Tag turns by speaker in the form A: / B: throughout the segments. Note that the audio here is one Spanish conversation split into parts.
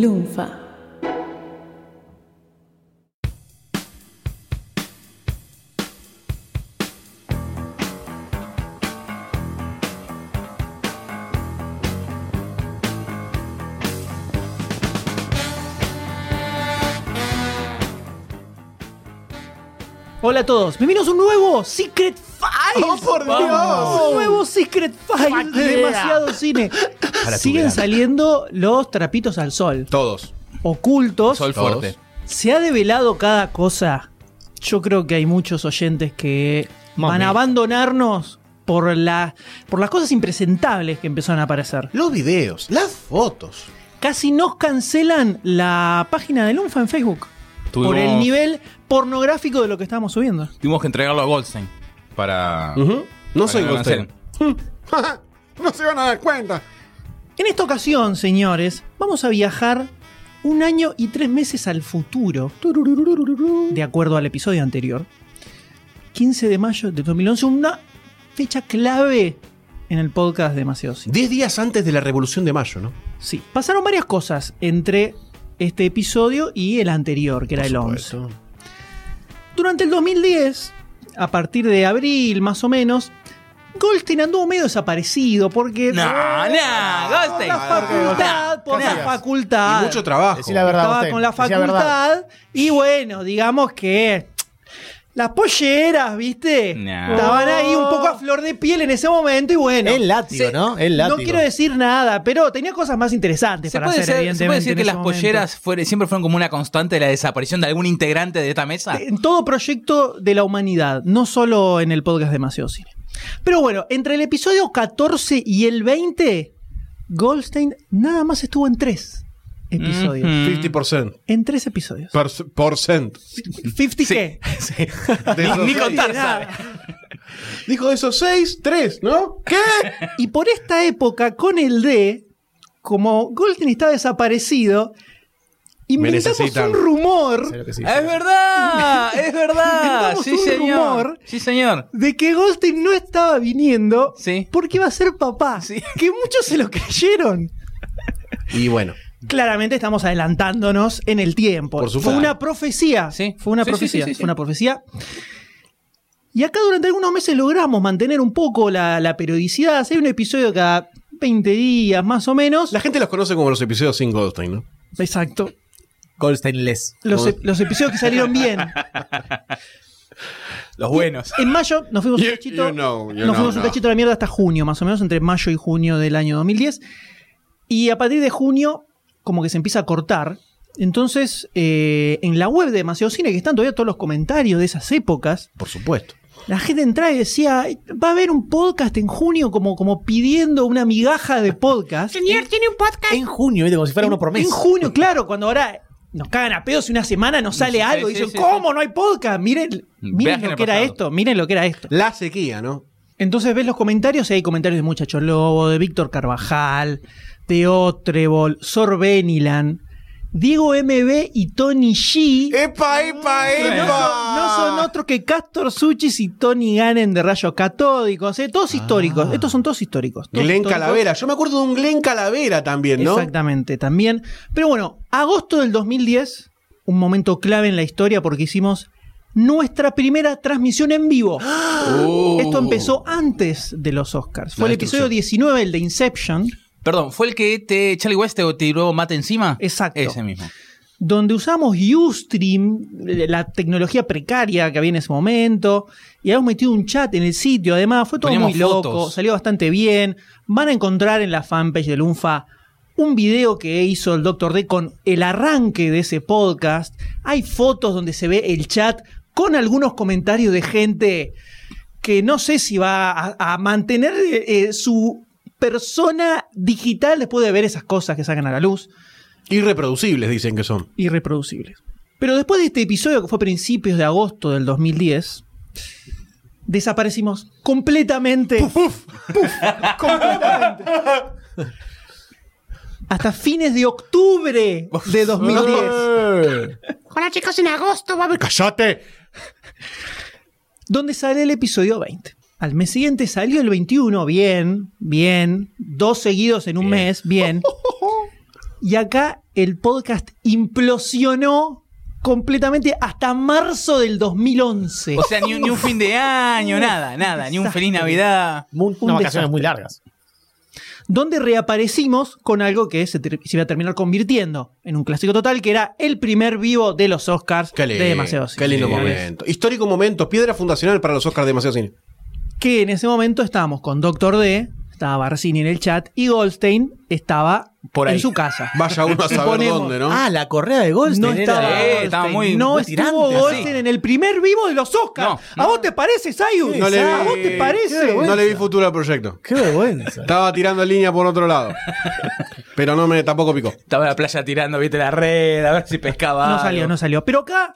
A: Lunfa.
B: Hola a todos, bienvenidos a un nuevo Secret Files.
C: ¡Oh, por Dios!
B: Un nuevo Secret Files
C: Fuck
B: de
C: yeah.
B: demasiado cine.
D: Para tu
B: Siguen
D: verano.
B: saliendo los trapitos al sol,
C: Todos.
B: ocultos.
C: Sol
D: Todos.
C: fuerte.
B: Se ha develado cada cosa. Yo creo que hay muchos oyentes que van a abandonarnos por, la- por las cosas impresentables que empezaron a aparecer.
D: Los videos, las fotos.
B: Casi nos cancelan la página de Lunfa en Facebook
C: Tuvimos-
B: por el nivel pornográfico de lo que estábamos subiendo.
C: Tuvimos que entregarlo a Goldstein para.
D: No
C: para
D: soy
C: que lo
D: Goldstein.
C: cancelen.
D: no se van a dar cuenta.
B: En esta ocasión, señores, vamos a viajar un año y tres meses al futuro, de acuerdo al episodio anterior. 15 de mayo de 2011, una fecha clave en el podcast de Demasiado Cine.
D: Diez días antes de la Revolución de Mayo, ¿no?
B: Sí, pasaron varias cosas entre este episodio y el anterior, que era el 11. Durante el 2010, a partir de abril más o menos, Goldstein anduvo medio desaparecido porque...
C: No, no,
B: Por
C: Goldstein.
B: la facultad, por la
C: No.
B: facultad.
D: Y mucho trabajo.
E: Decí la verdad,
B: Estaba
E: Goldstein,
B: con la
E: decí la verdad.
B: facultad y bueno, digamos que las polleras, ¿viste?
C: No.
B: Estaban ahí un poco a flor de piel en ese momento y bueno.
E: El látigo,
B: se-
E: ¿no? El látigo.
B: No quiero decir nada, pero tenía cosas más interesantes
C: ¿Se
B: para
C: puede,
B: hacer,
C: ser-
B: evidentemente.
C: se puede decir
B: en
C: que
B: ese
C: las
B: momento.
C: polleras fuere- siempre fueron como una constante de la desaparición de algún integrante de esta mesa?
B: Eh, En todo proyecto de la humanidad, no solo en el podcast de Maceo Cine. Pero bueno, entre el episodio 14 y el 20, Goldstein nada más estuvo en tres episodios.
D: Mm.
C: Ujú.
D: 50%.
B: En tres episodios.
D: Por, porcent.
B: 50 qué?
D: De esos
C: Ni
D: seis.
C: contar,
B: nada.
C: ¿sabe?
D: Dijo de esos seis, tres, ¿no? ¿Qué?
B: Y por esta época, con el D, como Goldstein está desaparecido, inventamos
D: necesitan.
B: un rumor
E: Claro que sí.
C: ¡Es verdad! ¡Es verdad!
B: Inventamos
C: Sí,
B: un
C: señor.
B: rumor.
C: Sí, señor.
B: de que Goldstein no estaba viniendo
C: Sí.
B: porque iba a ser papá.
C: Sí.
B: Que muchos se lo creyeron.
D: Y bueno,
B: Claramente estamos adelantándonos en el tiempo.
D: Por
B: Fue
D: supuesto.
B: una profecía.
C: Sí.
B: Fue una
C: Sí, sí,
B: profecía.
C: sí, sí, sí.
B: Fue una profecía. Y acá durante algunos meses logramos mantener un poco la, la periodicidad. Hay un episodio cada 20 días, más o menos.
D: la gente los conoce como los episodios sin Goldstein, ¿no?
B: Exacto.
E: Goldstein Les.
B: Los,
D: Como-
B: ep- los episodios que salieron bien.
C: Los buenos.
B: En mayo nos fuimos un
D: You-
B: cachito.
D: you know, you
B: nos
D: know,
B: fuimos un
D: no.
B: cachito a la mierda hasta junio, más o menos, entre mayo y junio del año 2010. Y a partir de junio, como que se empieza a cortar. Entonces, eh, en la web de Demasiado Cine, que están todavía todos los comentarios de esas épocas,
D: Por supuesto.
B: la gente entraba y decía: Va a haber un podcast en junio, como, como pidiendo una migaja de podcast.
E: tiene un podcast. En junio, ¿viste? como si fuera uno por mes.
B: En junio, claro, cuando ahora nos cagan a pedos y una semana nos sale
C: Sí,
B: algo.
C: sí,
B: y dicen,
C: sí,
B: ¿cómo no hay podcast? Miren, miren
C: Viaje en
B: lo
C: el
B: que era
C: pasado.
B: esto, miren lo que era esto.
D: La sequía, ¿no?
B: Entonces ves los comentarios y hay comentarios de Muchacho Lobo, de Víctor Carvajal, de Otrebol, Sorbenilan, Diego MB y Tony G.
D: ¡Epa, epa,
B: que no, son, no son otros que Castor Suchis y Tony Gannon de Rayos Catódicos, eh,
C: Ah.
B: todos históricos, estos son todos históricos. todos
D: Glenn
B: históricos.
D: Calavera. Yo me acuerdo de un Glenn Calavera también, ¿no?
B: Exactamente, también. Pero bueno, agosto del 2010, un momento clave en la historia porque hicimos nuestra primera transmisión en vivo. Esto empezó antes de los Oscars. Fue
D: Oh. La
B: el episodio 19, el de Inception,
C: Perdón, ¿fue el que te Charlie West te tiró mate encima?
B: Exacto.
C: Ese mismo.
B: donde usamos Ustream, eh, la tecnología precaria que había en ese momento, y habíamos metido un chat en el sitio. Además, fue todo
C: Poníamos
B: muy loco,
C: fotos.
B: salió bastante bien. Van a encontrar en la fanpage de Lunfa un video que hizo el Dr. D con el arranque de ese podcast. Hay fotos donde se ve el chat con algunos comentarios de gente que no sé si va a, a mantener eh, eh, su persona digital después de ver esas cosas que sacan a la luz
D: Irreproducibles dicen que son.
B: irreproducibles. Pero después de este episodio, que fue a principios de agosto del 2010, desaparecimos completamente. Puf, completamente. Hasta fines de octubre de 2010,
F: Hola chicos, en agosto va a haber...
D: ¡Cállate!
B: donde sale el episodio 20. Al mes siguiente salió el 21, bien, bien, dos seguidos en un mes, bien. Y acá el podcast implosionó completamente hasta marzo del 2011.
C: O sea, ni, un- ni un fin de año, nada, nada, ni un feliz Navidad.
G: Muy-
B: Un
G: unas
B: desastre.
G: vacaciones muy largas.
B: donde reaparecimos con algo que se, ter- se iba a terminar convirtiendo en un clásico total, que era el primer vivo de los Oscars
D: Qué
B: de
D: lindo,
B: Demasiado Cine.
D: qué lindo
C: Sí.
D: momento. Histórico momento, piedra fundacional para los Oscars de Demasiado Cine.
B: Que en ese momento estábamos con Doctor D, estaba Barcini en el chat, y Goldstein estaba
C: Por ahí.
B: en su casa.
D: Vaya uno a saber
B: Suponemos-
D: dónde, ¿no?
G: Ah, la correa de
B: No
G: Goldstein. era-
B: estaba,
C: Eh, estaba muy-
B: no
C: muy
B: estuvo
C: tirante, así.
B: Goldstein en el primer vivo de los Oscars.
C: No,
B: ¿A vos te parece, Sayu?
D: No le
B: ¿A
D: vi-
B: vos te parece?
D: No le vi futuro al proyecto.
G: Qué vergüenza.
D: Estaba tirando línea por otro lado. Pero no me tampoco picó.
C: Estaba en la playa tirando, viste la red, a ver si pescaba.
B: No salió,
C: algo.
B: no salió. Pero acá,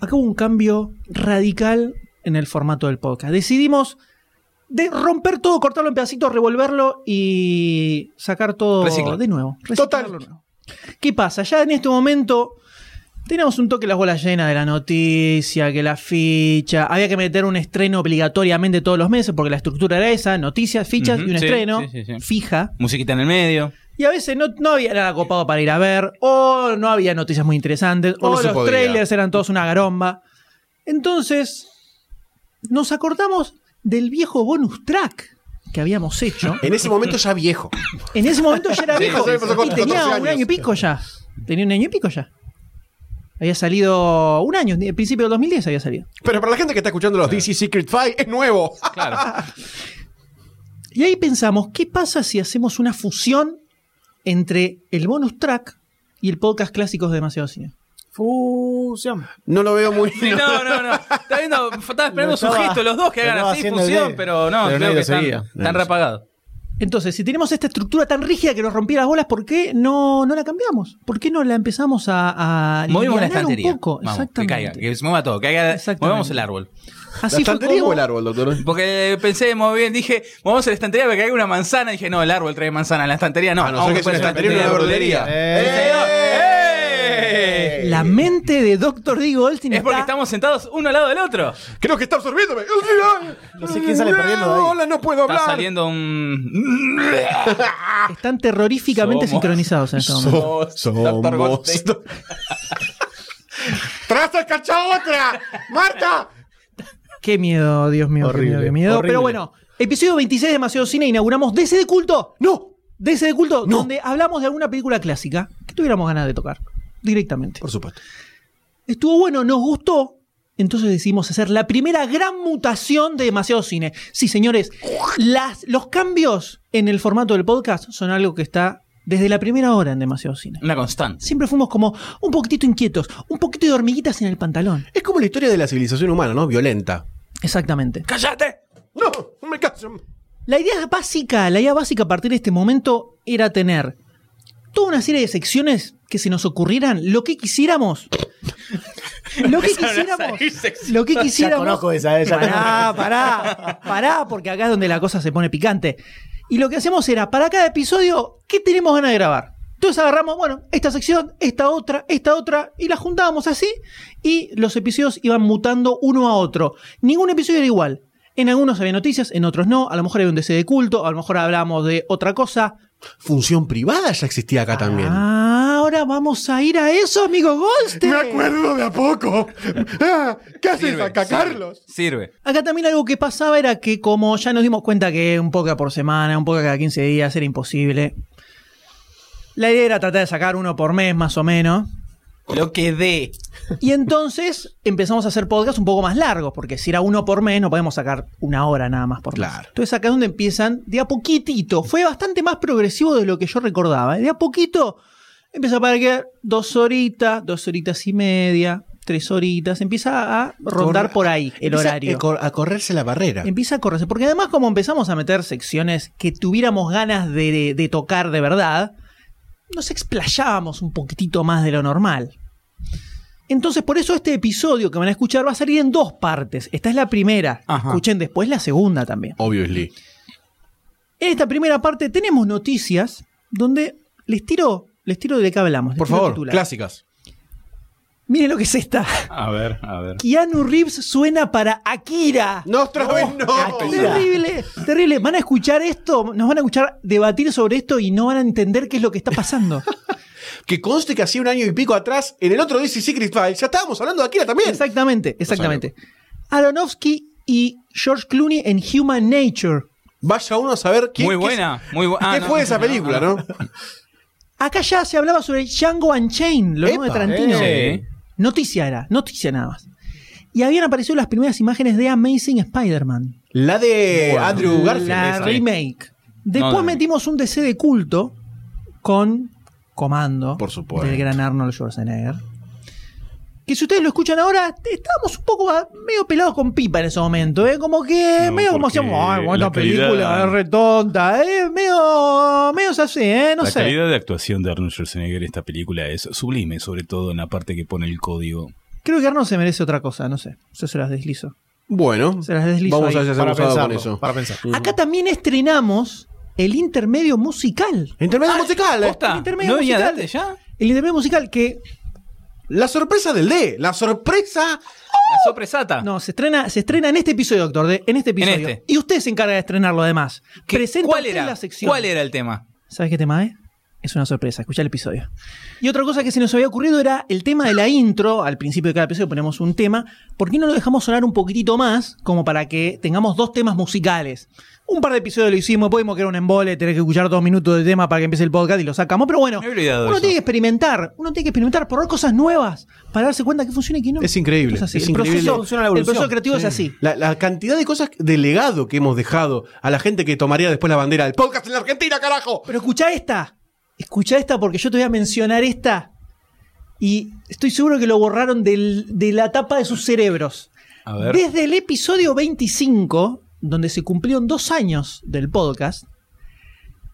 B: acá hubo un cambio radical en el formato del podcast. Decidimos de romper todo, cortarlo en pedacitos, revolverlo y sacar todo
C: Recicla.
B: de nuevo.
D: Total.
B: Reciclarlo de nuevo. ¿Qué pasa? Ya en este momento teníamos un toque las bolas llenas de la noticia, que la ficha. Había que meter un estreno obligatoriamente todos los meses porque la estructura era esa: noticias, fichas
C: Ujú,
B: y un
C: sí,
B: estreno
C: sí, sí, sí.
B: fija.
C: Musiquita en el medio.
B: Y a veces no, no había nada copado para ir a ver, o no había noticias muy interesantes,
D: O
B: o,
D: no se
B: los
D: podía.
B: trailers eran todos una garomba. Entonces, nos acordamos del viejo bonus track que habíamos hecho.
D: En ese momento ya viejo.
B: En ese momento ya era
C: Sí,
B: viejo.
C: sí, sí,
D: sí.
B: y tenía
D: 14
B: un
D: años.
B: año y pico ya. Tenía un año y pico ya. Había salido un año, en principio del 2010 había salido.
D: Pero para la gente que está escuchando los DC Secret Five, es nuevo.
B: Ah.
C: Claro.
B: Y ahí pensamos, ¿qué pasa si hacemos una fusión entre el bonus track y el podcast clásicos de Demasiado Cine?
G: Fusión.
D: No lo veo muy.
C: Sí, no, no, no. Está viendo, estaba
G: Lo
C: esperando su
G: estaba-
C: gesto los dos que
G: lo
C: hagan
G: estaba
C: así
G: haciendo
C: función,
G: bien.
C: pero no,
G: Pero
C: creo
G: nadie
C: que
G: lo
C: están,
G: seguía.
C: están reapagados.
B: Entonces, si tenemos esta estructura tan rígida que nos rompía las bolas, ¿por qué no, no la cambiamos? ¿por qué no la empezamos a, a
C: Movimos la
B: livianar
C: estantería.
B: un poco?
C: Vamos,
B: Exactamente.
C: Que caiga, que se mueva todo, que caiga,
B: Exactamente.
C: movamos el árbol.
D: ¿La
B: Así fue
D: estantería
B: como-
D: o el árbol, doctor?
C: Porque pensé muy bien, dije, vamos a la estantería para que caiga una manzana. Dije, no, el árbol trae manzana, la estantería no.
D: A no
C: vamos
D: ser que sea
C: poner
D: una estantería y una verdulería.
C: ¡Eh!
B: la mente de Dr. D. Goldstein
C: Es porque
B: está-
C: estamos sentados uno al lado del otro.
D: Creo que está absorbiéndome.
G: No sé quién sale perdiendo de ahí.
D: Hola, no puedo
C: Está
D: hablar.
C: saliendo un...
B: están terroríficamente
C: Somos-
B: sincronizados en este momento.
C: Dr.
D: Somos.
C: Goldstein.
D: ¡Traza cachao otra! ¡Marta!
B: Qué miedo, Dios mío,
G: Horrible,
B: qué miedo, qué miedo.
G: horrible.
B: Pero bueno, episodio 26 de Demasiado Cine inauguramos DC de Culto. ¡No! DC de Culto,
D: No.
B: donde hablamos de alguna película clásica que tuviéramos ganas de tocar directamente.
D: Por supuesto.
B: Estuvo bueno, nos gustó. Entonces decidimos hacer la primera gran mutación de demasiado cine. Sí, señores, las, los cambios en el formato del podcast son algo que está desde la primera hora en demasiado cine.
C: Una constante.
B: Siempre fuimos como un poquitito inquietos, un poquito de hormiguitas en el pantalón.
D: Es como la historia de la civilización humana, ¿no? Violenta.
B: Exactamente.
C: ¡Cállate!
D: No, no me caso.
B: La idea básica, la idea básica a partir de este momento era tener toda una serie de secciones que se nos ocurrieran lo que quisiéramos. Lo que quisiéramos. Lo que
G: Ya
B: quisiéramos.
G: conozco esa, eh, ya
B: Pará,
G: conozco.
B: pará, pará, porque acá es donde la cosa se pone picante. Y lo que hacemos era, para cada episodio, ¿qué tenemos ganas de grabar? Entonces agarramos, bueno, esta sección, esta otra, esta otra, y la juntábamos así, y los episodios iban mutando uno a otro. Ningún episodio era igual. En algunos había noticias, en otros no. A lo mejor había un deseo de culto, a lo mejor hablábamos de otra cosa.
D: Función privada ya existía acá también.
G: Ah.
B: Ah, Ahora vamos a ir a eso, amigo Goldstein.
D: acuerdo de a poco. Ah, ¿Qué
C: Sirve.
B: Acá también algo que pasaba era que como ya nos dimos cuenta que un poco por semana, un poco cada 15 días era imposible. La idea era tratar de sacar uno por mes más o menos.
C: Lo que dé.
B: Y entonces empezamos a hacer podcasts un poco más largos, porque si era uno por mes no podemos sacar una hora nada más por mes.
D: Claro.
B: Entonces acá es donde empiezan de a poquitito. Fue bastante más progresivo de lo que yo recordaba. ¿eh? De a poquito empieza a aparecer dos horitas, dos horitas y media, tres horitas. Empieza a rondar
D: Corra-
B: por ahí el
D: Empieza
B: horario.
D: A, cor- a correrse la barrera.
B: Empieza a correrse. Porque además, como empezamos a meter secciones que tuviéramos ganas de, de- de tocar de verdad, nos explayábamos un poquitito más de lo normal. Entonces, por eso este episodio que van a escuchar va a salir en dos partes. Esta es la primera.
C: Ajá.
B: Escuchen después la segunda también.
D: Obviously.
B: En esta primera parte tenemos noticias donde les tiro, les tiro de qué hablamos. les
D: Por
B: tiro
D: favor,
B: titulares.
D: clásicas.
B: Miren lo que es esta.
C: A ver, a ver.
B: Keanu Reeves suena para Akira.
D: No, otra vez
G: Akira.
B: Terrible, terrible. Van a escuchar esto, nos van a escuchar debatir sobre esto y no van a entender qué es lo que está pasando.
D: que conste que hacía un año y pico atrás, en el otro DC Secret File, ya estábamos hablando de Akira también.
B: Exactamente, exactamente. Aronofsky y George Clooney en Human Nature.
D: Vaya uno a saber quién.
C: Muy
D: qué-
C: buena, muy buena.
D: ¿Qué fue esa película, no?
B: Acá ya se hablaba sobre Django Unchained, lo nuevo de
D: Epa,
B: Tarantino.
C: eh. Sí.
B: Noticia era, noticia nada más. Y habían aparecido las primeras imágenes de Amazing Spider-Man,
D: La de Andrew Garfield.
B: la
D: esa.
B: remake. Después
C: No, no.
B: metimos un DC de culto con Comando,
D: Por supuesto.
B: del gran Arnold Schwarzenegger. Que si ustedes lo escuchan ahora, estábamos un poco ah, medio pelados con pipa en ese momento, ¿eh? Como que
H: No,
B: medio como
H: porque
B: decíamos, ay, bueno, esta
H: la calidad-
B: película es re tonta, ¿eh? Medio, medio es así, ¿eh? No
H: la
B: sé.
H: calidad de actuación de Arnold Schwarzenegger en esta película es sublime, sobre todo en la parte que pone el código.
B: Creo que Arnold se merece otra cosa, no sé. Yo se las deslizo.
D: Bueno,
B: Se las deslizo
D: vamos
B: ahí.
D: a ver si
G: Para
D: hacemos algo con
G: pensarlo,
D: eso.
G: para pensar.
B: Acá también estrenamos el intermedio musical.
D: Intermedio musical. eh.
C: ¿Posta?
B: el intermedio
C: ¿No venía de
B: musical.
C: antes ya?
B: El intermedio musical que
D: La sorpresa del D. La sorpresa.
C: La sopresata.
B: no se estrena, se estrena en este episodio, doctor, D, en este episodio.
C: este.
B: Y usted se encarga de estrenarlo además.
C: ¿Qué-
B: Presenta
C: ¿Cuál
B: usted
C: era?
B: la sección.
C: ¿Cuál era el tema?
B: ¿Sabes qué tema es? Es una sorpresa, escucha el episodio. Y otra cosa que se nos había ocurrido era el tema de la intro. Al principio de cada episodio ponemos un tema. ¿Por qué no lo dejamos sonar un poquitito más? Como para que tengamos dos temas musicales. Un par de episodios lo hicimos, podemos que era un embole, tener que escuchar dos minutos de tema para que empiece el podcast y lo sacamos. Pero bueno,
C: Me he olvidado de
B: uno
C: eso.
B: tiene que experimentar, uno tiene que experimentar, probar cosas nuevas para darse cuenta que funciona y que no.
D: Es increíble,
B: Es así.
D: es
B: el,
D: increíble.
B: Proceso,
G: Funciona la
B: el
G: evolución.
B: proceso creativo es así.
D: La, la cantidad de cosas de legado que hemos dejado a la gente que tomaría después la bandera del podcast en la Argentina, carajo.
B: Pero escucha esta. Escucha esta porque yo te voy a mencionar esta. Y estoy seguro que lo borraron del- de la tapa de sus cerebros.
H: A ver.
B: Desde el episodio 25, donde se cumplieron dos años del podcast,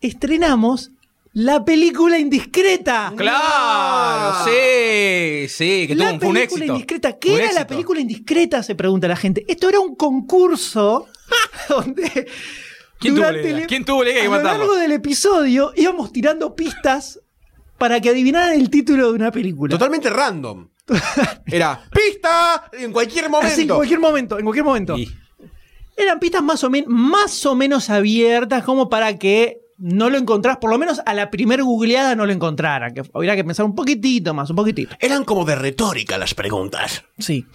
B: estrenamos la película indiscreta.
C: Claro, sí, sí, que tuvo
B: La
C: un, fue un
B: película
C: éxito.
B: indiscreta. ¿Qué
C: Fue un
B: era la
C: éxito.
B: película indiscreta? Se pregunta la gente. Esto era un concurso donde.
C: ¿Quién tuvo la
B: durante
C: idea?
B: el-
C: ¿Quién tuvo la idea que
B: a lo
C: matarlo?
B: largo del episodio íbamos tirando pistas para que adivinaran el título de una película.
D: Totalmente random. Era pista en Ah, cualquier momento.
B: Así, en cualquier momento, en cualquier momento.
C: Y-
B: Eran pistas más o, men- más o menos abiertas, como para que no lo encontrás, por lo menos a la primer googleada no lo encontraran. Que hubiera que pensar un poquitito más, un poquitito.
D: Eran como de retórica las preguntas.
B: Sí.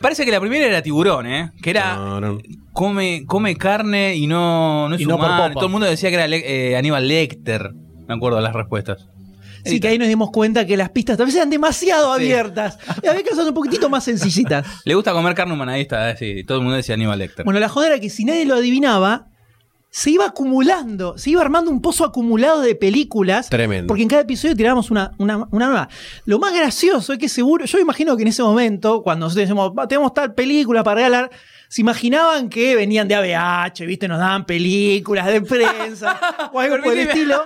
C: Parece que la primera era tiburón, ¿eh? Que
D: Ah.
C: era come, come carne y no, no es
G: Y no por
C: humano.
G: popa.
C: Todo el mundo decía que era Le- eh, Aníbal Lecter. Me acuerdo las respuestas.
B: Sí, que ahí nos dimos cuenta que las pistas tal vez eran demasiado
C: Sí.
B: abiertas. Y había que hacer un poquitito más sencillitas.
C: Le gusta comer carne humana, ahí está, eh, sí. Todo el mundo decía Aníbal Lecter.
B: Bueno, la joda era que si nadie lo adivinaba, se iba acumulando, se iba armando un pozo acumulado de películas.
D: Tremendo.
B: Porque en cada episodio tirábamos una, una, una nueva. Lo más gracioso es que seguro, yo imagino que en ese momento, cuando nosotros decíamos, "Va, tenemos tal película para regalar, se imaginaban que venían de ABH, ¿viste? Nos daban películas de prensa o algo por el
C: Permitime.
B: estilo.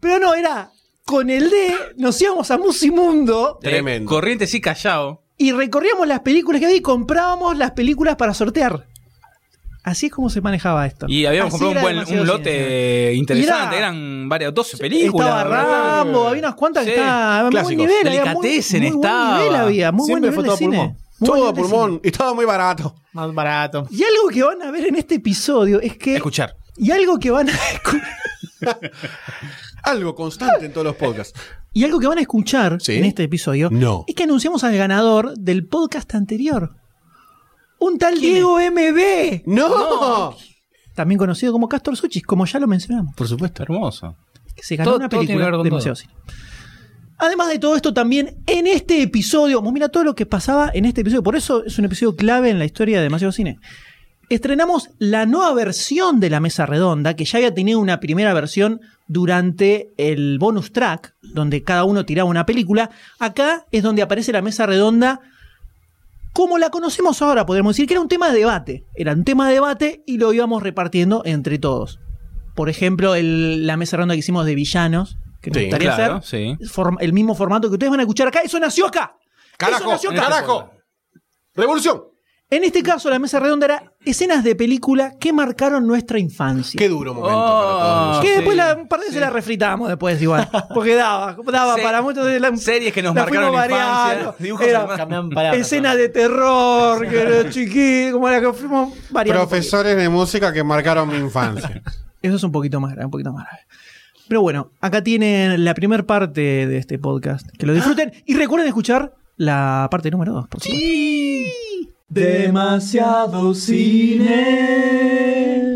B: Pero no, era con el D, nos íbamos a Musimundo.
C: Eh,
D: tremendo.
C: Corrientes y callao.
B: Y recorríamos las películas que había y comprábamos las películas para sortear. Así es como se manejaba esto.
C: Y habíamos
B: Así
C: comprado un,
B: Ah, era
C: buen,
B: demasiado
C: un
B: cine.
C: lote interesante.
B: Y era-
C: Eran varias, 12 películas.
B: Estaba
C: ¿verdad?
B: Rambo, había unas cuantas que
C: Sí,
B: estaban a muy
D: clásicos.
B: nivel. Había muy,
C: Delicatessen
B: muy buen
C: estaba.
B: nivel había, muy
G: Siempre
B: buen nivel
G: fue
B: de
G: todo
B: cine.
G: pulmón.
B: Muy buen
D: Todo a
B: nivel de cine.
D: pulmón y todo muy barato.
G: Más barato.
B: Y algo que van a ver en este episodio es que...
C: Escuchar.
B: Y algo que van a... escu-
D: Algo constante en todos los podcasts.
B: Y algo que van a escuchar
D: Sí.
B: en este episodio
D: No.
B: es que anunciamos al ganador del podcast anterior. Un tal Diego MB,
D: ¡No!
B: también conocido como Castor Suchis, como ya lo mencionamos.
H: Por supuesto. Hermoso.
B: que se ganó
C: Todo-
B: una
C: todo tiene
B: película
C: que ver con
B: de Museo Cine. Además de todo esto, también en este episodio, vos mira todo lo que pasaba en este episodio, por eso es un episodio clave en la historia de Demasiado Cine. Estrenamos la nueva versión de la mesa redonda, que ya había tenido una primera versión durante el bonus track, donde cada uno tiraba una película. Acá es donde aparece la mesa redonda como la conocemos ahora, podríamos decir que era un tema de debate. Era un tema de debate y lo íbamos repartiendo entre todos. Por ejemplo, el- la mesa ronda que hicimos de villanos, que nos
D: Sí,
B: gustaría
C: claro,
B: hacer,
C: sí.
B: form- el mismo formato que ustedes van a escuchar acá. ¡Eso nació acá! ¡Eso
D: ¡Carajo!
B: nació acá!
D: ¡Carajo! ¡Revolución!
B: En este caso, la mesa redonda era escenas de película que marcaron nuestra infancia.
D: Qué duro momento
C: Oh,
D: para todos nosotros.
B: que
C: sí,
B: después la, un par de veces la refritábamos después igual. Porque daba, daba
C: Se-
B: para muchos de la-
C: series que nos
B: la
C: marcaron
B: fuimos
C: la infancia,
B: variando.
C: dibujos
B: Era-
C: animados.
G: Cambiaban palabras.
B: Escenas de terror, que era chiquito, como la que fuimos variando. un poquito.
D: Profesores de música que marcaron mi infancia.
B: Eso es un poquito más grave, un poquito más grave. Pero bueno, acá tienen la primera parte de este podcast. Que lo disfruten y recuerden escuchar la parte número 2, por supuesto. Demasiado cine.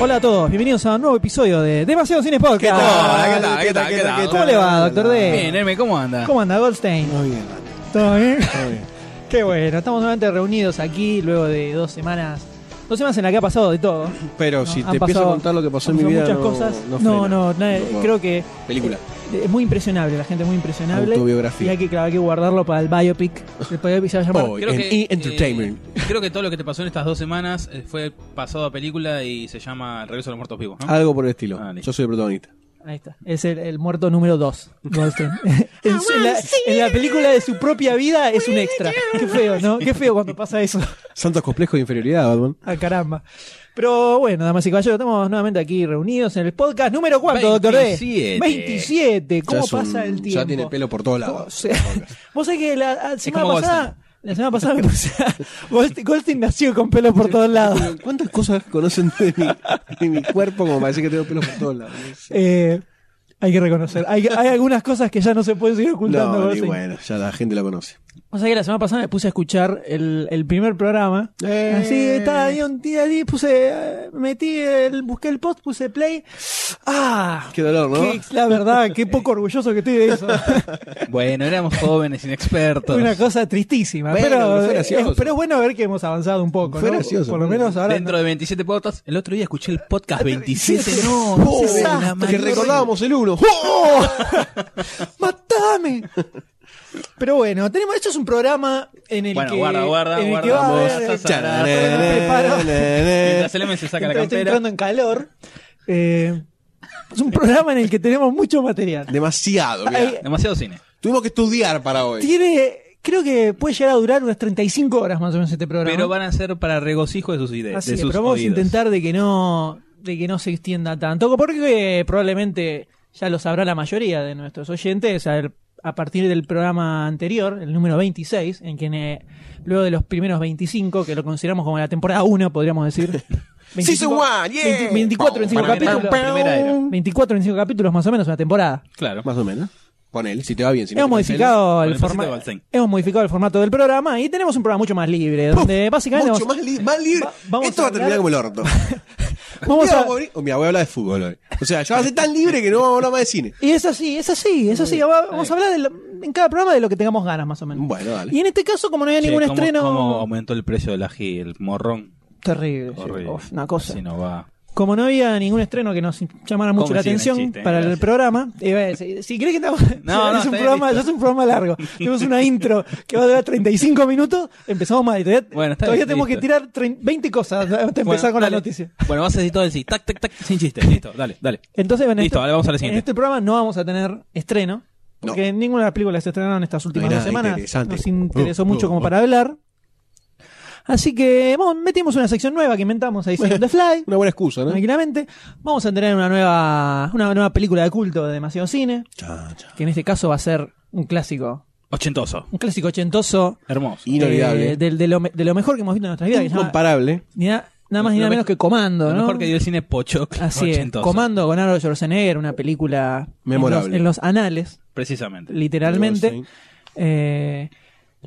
B: Hola a todos, bienvenidos a un nuevo episodio de Demasiado Cine Podcast.
C: ¿Qué tal? ¿Qué tal? ¿Qué tal? ¿Qué tal?
B: ¿Cómo le va, doctor D?
C: Bien, Hermes, ¿cómo anda?
B: ¿Cómo anda Goldstein?
I: Muy bien, Mati,
B: ¿Todo bien?
I: muy bien.
B: Qué bueno, estamos nuevamente reunidos aquí luego de dos semanas. Dos semanas en las que ha pasado de todo.
J: Pero
B: No,
J: si
B: han
J: te empiezo
B: pasado-
J: a contar lo que pasó en mi
B: Son
J: vida.
B: muchas
J: no,
B: cosas. No,
J: frena.
B: no, na-
J: No puedo.
B: creo que
J: Película.
B: es muy impresionable, la gente es muy impresionable. Y
J: Autobiografía.
B: hay que, claro, hay que guardarlo para el biopic. El biopic se va a llamar
J: Hoy en E! Entertainment.
C: eh, creo que todo lo que te pasó en estas dos semanas eh, fue pasado a película y se llama El regreso de los muertos vivos, ¿no?
J: Algo por el estilo.
C: Ah, listo.
J: Yo soy el protagonista.
B: Ahí está. Es el, el muerto número 2. en, su- en la, en la película de su propia vida es un extra. Qué feo, ¿no? Qué feo cuando pasa eso.
J: Santos complejos de inferioridad, Batman.
B: Ah, caramba. Pero bueno, damas y caballeros, estamos nuevamente aquí reunidos en el podcast número cuánto, doctor D.
C: 27.
B: 27.
J: Ya
B: ¿Cómo
J: es un-
B: pasa el tiempo?
J: Ya tiene pelo por todos
B: O
J: lados.
B: sea, Vos sabés que la, la semana
C: como
B: pasada. La semana pasada me puse a- Goldstein, Goldstein nació con pelo por todos lados.
J: ¿Cuántas cosas conocen de mi, de mi cuerpo como parece que tengo pelo por todos lados?
B: Eh, hay que reconocer. Hay, hay algunas cosas que ya no se pueden seguir ocultando.
J: No, y
B: Goldstein.
J: bueno, ya la gente la conoce.
B: O sea que la semana pasada me puse a escuchar el, el primer programa.
J: Eh.
B: Así estaba ahí un día ahí, puse, eh, metí el, busqué el post, puse play. Ah,
J: Qué dolor, ¿no?
B: qué- la verdad, qué poco orgulloso que estoy de eso.
C: Bueno, éramos jóvenes, inexpertos.
B: Una cosa tristísima.
J: Bueno,
B: pero,
J: fue gracioso.
B: es- pero es bueno ver que hemos avanzado un poco.
J: Fue
B: ¿no?
J: gracioso.
B: Por lo menos ahora.
C: Dentro de 27 podcasts, el otro día escuché el podcast 27,
B: Siete.
C: no,
B: Oh,
C: de la
B: que
J: Que
C: mañana.
J: recordábamos el uno.
B: ¡Oh! ¡Matame! Pero bueno, tenemos. Esto es un programa en el
C: Bueno,
B: que.
C: guarda, guarda,
B: en el que
C: guarda.
B: va a
C: Vamos.
B: haber-
C: Mientras el M se saca la
B: Estoy
C: campera.
B: entrando en calor. Eh, es un programa en el que tenemos mucho material.
J: Demasiado, mirá.
B: Ay,
C: Demasiado cine.
J: Tuvimos que estudiar para hoy.
B: Tiene, creo que puede llegar a durar unas 35 horas más o menos este programa.
C: Pero van a ser para regocijo de sus ideas.
B: Así
C: De
B: es,
C: sus
B: pero vamos
C: oídos.
B: a intentar de que no de que no se extienda tanto, porque eh, probablemente ya lo sabrá la mayoría de nuestros oyentes a, a partir del programa anterior, el número 26, en que eh, luego de los primeros 25, que lo consideramos como la temporada 1, podríamos decir. 25,
J: Season one, yeah.
B: 20 24, 25
C: Para mí,
B: capítulos.
C: para mí, primera era.
B: 24, 25 capítulos más o menos, una temporada.
C: Claro.
J: Más o menos. Ponele, si te va bien. Si no
B: Hemos
J: te parece
B: modificado,
C: con
B: el
C: el pasito
B: forma-
C: de Goldstein.
B: hemos modificado el formato del programa y tenemos un programa mucho más libre, donde
J: bien.
B: básicamente
J: Mucho
B: vamos,
J: más, li- más libre.
B: Va- vamos
J: Esto
B: a
J: va a
B: hablar-
J: terminar como el orto.
B: vamos
J: Mira,
B: a,
J: vamos a abrir- oh, mira, voy a hablar de fútbol hoy. O sea, ya va a ser tan libre que no vamos a hablar más de cine.
B: Y es así, es así, es así. Va- Vamos a hablar de lo- en cada programa de lo que tengamos ganas, más o menos.
J: Bueno, dale.
B: Y en este caso, como no había
C: Che,
B: ningún
C: ¿cómo-
B: estreno.
C: ¿Cómo aumentó el precio del ají? El morrón.
B: Terrible. sí.
C: Horrible.
B: Uf, una cosa.
C: Así no va.
B: Como no había ningún estreno que nos llamara mucho
C: ¿Cómo
B: la
C: siguen el
B: atención
C: chiste, eh?
B: para el
C: Gracias.
B: programa, eh, bueno, si, si crees que estamos-
C: No, no,
B: es,
C: está
B: un
C: bien,
B: programa,
C: listo.
B: ya es un programa largo. Tenemos una intro que va a durar 35 minutos, empezamos mal. y Todavía,
C: Bueno, está
B: todavía
C: bien,
B: tenemos
C: listo.
B: que tirar trein- 20 cosas antes de empezar con
C: Bueno, dale.
B: la noticia.
C: Bueno, vas a decir todo el sí. Tac, tac, tac, sin chiste. Listo, dale, dale.
B: Entonces, bueno, en
C: Listo,
B: este-
C: ahora vamos a la
B: En
C: siguiente.
B: este programa no vamos a tener estreno.
J: No.
B: Porque ninguna de las películas se estrenaron estas últimas
J: No hay
B: dos
J: nada
B: semanas.
J: interesante.
B: Nos interesó
J: Uh,
B: mucho como
J: uh,
B: para hablar. Así que bueno, metimos una sección nueva que inventamos ahí, Second the Fly.
J: Una buena excusa, ¿no?
B: Tranquilamente. Vamos a tener una nueva, una nueva película de culto de demasiado cine. Que en este caso va a ser un clásico.
D: Ochentoso.
B: Un clásico ochentoso.
D: Hermoso.
J: Inolvidable.
B: eh, del- de, lo, me- de lo mejor que hemos visto en nuestra vida. que se llama-
J: Incomparable.
B: ni na- nada más ni
D: Lo
B: nada
D: me-
B: menos que Comando,
D: Lo
B: ¿no?
D: mejor que dio el cine pocho.
B: Así es.
D: ochentoso.
B: Comando con Arnold Schwarzenegger, una película
J: Memorable.
B: En, los, en los anales,
D: Precisamente.
B: literalmente.
J: Sí.
B: Eh,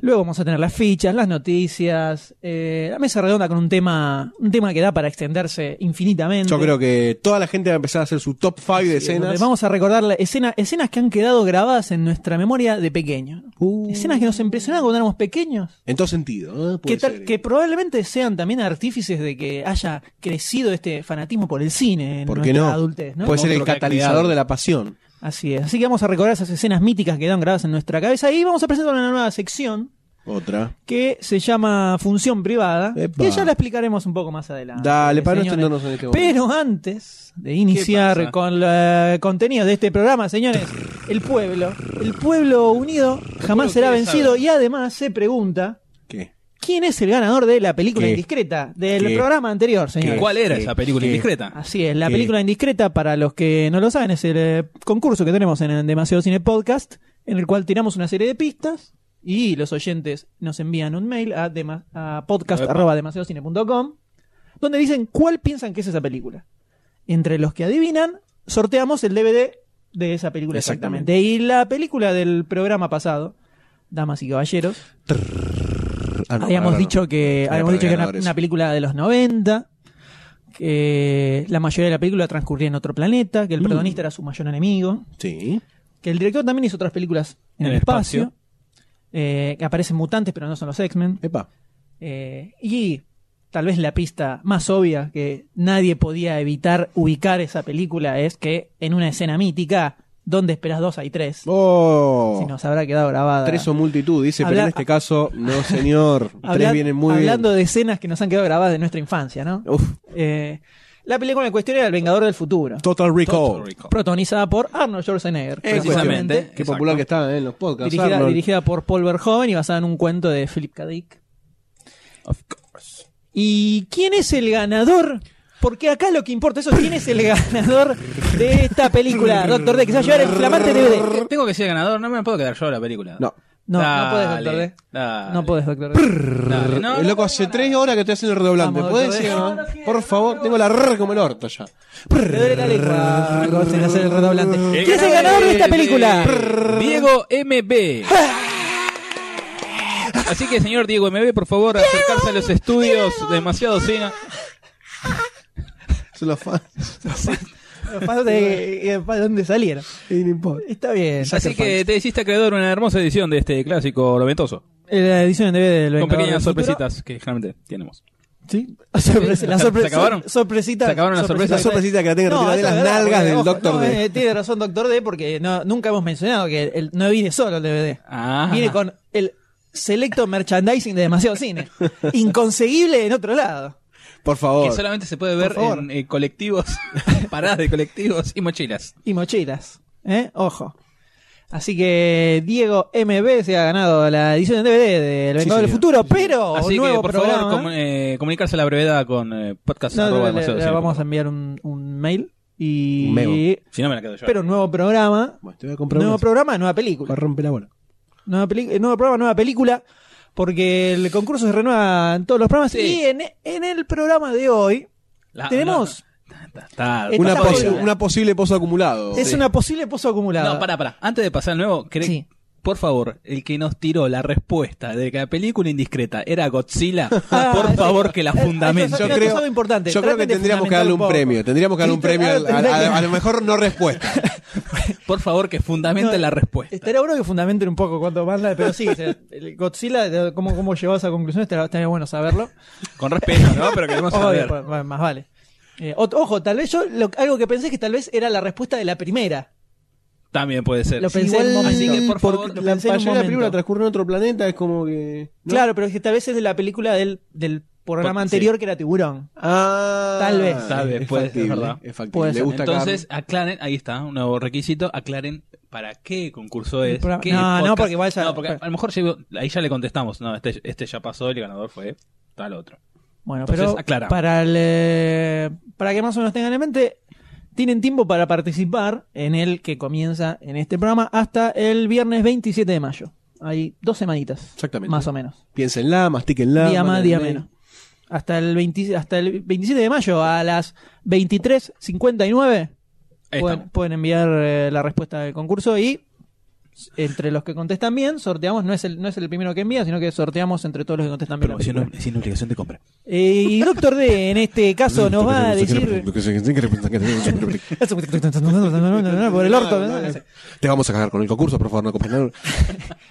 B: luego vamos a tener las fichas, las noticias, eh, la mesa redonda con un tema, un tema que da para extenderse infinitamente. Eh,
J: Yo creo que toda la gente va a empezar a hacer su top 5 de escenas.
B: Vamos a recordar la escena- escenas que han quedado grabadas en nuestra memoria de pequeño.
J: Uh.
B: Escenas que nos impresionaban cuando éramos pequeños.
J: En todo sentido. ¿eh? Puede
B: Que, tal-
J: ser, ¿eh?
B: que probablemente sean también artífices de que haya crecido este fanatismo por el cine en
J: ¿Por qué
B: nuestra
J: no?
B: adultez, ¿no?
J: Puede ser el
D: Monstruo que ha
J: catalizador
D: creado.
J: de la pasión.
B: Así es. Así que vamos a recordar esas escenas míticas que quedan grabadas en nuestra cabeza. Y vamos a presentar una nueva sección
J: Otra.
B: que se llama Función Privada.
J: Epa.
B: Que ya la explicaremos un poco más adelante.
J: Dale, para no
B: Ah, señores.
J: extendernos en este momento.
B: Pero antes de iniciar
C: pasa?
B: con el contenido de este programa, señores, el pueblo, el pueblo unido jamás
C: pueblo
B: será
C: quiere
B: vencido y además se pregunta
J: ¿Qué?
B: quién es el ganador de la película
J: ¿Qué?
B: indiscreta del
J: ¿Qué?
B: programa anterior, señores.
D: ¿Cuál era
J: Sí,
D: esa película
J: sí.
D: indiscreta?
B: Así es, la
J: ¿Qué?
B: película indiscreta, para los que no lo saben, es el eh, concurso que tenemos en, el Demasiado Cine Podcast, en el cual tiramos una serie de pistas y los oyentes nos envían un mail a, dema- a podcast.demasiadocine.com donde dicen cuál piensan que es esa película. Entre los que adivinan, sorteamos el DVD de esa película
J: Exactamente.
B: exactamente. Y la película del programa pasado, Damas y Caballeros,
J: Ah, no,
B: habíamos
J: ahora no.
B: dicho que,
J: Era
B: habíamos
J: para
B: dicho que era una,
J: ganadores.
B: una película de los 90, que la mayoría de la película transcurría en otro planeta, que el protagonista era su mayor enemigo,
J: Mm. Sí.
B: que el director también hizo otras películas en
D: En
B: el
D: el
B: espacio,
D: espacio.
B: eh, que aparecen mutantes pero no son los X-Men,
J: Epa.
B: eh, y tal vez la pista más obvia que nadie podía evitar ubicar esa película es que en una escena mítica, donde esperas dos hay tres,
J: Oh.
B: si nos habrá quedado grabada.
J: Tres o multitud, dice, pero
B: Habla-
J: en este caso, no señor. Tres
B: Habla-
J: vienen muy
B: hablando de escenas que nos han quedado grabadas de nuestra infancia, ¿no?
J: bien. Uf.
B: Eh, la película en cuestión era El Vengador del Futuro,
J: Total Recall.
D: Total Recall.
B: protagonizada por Arnold Schwarzenegger,
J: Eh,
D: Precisamente.
B: precisamente,
J: Qué
D: Exacto.
J: popular que está eh, en los podcasts.
B: dirigida,
J: Arnold.
B: dirigida por Paul Verhoeven y basada en un cuento de Philip K. Dick. ¿Y quién es el ganador? Porque acá lo que importa eso, ¿quién es el ganador de esta película, Doctor D? Que se va a llevar el flamante DVD.
C: Tengo que ser ganador, no me puedo quedar yo la película.
J: No. Eh,
B: No, no podés,
C: Dale,
B: Doctor D.
C: dale,
B: No podés, Doctor D.
C: dale. No, no,
J: el loco,
C: no,
J: hace
C: no,
J: tres horas que estoy haciendo el redoblante.
B: Vamos,
J: ¿Puedes
B: doctor,
J: decir,
B: déjalo,
J: no? Por favor, tengo la rrr como el orto ya.
B: Te duele la lengua, Gosling, hacer el redoblante. ¿Quién es el ganador de esta película?
C: Diego MB. Así que, señor Diego MB, por favor, acercarse a los estudios demasiado cine.
J: Son los fans.
B: Pásate, eh, ¿para dónde salieron? Está bien.
C: Así que te hiciste creador una hermosa edición de este clásico noventoso.
B: Eh, La edición en DVD del
C: Con
B: Vengador
C: pequeñas
B: del Futuro.
C: sorpresitas que generalmente tenemos.
B: Sí. Sorpresa, la
C: ¿Se-
B: sorpresa.
C: se acabaron?
B: Sorpresita.
C: ¿Se acabaron las
B: sorpresita.
C: sorpresas?
J: La sorpresita que la tengo retirada de
B: esa
J: las
B: es verdad,
J: nalgas
B: porque,
J: del
B: ojo,
J: Doctor
B: no,
J: D.
B: eh, tiene razón Doctor D porque no, nunca hemos mencionado que el- no viene solo el DVD.
C: Ah.
B: Viene con el selecto merchandising de demasiado cine. Inconseguible en otro lado.
J: Por
C: Que
J: favor.
C: solamente se puede ver
B: Por favor.
C: en eh, colectivos, paradas de colectivos y mochilas.
B: Y mochilas. ¿eh? Ojo. Así que Diego MB se ha ganado la edición en DVD del Vengador del
J: señor.
B: Futuro, pero
C: Así
B: un
C: que,
B: nuevo
C: por
B: programa.
C: favor, comu- eh, comunicarse a la brevedad con eh, podcast.
B: No,
C: arroba
B: le- le-
C: demasiado
B: le
C: cine.
B: vamos a enviar un, un mail y
J: Un memo.
C: Si no me la quedo yo.
B: pero nuevo programa,
J: Bueno, te voy a comprar
B: nuevo
J: unas.
B: programa, nueva
J: Va a
B: película,
J: romper la bola.
B: nueva peli- eh, nuevo programa, nueva película, porque el concurso se renueva en todos los programas
C: Sí. Ah,
B: y en, en el programa de hoy
C: La-
B: tenemos
C: la- ta- ta-
B: Esta
J: Una,
B: está
J: posi-
B: buena.
J: una posible pozo acumulado.
B: es una posible pozo acumulado.
C: No, pará, pará. Antes de pasar al nuevo, cre-
B: Sí.
C: por favor, el que nos tiró la respuesta de que la película indiscreta era Godzilla,
B: Ah,
C: por
B: eso-
C: favor que la
B: eso-
C: fundamente.
B: eso-
J: Yo
B: Mira,
J: creo,
B: algo importante,
J: yo creo que
B: traten de
J: tendríamos que darle un,
B: fundamentar un
J: premio.
B: poco.
J: Tendríamos que darle un
B: Listo,
J: premio. al-
B: ahora
J: al-
B: tendré
J: al-
B: que-
J: a lo mejor no respuesta.
C: Por favor que fundamente
B: No,
C: la respuesta.
B: Estaría bueno que fundamenten un poco cuánto más la, pero sí, se- el Godzilla, de- cómo, cómo llegó a esa conclusión, estaría, estaría bueno saberlo.
C: Con respeto, ¿no? Pero queremos
B: Obvio,
C: saber.
B: pues, bueno, más vale. Eh, ot- ojo, tal vez yo lo- algo que pensé es que tal vez era la respuesta de la primera.
C: También puede ser.
B: Lo pensé en un momento.
C: así que, por
J: porque
C: favor,
B: lo
J: la
B: pensé en un
J: mayoría de la película
B: momento.
J: transcurre en otro planeta, es como que. ¿no?
B: Claro, pero es que tal vez es de la película del, del programa
C: Por-
B: anterior que era Tiburón.
J: Ah,
B: Tal vez.
C: Tal vez,
J: es
C: puede ser,
J: factible,
C: es verdad.
J: Es factible.
B: Puede
J: Le
B: ser.
J: gusta
C: Entonces,
J: Carmen.
C: aclaren, ahí está, un nuevo requisito, aclaren para qué concurso
B: El
C: es.
B: programa-
C: qué
B: no, no,
C: podcast.
B: porque igual ya-
C: No, porque a lo mejor llegó- ahí ya le contestamos, no, este, este ya pasó, el ganador fue tal otro.
B: Bueno,
C: Entonces,
B: pero
C: aclaramos.
B: para el, eh, para que más o menos tengan en mente, tienen tiempo para participar en el que comienza en este programa hasta el viernes 27 de mayo. Hay dos semanitas.
J: Exactamente.
B: Más o menos.
J: Piénsenla, mastíquenla.
B: día más,
J: mándenle
B: día
J: mail.
B: menos. Hasta el, 20 hasta el 27 de mayo a las 23.59
C: Ahí
B: pueden,
C: estamos.
B: pueden enviar eh, la respuesta del concurso y entre los que contestan bien, sorteamos, no es el, no es el primero que envía, sino que sorteamos entre todos los que contestan bien. la
K: Promoción
B: película.
K: ob- sin obligación de compra.
B: Eh, y Doctor D en este caso nos va a decir por el orto. ¿no? No sé.
J: Te vamos a cagar con el concurso, por favor, no compres nada.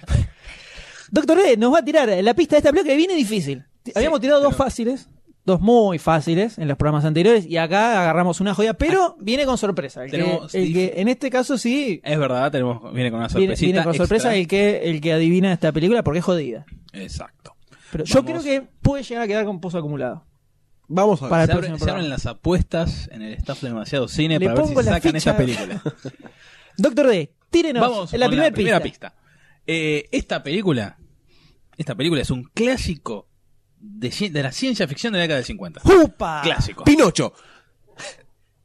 B: Doctor D nos va a tirar la pista de esta bloque que viene difícil. T- Habíamos tirado dos fáciles, dos muy fáciles en los programas anteriores y acá agarramos una joya, pero viene con sorpresa. El que,
C: Tenemos
B: el
C: dif-
B: que en este caso sí
C: Es verdad, tenemos, viene con una
B: viene,
C: sorpresita.
B: viene con sorpresa
C: extra.
B: el que el que adivina esta película porque es jodida.
C: Exacto.
B: Pero yo creo
C: Vamos.
B: que puede llegar a quedar con pozo acumulado.
J: Vamos a
B: Para- el
C: se,
J: ver.
C: abre-
B: próximo
C: se
B: programa.
C: abren las apuestas en el staff de demasiado cine
B: Le
C: para ver si
B: pongo la
C: sacan
B: ficha.
C: esta película.
B: Doctor D, tírenos
C: Vamos
B: en la
C: con
B: primera
C: la
B: pista.
C: primera pista. Eh, esta película, esta película es un clásico de, ci- de la ciencia ficción de la década del 50.
B: ¡Jupa!
C: Clásico.
J: Pinocho.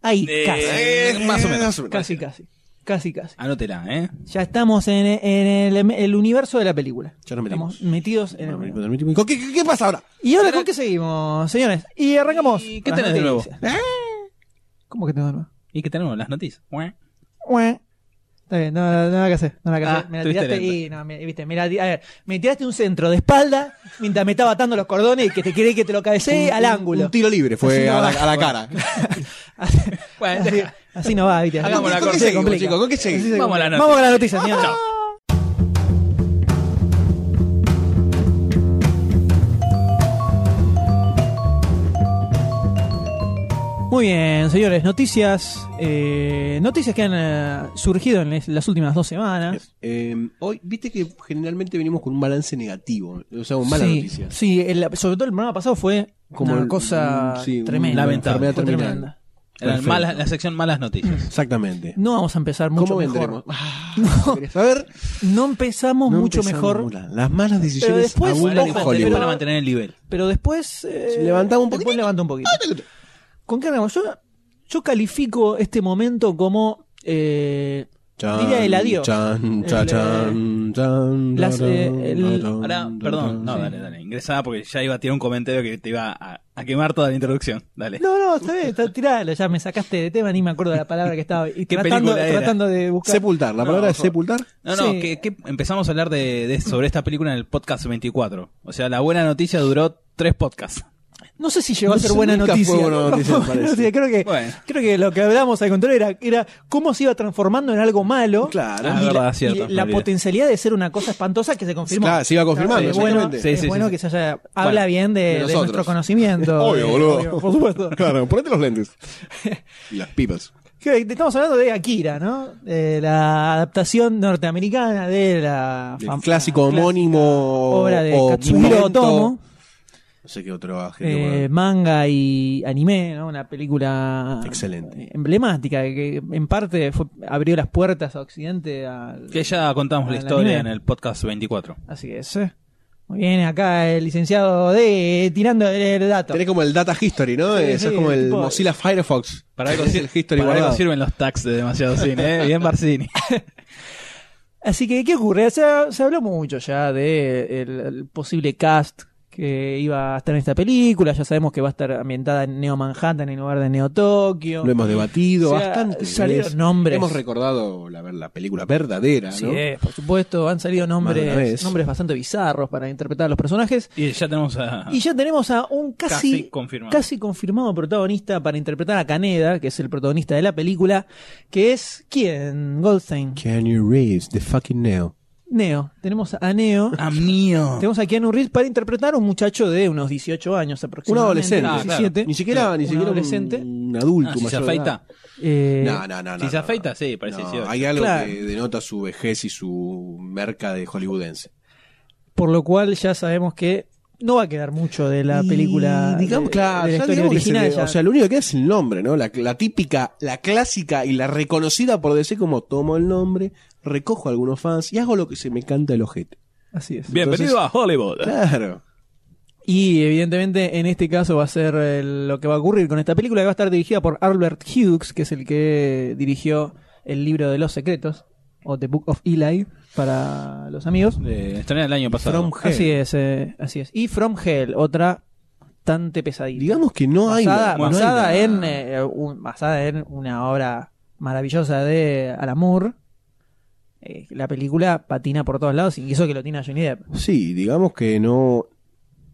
B: Ahí,
C: Eh,
B: casi.
C: más o menos.
B: Casi, casi. Casi, casi.
C: Anótela, ¿eh?
B: Ya estamos en, en el, el universo de la película.
J: Ya nos metimos.
B: estamos metidos en el universo.
J: ¿Con ¿Qué, qué- qué pasa ahora?
B: ¿Y ahora con qué seguimos, señores? Y arrancamos.
C: ¿Y qué
B: con las
C: tenés de nuevo?
B: noticias. ¿Cómo que tengo de nuevo?
C: Y que tenemos las noticias.
B: Ué. Está bien, no, no, nada que hacer, no, nada que
C: Ah,
B: hacer. Me la
C: estuviste
B: tiraste
C: lento.
B: y no, me, viste, me la ti- a ver, me tiraste un centro de espalda mientras me estaba atando los cordones y que te quería que te lo cabecee al ángulo.
J: Un tiro libre
B: Así
J: fue
B: no
J: a la,
B: va.
J: a la cara.
B: Así,
C: Bueno,
B: así-
C: deja.
B: así no va, viste. así-
C: Hagamos la
B: se
C: corte,
J: seguimos,
B: complica.
J: chicos? ¿Con qué
B: Así se
J: seguimos?
C: Vamos a la
B: complica.
C: noticia.
B: Vamos con la noticia, señores.
C: Chao.
B: Muy bien, señores, noticias. eh, noticias que han eh, surgido en les- las últimas dos semanas.
J: Eh, hoy, viste que generalmente venimos con un balance negativo. O sea, con malas
B: sí,
J: noticias.
B: Sí, el- sobre todo el programa pasado fue
J: Como
B: como una
J: el- mm,
B: cosa
J: sí, un-
B: tremenda.
C: lamentable.
B: Fue
J: Enfermedad terminal.
B: tremenda.
C: Era el
J: Perfecto.
C: malas- la sección malas noticias.
J: Exactamente.
B: No vamos a empezar mucho
J: ¿Cómo
B: mejor.
J: vendremos? Ah, ¿querés saber?
B: No empezamos
J: No
B: mucho
J: empezamos
B: mejor,
J: nula. Las malas decisiones
B: después-
J: abundan en
B: Ojo,
J: Hollywood.
B: pero-
C: Para mantener el nivel.
B: pero después eh,
J: Si levantamos un Ah,
B: después
J: poquitito.
B: levanta un poquito. ¿Con qué arrancamos? Yo, yo califico este momento como eh,
J: Chan,
B: diría el adiós.
J: chan, cha,
B: El, eh,
J: chan, chan,
B: las,
J: tarán,
B: eh, el-
J: tarán,
C: Ahora, perdón, no,
J: tarán.
C: dale, dale. Ingresá porque ya iba a tirar un comentario que te iba a, a quemar toda la introducción. Dale.
B: No, no, está bien, está tiralo, ya me sacaste de tema, ni me acuerdo de la palabra que estaba. Y
C: ¿Qué
B: tratando,
C: película era?
B: tratando de buscar.
J: Sepultar, la
C: No,
J: palabra es
C: por-
J: sepultar.
C: No, no,
B: Sí.
C: que, que empezamos a hablar de, de- sobre esta película en el podcast 24. O sea, la buena noticia duró tres podcasts.
B: No sé si llegó a
J: No
B: ser
J: sé,
B: buena
J: nunca
B: noticia.
J: fue buena
B: No,
J: noticia, me
B: fue buena
J: parece.
B: noticia. Creo que,
C: Bueno.
B: creo que lo que hablábamos al contrario era, era cómo se iba transformando en algo malo.
J: Claro.
C: Ah,
B: y
C: verdad,
B: la,
C: cierto,
B: y la
C: me olvidé.
B: potencialidad de ser una cosa espantosa que se confirmó.
J: Claro, Ah, se iba confirmando,
B: Es Ah, bueno,
J: exactamente.
B: es
C: Sí, sí,
B: bueno
C: sí,
B: que se haya. Habla bien de, de
J: nosotros.
B: nuestro conocimiento. Eh, por supuesto.
J: Claro, ponete los lentes. Y las pipas.
B: Que Estamos hablando de Akira, ¿no? De la adaptación norteamericana de la.
J: El
B: fam-
J: clásico
B: la
J: homónimo
B: Ah, obra de
J: o
B: Katsuhiro
J: invento.
B: Otomo.
J: No sé qué otro adjetivo.
B: eh, manga y anime, ¿no? Una película
J: Excelente.
B: emblemática que en parte fue- abrió las puertas a Occidente. al-
C: Que ya contamos la
B: Al
C: historia en
B: anime.
C: el podcast 24.
B: Así que es. eh. Muy bien, acá el licenciado D eh, tirando el, el dato.
J: Tenés como el Data History, ¿no?
B: Sí,
J: Eso
B: sí,
J: es como el
B: tipo-
J: Mozilla Firefox.
C: Para algo,
J: Tenés
C: sir-
J: el history
C: para algo
J: guardado.
C: sirven los tags de demasiado cine, ¿eh? Bien, Barcini.
B: Así que, ¿qué ocurre? Se, se habló mucho ya de el, el posible cast que iba a estar en esta película. Ya sabemos que va a estar ambientada en Neo Manhattan en lugar de Neo Tokio.
J: Lo hemos debatido
B: O sea,
J: bastante.
B: salieron
J: ¿ves?
B: nombres. eh.
J: Hemos recordado la, la película verdadera, ¿no?
B: Así es, por supuesto, han salido
J: Más de una
B: nombres,
J: vez.
B: nombres bastante bizarros para interpretar a los personajes.
C: Y ya tenemos a.
B: Y ya tenemos a un casi,
C: Casi confirmado.
B: casi confirmado protagonista para interpretar a Caneda, que es el protagonista de la película, que es ¿quién? Goldstein.
J: Can you Reeves, the fucking Neo.
B: Neo. Tenemos a Neo.
C: ¡Ah, mío!
B: Tenemos a Keanu Reeves para interpretar a un muchacho de unos 18 años
J: Un
B: aproximadamente.
J: adolescente.
C: Ah, claro.
B: 17.
J: Ni siquiera, ni
B: Un
J: siquiera un,
B: adolescente.
J: un adulto.
C: Ah, si se
J: mayor de edad.
C: afeita.
B: Eh,
J: No, no, no.
C: Si
J: no,
C: se
J: no,
C: afeita,
J: no.
C: sí, parece
J: No,
C: 18.
J: Hay algo
B: Claro.
J: que denota su vejez y su merca de hollywoodense.
B: Por lo cual ya sabemos que no va a quedar mucho de la película.
J: Y digamos,
B: de,
J: claro,
B: de la
J: ya
B: historia
J: digamos que se
B: original.
J: le-
B: ya-
J: o sea, lo único que queda es el nombre, ¿no? La, la típica, la clásica y la reconocida por decir como tomo el nombre, recojo algunos fans y hago lo que se me canta el ojete.
B: así es.
C: Bienvenido a Hollywood.
J: Claro.
B: Y evidentemente en este caso va a ser eh, lo que va a ocurrir con esta película que va a estar dirigida por Albert Hughes, que es el que dirigió el libro de los secretos o The Book of Eli para los amigos.
C: Eh, estrenada el año pasado.
B: Así es, eh, así es. Y From Hell, otra bastante pesadilla.
J: Digamos que no hay.
B: basada,
J: no hay-
B: basada en, eh, un- basada en una obra maravillosa de Alan Moore. Eh, la película patina por todos lados y eso que lo tiene a Johnny Depp.
J: Sí, digamos que no.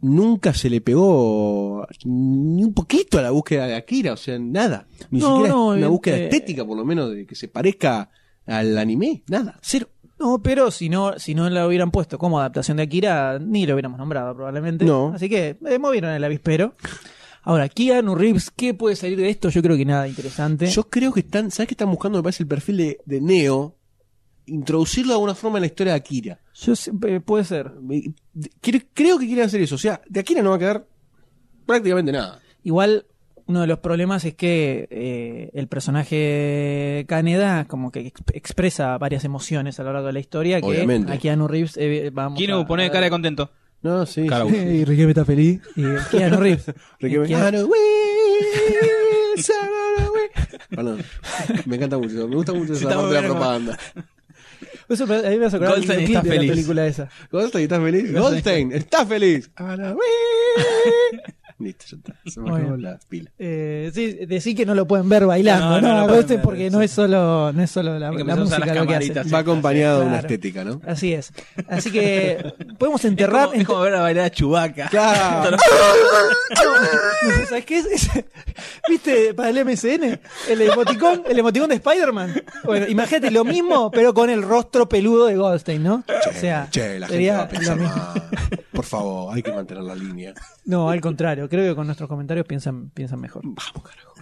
J: Nunca se le pegó ni un poquito a la búsqueda de Akira, o sea, nada. Ni
B: No,
J: siquiera
B: no, eh,
J: una
B: evidente-
J: búsqueda estética, por lo menos, de que se parezca al anime, nada, cero.
B: No, pero si no, si no la hubieran puesto como adaptación de Akira, ni lo hubiéramos nombrado probablemente.
J: No.
B: Así que eh, movieron el avispero. Ahora, Keanu Reeves, ¿qué puede salir de esto? Yo creo que nada interesante.
J: Yo creo que están, ¿sabes qué están buscando? Me parece el perfil de, de Neo, introducirlo de alguna forma en la historia de Akira.
B: Yo sé- eh, puede ser.
J: Me- de- Creo, creo que quieren hacer eso, o sea, de Akira no va a quedar prácticamente nada.
B: Igual, uno de los problemas es que eh, el personaje Caneda como que exp- expresa varias emociones a lo largo de la historia que
J: Obviamente.
B: a Keanu Reeves eh, vamos
C: Quiero
B: a-
C: poner cara de contento.
J: No, sí.
C: Cara
J: sí.
B: y Riquelme está feliz. Y Keanu Reeves.
J: Ricky-
B: Keanu-
J: Ah, no, we- Saraway. Perdón. Me encanta mucho, me gusta mucho
C: Sí,
J: esa
C: está
J: parte
C: muy
J: de la
C: bueno.
J: propaganda.
B: Eso me- a mí me hace acordar
C: Goldstein
B: del
C: está
B: clip de la
C: feliz.
B: película esa.
J: Goldstein, ¿estás feliz? Goldstein, ¿estás feliz? Ah, no, we- Listo, ya está. Se me
B: Muy
J: acabó
B: bien.
J: la pila.
B: Eh, sí, decir que no lo pueden ver bailando, ¿no?
C: No, no lo pueden
B: Goldstein,
C: ver,
B: porque no es solo, no es solo la,
C: Hay que
B: la
C: empezar a usar
B: música
C: las
B: lo que hace.
C: camaritas.
J: Va acompañado de una
B: Claro.
J: estética, ¿no?
B: Así es. Así que podemos
C: Es
B: enterrar.
C: como, es como ver a bailar a Chubaca.
J: Claro.
B: No, ¿Sabes qué es? Es- ¿Viste? Para el MSN, el emoticón, el emoticón de Spider-Man. Bueno, imagínate lo mismo, pero con el rostro peludo de Goldstein, ¿no? o sea,
J: che, la gente
B: sería
J: va a pensar
B: lo mismo.
J: más. Por favor, hay que mantener la línea.
B: No, al contrario, creo que con nuestros comentarios piensan, piensan mejor.
J: Vamos, carajo.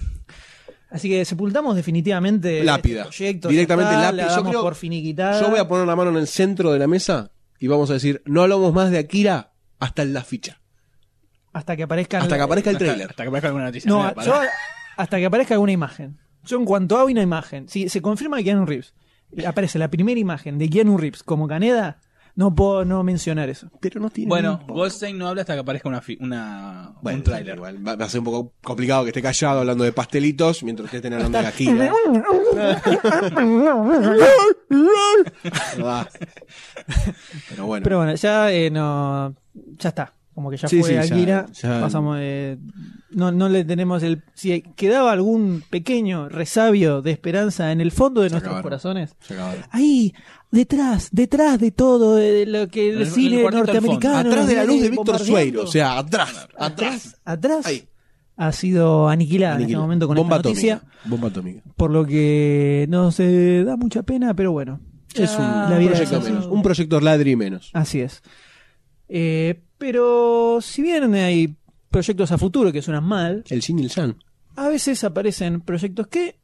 B: Así que sepultamos definitivamente
J: Lápida.
B: este proyecto,
J: Directamente
B: ya está,
J: lápida.
B: la
J: Yo
B: damos
J: creo-
B: por finiquitada.
J: Yo voy a poner la mano en el centro de la mesa y vamos a decir, no hablamos más de Akira hasta la ficha.
B: hasta que aparezca
J: Hasta que aparezca el
C: Hasta-
J: tráiler.
C: Hasta que aparezca alguna noticia.
B: No,
C: Mira, pará.
B: yo hasta que aparezca alguna imagen. Yo en cuanto a una imagen, si se confirma que Keanu Reeves, aparece la primera imagen de Keanu Reeves como Caneda, no puedo no mencionar eso.
J: Pero no tiene.
C: Bueno,
J: ningún-
C: Goldstein no habla hasta que aparezca una, fi- una,
J: Bueno,
C: un tráiler.
J: igual, Va va a ser un poco complicado que esté callado hablando de pastelitos mientras ustedes estén hablando de Akira. No da. Pero bueno.
B: Pero bueno, ya eh, no ya está, como que ya
J: Sí,
B: fue
J: sí, ya-
B: Akira,
J: ya-
B: pasamos de- no no le tenemos el si quedaba algún pequeño resabio de esperanza en el fondo de nuestros
J: acabaron.
B: corazones.
J: se acabó.
B: Ahí, detrás, detrás de todo, de lo que el,
C: En el- en
B: cine
C: el cuartito del
B: norteamericano.
J: atrás de la
B: viene
J: luz de Víctor
B: bombardeando.
J: Sueiro, o sea, atrás, atrás.
B: atrás
J: Ahí.
B: ha sido aniquilada en este
J: Aniquila.
B: momento con
J: Bomba
B: esta noticia,
J: atómica. Bomba atómica.
B: por lo que no se da mucha pena, pero bueno,
J: Es un
B: la vida
J: proyecto
B: es Ah, así.
J: menos. Un proyecto ladri menos.
B: Así es. Eh, pero si bien hay proyectos a futuro que suenan mal,
J: El Shin y el San.
B: a veces aparecen proyectos que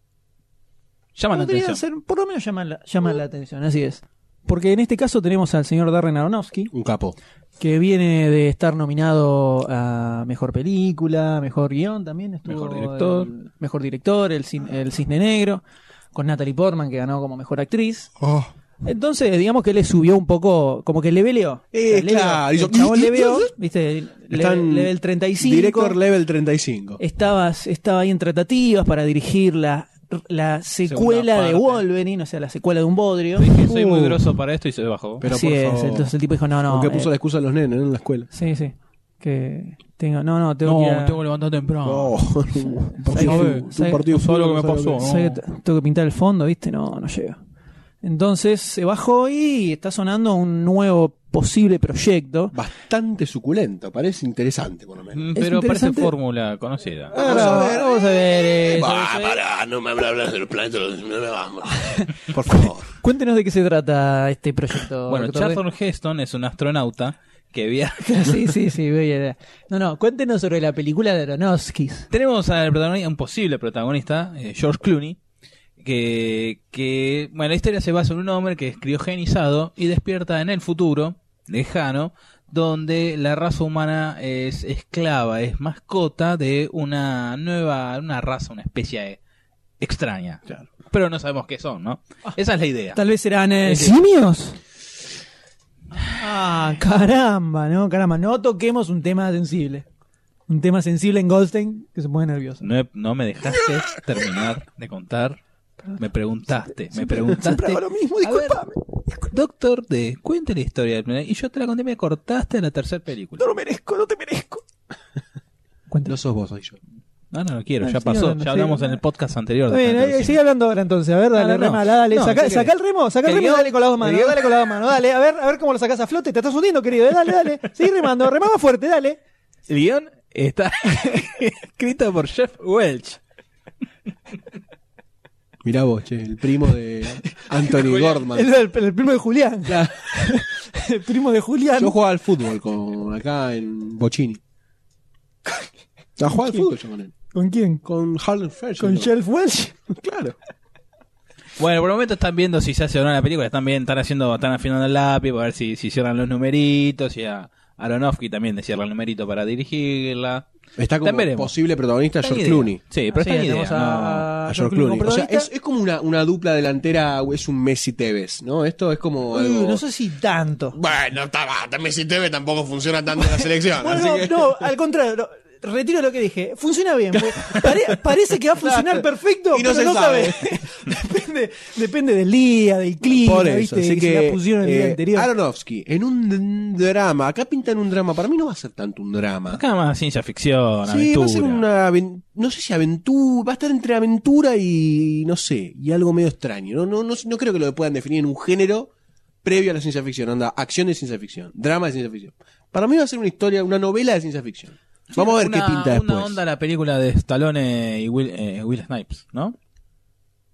C: Llaman la
B: podrían
C: atención. Mm.
B: ser, por lo menos llaman la, llaman la atención, así es. Porque en este caso tenemos al señor Darren Aronofsky,
J: Un capo.
B: que viene de estar nominado a mejor película, mejor guión también, estuvo
C: Mejor director.
B: el- mejor director, el, Cin- el Cisne Negro, con Natalie Portman que ganó como mejor actriz. Entonces, digamos que le subió un poco, como que le veleó.
J: Eh,
B: Le veleó.
J: claro, hizo-
B: El chabón le veo, viste, level, level 35.
J: Director level 35.
B: Eh, Estabas, estaba ahí en tratativas para dirigir la, la secuela de
C: parte.
B: Wolverine, o sea, la secuela de un bodrio.
C: Dije, soy muy
B: Uh,
C: groso para esto y se bajó.
J: Pero
B: así
J: por
B: es,
J: favor.
B: entonces el tipo dijo, no, no.
J: Porque
B: eh,
J: puso la excusa a los nenes ¿no? en la escuela.
B: Sí, sí. Que tengo, no, no, tengo que ir a-
C: que levantar temprano.
J: No, un partido,
B: ¿Sabes?
J: de fútbol,
B: ¿Sabes?
J: un partido de
C: ¿Sabes lo que me
J: fútbol,
C: pasó?
J: ¿sabes
B: ¿sabes que t- tengo que pintar el fondo, ¿viste? No, no llega. Entonces se bajó y está sonando un nuevo posible proyecto.
J: Bastante suculento, parece interesante por lo menos.
C: Mm,
B: Es
C: Pero parece
B: interesante. Ah,
C: fórmula conocida.
B: Vamos a ver, vamos a ver, eh,
L: Ah,
B: ¿sabes?
L: pará, no me hablas de los planetas, no me vamos.
J: Por favor.
B: Cuéntenos de qué se trata este proyecto.
C: Bueno,
B: doctor D.
C: Charlton Heston es un astronauta que viaja.
B: sí, sí, sí. voy a- No, no, cuéntenos sobre la película de Aronofsky.
C: Tenemos al protagonista, un posible protagonista, eh, George Clooney, que, que, bueno, la historia se basa en un hombre que es criogenizado y despierta en el futuro, lejano, donde la raza humana es esclava, es mascota de una nueva, una raza, una especie eh, extraña. Pero no sabemos qué son, ¿no? Esa es la idea.
B: Tal vez serán eh,
C: Sí, sí.
B: simios. Ah, caramba, ¿no? Caramba, no toquemos un tema sensible. Un tema sensible en Goldstein que se pone nervioso.
C: No, he- no me dejaste terminar de contar. Me preguntaste, me preguntaste.
J: hago lo mismo,
C: A ver, Doctor D, cuente la historia del primer- Y yo te la conté y me cortaste en la tercera película.
J: lo merezco, no te merezco. No sos vos, soy yo.
C: No, no, no quiero,
B: Ah,
C: ya
B: sí,
C: pasó.
B: hablando, sí.
C: Ya hablamos en el podcast anterior.
B: Está
C: de
B: bien,
C: Planet
B: ahí-
C: de los
B: sigue hablando ahora entonces. A ver, dale,
C: No, no,
B: rema,
C: no.
B: dale,
C: No,
B: saca,
C: ¿qué
B: saca el remo, saca el
C: ¿Qué
B: remo,
C: querés?
B: dale con las dos manos,
C: ¿Qué
B: dale con las dos manos, dale, a ver, a ver cómo lo sacas a flote, te estás hundiendo, querido, eh, dale, dale, sigue remando, rema más fuerte, dale.
C: Simpsons. El guión está escrito por Jeff Welch.
J: Mirá vos, che, el primo de Anthony Gordman.
B: El, el- el primo de Julián. el primo de Julián.
J: Yo jugaba al fútbol con acá en Bochini. Ya jugaba al fútbol yo con él.
B: ¿Con quién?
J: Con Harlan Fresh.
B: ¿Con Shelf Welsh?
J: Claro.
C: Bueno, por el momento están viendo si se hace o no la película. Están bien, están haciendo, están afinando el lápiz para ver si, si cierran los numeritos. Y a Aronofsky también le cierra el numerito para dirigirla.
J: Está
C: También
J: como
C: veremos.
J: posible protagonista
C: Está en
J: George
C: idea.
J: Clooney.
C: Sí, pero está en idea.
B: tenemos
C: no.
B: a,
J: A
B: Ah, George
J: George
B: Clooney
J: Clooney.
B: como
J: O sea, es,
B: protagonista.
J: es como una, una dupla delantera, es un Messi Tevez, ¿no? Esto es como
B: Uh,
J: algo.
B: no sé si tanto.
D: Bueno, está, va, también si TV tampoco funciona tanto en la selección. así
B: Bueno,
D: que-
B: no, al contrario. no, Retiro lo que dije. Funciona bien. pues, pare- parece que va a funcionar perfecto,
J: Y no
B: pero
J: se
B: no
J: sabe.
B: sabe. depende, depende del día, del clima,
J: Por eso,
B: ¿viste?
J: así
B: que, se la
J: que.
B: pusieron el día
J: eh,
B: anterior.
J: Aronofsky, en un d- drama. Acá pintan un drama. Para mí no va a ser tanto un drama.
C: Acá más ciencia ficción,
J: Sí, va a ser
C: aventura.
J: una. aven- No sé si aventura. Va a estar entre aventura y. No sé. Y algo medio extraño. No, no, no, no creo que lo puedan definir en un género previo a la ciencia ficción. Anda, acción de ciencia ficción. Drama de ciencia ficción. Para mí va a ser una historia, una novela de ciencia ficción. Vamos a ver
C: Una-
J: qué pinta después.
C: Una onda la película de Stallone y Will, eh, Will Snipes, ¿no?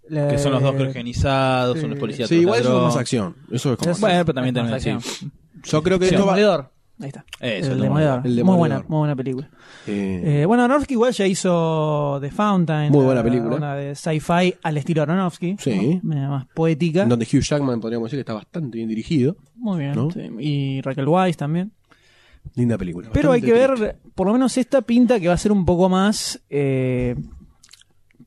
B: La-
C: que son los dos criogenizados, son los
B: eh,
C: policías.
J: Eh, Sí, igual eso
C: ladrón.
J: es más acción. Eso es como.
B: Eso-
C: Bueno, pero también
B: Más
C: tenemos.
B: acción.
C: sí.
J: Yo creo que
B: El
J: esto va.
B: Demoledor. Ahí está.
C: Eso,
B: el Demoledor.
C: el Demoledor.
J: El
B: Muy
J: Demoledor.
B: buena, muy buena película.
J: Eh,
B: Eh, bueno, Aronofsky igual ya hizo The Fountain.
J: Muy
B: la-
J: buena película.
B: Una de sci-fi al estilo Aronofsky.
J: Sí.
B: ¿no? Eh, Más poética.
J: donde Hugh Jackman podríamos decir que está bastante bien dirigido.
B: Muy bien.
J: ¿No?
B: sí. Y Raquel Weisz también.
J: Linda película.
B: Pero hay
J: Bastante
B: que
J: triste.
B: ver, por lo menos esta pinta que va a ser un poco más eh,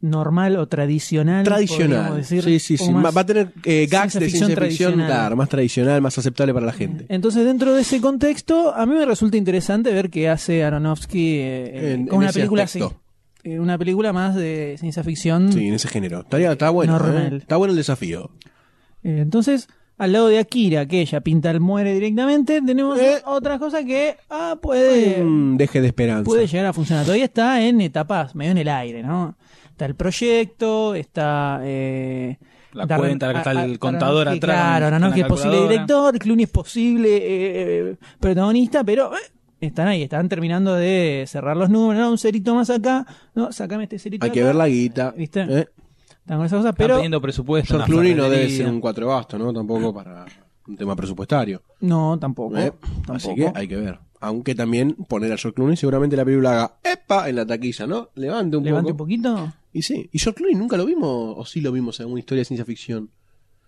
B: normal o tradicional. podríamos
J: Tradicional.
B: decir,
J: sí, sí,
B: un poco
J: sí.
B: más-
J: Va a tener eh, gags
B: ciencia
J: de
B: ficción
J: ciencia ficción,
B: tradicional.
J: claro, más tradicional, más aceptable para la gente.
B: Entonces, dentro de ese contexto, a mí me resulta interesante ver qué hace Aronofsky eh, eh,
J: En-
B: con
J: en
B: una
J: ese
B: película
J: aspecto.
B: así. Eh, una película más de ciencia ficción. Eh,
J: Sí, en ese género. Estaría, está bueno.
B: Mm. Normal.
J: ¿eh? Está bueno el desafío.
B: Eh, entonces, al lado de Akira, que ella pinta el muere directamente, tenemos
J: Eh.
B: otra cosa que ah, puede,
J: Mm, deje de esperanza.
B: puede llegar a funcionar. Todavía está en etapas, medio en el aire, ¿no? Está el proyecto, está... eh,
C: La cuenta, la que está el contador
B: Aronofsky,
C: atrás
B: Claro,
C: con- con
B: Aronofsky
C: la
B: es posible
C: calculadora.
B: director, Clooney es posible eh, eh, protagonista, pero eh, están ahí, están terminando de cerrar los números, ¿no? un cerito más acá, no, sacame este cerito
J: Hay que
B: acá.
J: ver la guita.
B: ¿Viste?
J: ¿eh?
B: Están con esas cosas,
C: Están
B: pero...
C: pidiendo presupuesto.
J: George
C: en la
J: Clooney no debe
C: ferretería.
J: ser un cuatro basto, ¿no? Tampoco para un tema presupuestario.
B: No, tampoco.
J: ¿eh?
B: tampoco.
J: Así que hay que ver. Aunque también poner a George Clooney seguramente la película haga ¡epa! en la taquilla, ¿no? Levante un
B: Levante un
J: poco.
B: poquito.
J: Y sí. ¿Y George Clooney nunca lo vimos o sí lo vimos en alguna historia de ciencia ficción?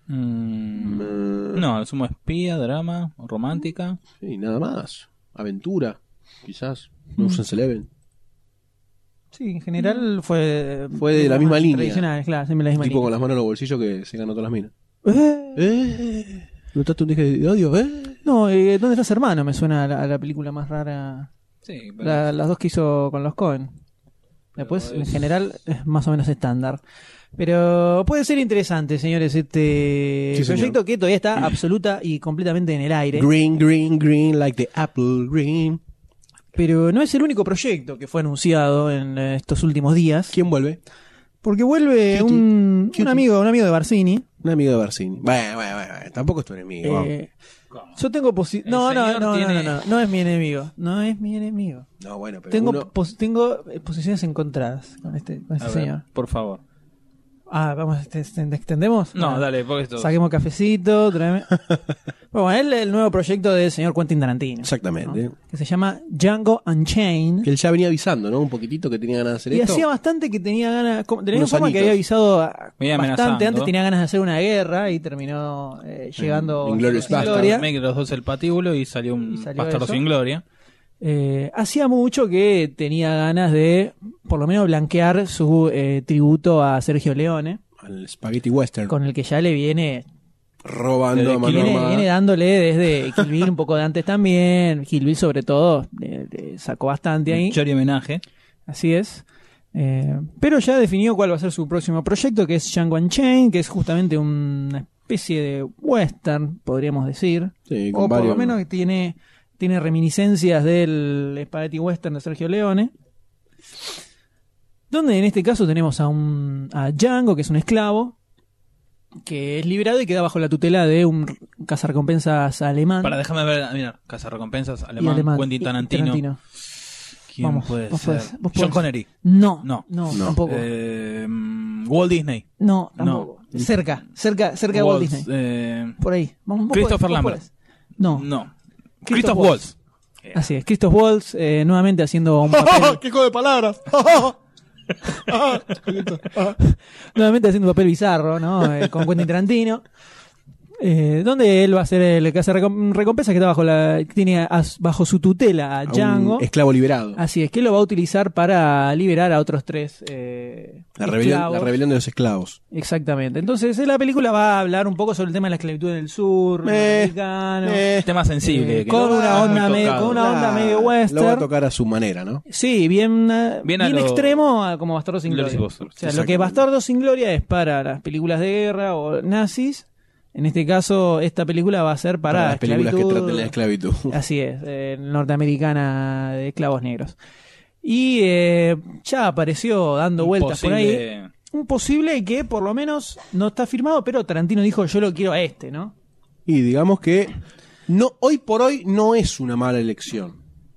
C: Mm,
J: Mm,
C: No, es un espía, drama, romántica.
J: Sí, nada más. Aventura, quizás.
B: Mm.
J: Ocean's Eleven.
B: Sí, en general fue.
J: Fue de la
B: más
J: misma línea.
B: Tradicional, claro, siempre la misma
J: Tipo con
B: línea.
J: las manos en los bolsillos que se ganó todas las minas.
B: Eh,
J: ¿Eh? ¿Notaste un deje de odio? ¿Eh?
B: No, eh, ¿dónde estás, hermano? Me suena a la, a la película más rara.
C: Sí, pero-
B: La- las dos que hizo con los Cohen. Después, en general, es más o menos estándar. Pero puede ser interesante, señores, este
J: Sí, señor.
B: proyecto que todavía está absoluta y completamente en el aire.
J: Green, green, green, like the apple green.
B: Pero no es el único proyecto que fue anunciado en eh, estos últimos días.
J: ¿Quién vuelve?
B: Porque vuelve
J: Cutie.
B: un, un
J: Cutie.
B: amigo, un amigo de Barcini.
J: Un amigo de Barcini. Bueno, bueno, bueno, bueno, tampoco es tu enemigo. vamos.
B: Eh, yo tengo posi-
C: El
B: no, no, no,
C: señor
B: no,
C: tiene-
B: no, no, no es mi enemigo, no es mi enemigo.
J: No, bueno, pero
B: tengo
J: uno-
B: pos- tengo eh, posiciones encontradas con este, con
C: A
B: este
C: ver,
B: señor.
C: por favor.
B: Ah, vamos, ¿te- te- te extendemos?
C: No,
B: Ah,
C: dale, porque esto.
B: Saquemos cafecito, tráeme. bueno, él el nuevo proyecto del señor Quentin Tarantino,
J: Exactamente.
B: ¿no? que se llama Django Unchained.
J: Que él ya venía avisando, ¿no? Un poquitito que tenía ganas de hacer
B: Y
J: esto.
B: hacía bastante que tenía ganas, como- de la misma
J: Unos
B: forma que
J: añitos.
B: había avisado a-
C: Venía
B: bastante
C: amenazando.
B: antes, tenía ganas de hacer una guerra y terminó eh, llegando
J: Inglourious
B: a
J: Bastards.
B: gloria.
C: Make los dos el patíbulo y salió un
B: Y salió
C: bastardo
B: eso.
C: sin gloria.
B: Eh, hacía mucho que tenía ganas de, por lo menos, blanquear su eh, tributo a Sergio Leone,
J: Al Spaghetti Western.
B: con el que ya le viene
J: robando a mano a
C: Killing
B: Viene,
C: Norma.
B: viene
J: mano.
B: dándole desde Kill Bill un poco de antes también. Kill Bill sobre todo eh, eh, sacó bastante ahí.
C: Chori homenaje.
B: Así es. Eh, pero ya definió cuál va a ser su próximo proyecto, que es Django Unchained, que es justamente una especie de western, podríamos decir.
J: Sí, con
B: O por lo
J: varios-
B: menos que tiene, tiene reminiscencias del Spaghetti Western de Sergio Leone. Donde en este caso tenemos a un a Django, que es un esclavo, que es liberado y queda bajo la tutela de un cazarrecompensas alemán.
C: Para déjame ver, mira, Casa Recompensas,
B: y
C: Alemán, Quentin
B: y- y
C: Tarantino.
B: Tarantino.
C: ¿Quién
B: Vamos,
C: puede
B: vos
C: ser?
B: podés, vos
C: John
B: podés.
C: Connery.
B: No,
C: No.
B: no,
J: No.
B: tampoco.
C: Eh, mm, Walt Disney.
B: no,
C: no.
B: tampoco. Cerca, cerca, cerca de Walt
C: Waltz,
B: Disney.
C: eh,
B: Por ahí. Vamos, vos
C: Christopher
B: podés, vos
C: Lambert.
B: podés. No,
C: no.
B: Christoph
C: Christoph
B: Waltz.
C: Waltz.
B: Así es, Christoph Waltz eh, nuevamente haciendo un papel,
J: ¡Qué juego de palabras! Ah,
B: nuevamente haciendo un papel bizarro, ¿no? Eh, con Quentin Tarantino. Eh, donde él va a ser el que hace recom- recompensa que está bajo la que tiene a- bajo su tutela a
J: A un
B: Django.
J: esclavo liberado.
B: Así es, que lo va a utilizar para liberar a otros tres eh,
J: La rebelión, la
B: esclavos.
J: rebelión de los esclavos.
B: Exactamente. Entonces, eh, la película va a hablar un poco sobre el tema de la esclavitud en el sur,
J: Eh,
B: americano,
J: eh,
C: Tema sensible.
B: Eh,
C: que
B: con
C: no-
B: una
C: muy
B: onda medio-
C: tocado.
B: con una- onda medio
J: Lo va a
B: western.
J: tocar a su manera, ¿no?
B: Sí, bien, eh,
C: Bien
B: bien,
C: a lo-
B: extremo a como Bastardo sin
C: Glorious
B: Gloria.
C: Bastards.
B: O sea, lo que Bastardo sin Gloria es para las películas de guerra o nazis. En este caso, esta película va a ser para,
J: las películas que
B: esclavitud.
J: traten la esclavitud.
B: Así es, eh, norteamericana de esclavos negros. Y eh, ya apareció dando vueltas por ahí.
C: Posible-
B: Un posible que por lo menos no está firmado, pero Tarantino dijo yo lo quiero a este, ¿no?
J: Y digamos que no, hoy por hoy no es una mala elección,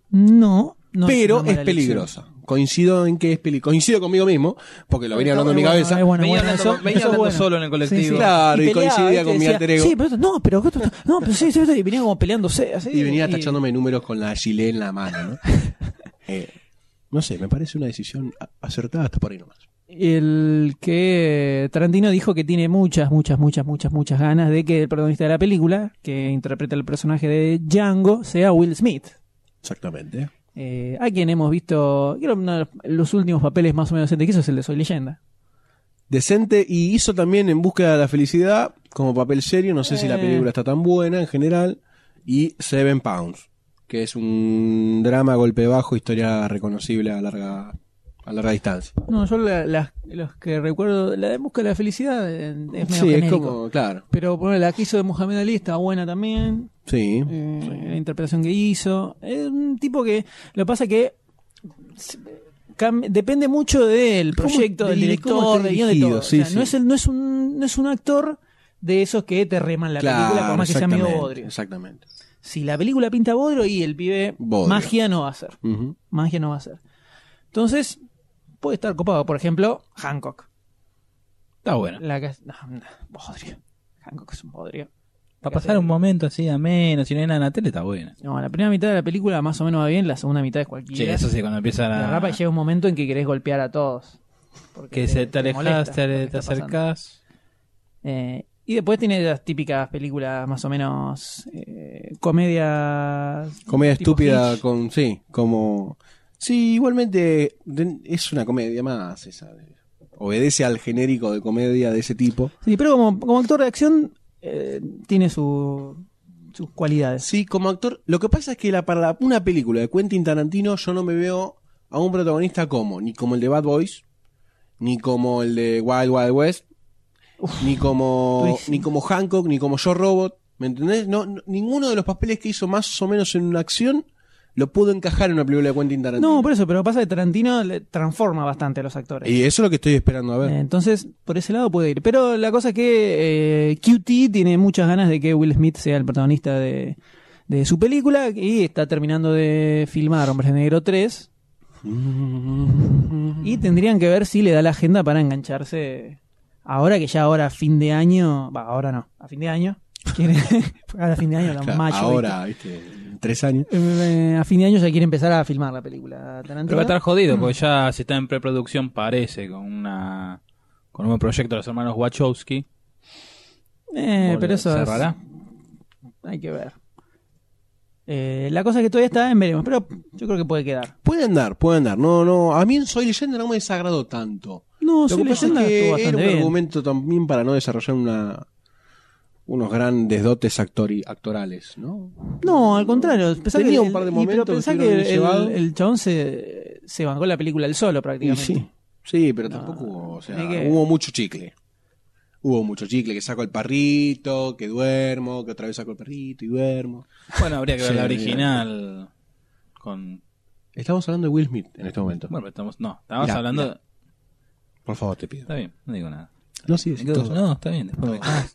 B: No, no.
J: pero
B: una
J: es,
B: mala
J: peligrosa. Coincido en que es peli- coincido conmigo mismo, porque lo venía
B: Está
J: hablando en mi
B: bueno,
J: cabeza.
B: es bueno,
C: Venía
B: bueno,
C: hablando-
B: eso-
C: venía
B: eso es
C: hablando
B: bueno.
C: solo en el colectivo.
J: Claro, y coincidía
B: ¿viste?
J: con mi
B: Decía,
J: alter ego.
B: Sí, pero esto- no, pero esto- no, pero sí, sí, sí", y venía como peleándose. Así,
J: Y venía tachándome números con la gilet en la mano, ¿no? Eh, no sé, me parece una decisión a- acertada hasta por ahí nomás.
B: El que Tarantino dijo que tiene muchas, muchas, muchas, muchas, muchas ganas de que el protagonista de la película, que interpreta el personaje de Django, sea Will Smith.
J: Exactamente.
B: eh, a quien hemos visto, creo, uno de los- los últimos papeles más o menos decentes que hizo es el de Soy Leyenda.
J: Decente y hizo también En Búsqueda de la Felicidad como papel serio. No sé si la
B: Eh.
J: película está tan buena en general. Y Seven Pounds, que es un drama golpe bajo, historia reconocible a larga, a larga distancia.
B: No, yo la- las- los que recuerdo, la de Busca de la Felicidad eh, es medio
J: sí, es
B: genérico.
J: como, claro.
B: Pero bueno, la que hizo de Mohamed Ali está buena también.
J: Sí.
B: eh, la interpretación que hizo. Es un tipo que. Lo que pasa que. se- cam- Depende mucho del
J: ¿Cómo-
B: proyecto, del
J: del- cómo
B: director,
J: está
B: del guión, de
J: dirigido?
B: todo. O
J: Sí,
B: sea,
J: sí.
B: no, es el- no, es un, no es un actor de esos que te reman la
J: claro,
B: película, por más que sea medio
J: exactamente,
B: bodrio.
J: Exactamente.
B: Si la película pinta bodrio y el pibe,
J: Bodrio.
B: magia no va a ser.
J: Ujú.
B: Magia no va a ser. Entonces, puede estar copado. Por ejemplo, Hancock.
C: Está bueno.
B: La que- no, no, bodrio. Hancock es un bodrio.
C: Para pasar un momento así ameno, si no hay nada en la tele, está bueno.
B: No, la primera mitad de la película más o menos va bien, la segunda mitad es cualquiera.
C: Sí, eso sí, cuando empieza
B: La
C: la...
B: rapa llega un momento en que querés golpear a todos. Porque
C: que se te alejas,
B: molesta
C: te,
B: lo que
C: ale- te
B: está pasando.
C: acercas.
B: Eh, y después tiene las típicas películas más o menos eh, comedias.
J: Comedia
B: tipo
J: estúpida
B: Hitch.
J: con, sí, como... Sí, igualmente de- es una comedia más esa. de- Obedece al genérico de comedia de ese tipo.
B: Sí, pero como, como actor de acción eh, tiene su- sus cualidades.
J: Sí, como actor, lo que pasa es que la, para la- una película de Quentin Tarantino yo no me veo a un protagonista como, ni como el de Bad Boys, ni como el de Wild Wild West, ni como
B: durísimo.
J: ni como Hancock, ni como Yo Robot, ¿me entendés? No, no- ninguno de los papeles que hizo más o menos en una acción lo pudo encajar en una película de Quentin Tarantino.
B: No, por eso, pero pasa que Tarantino le transforma bastante a los actores.
J: Y eso es lo que estoy esperando a ver.
B: Eh, Entonces, por ese lado puede ir. Pero la cosa es que eh, QT tiene muchas ganas de que Will Smith sea el protagonista de, de su película y está terminando de filmar Hombres de Negro 3 y tendrían que ver si le da la agenda para engancharse ahora que ya ahora a fin de año, va, ahora no, a fin de año. quiere- ahora a fin de año, los
J: Claro,
B: machos,
J: ahora, ¿viste? en tres años.
B: ¿viste? Eh, a fin de año ya quiere empezar a filmar la película.
C: Pero
B: Tarantino.
C: va a estar jodido, porque ya si está en preproducción parece con una con un proyecto de los hermanos Wachowski.
B: Eh, pero eso es-
C: cerrará.
B: Hay que ver. Eh, la cosa es que todavía está en veremos, pero yo creo que puede quedar.
J: Puede andar, puede andar. No, no. A mí en Soy Leyenda no me desagradó tanto.
B: No,
J: Lo que pasa es que era un argumento también para no desarrollar una, unos grandes dotes actori- actorales, ¿no?
B: No, al contrario. Pensá
J: Tenía
B: que
J: un
B: el-
J: par de
B: y-
J: momentos que
B: Pero pensá que
J: estuvieron
B: el,
J: llevados.
B: el chabón se, se bancó la película el solo
J: Y
B: prácticamente.
J: sí. Sí, pero
B: No,
J: tampoco, hubo, o sea,
B: ni que-
J: hubo mucho chicle. Hubo mucho chicle, que saco el parrito, que duermo, que otra vez saco el perrito y duermo.
C: Bueno, habría que ver
J: Sí,
C: la original. Con.
J: Estamos hablando de Will Smith en este momento.
C: Bueno, pero estamos. No, estábamos
J: Mirá,
C: hablando.
J: mirá. Por favor, te pido.
C: Está bien, no digo nada.
J: No, sí,
C: Me quedo- no, está bien. Después me- Ah,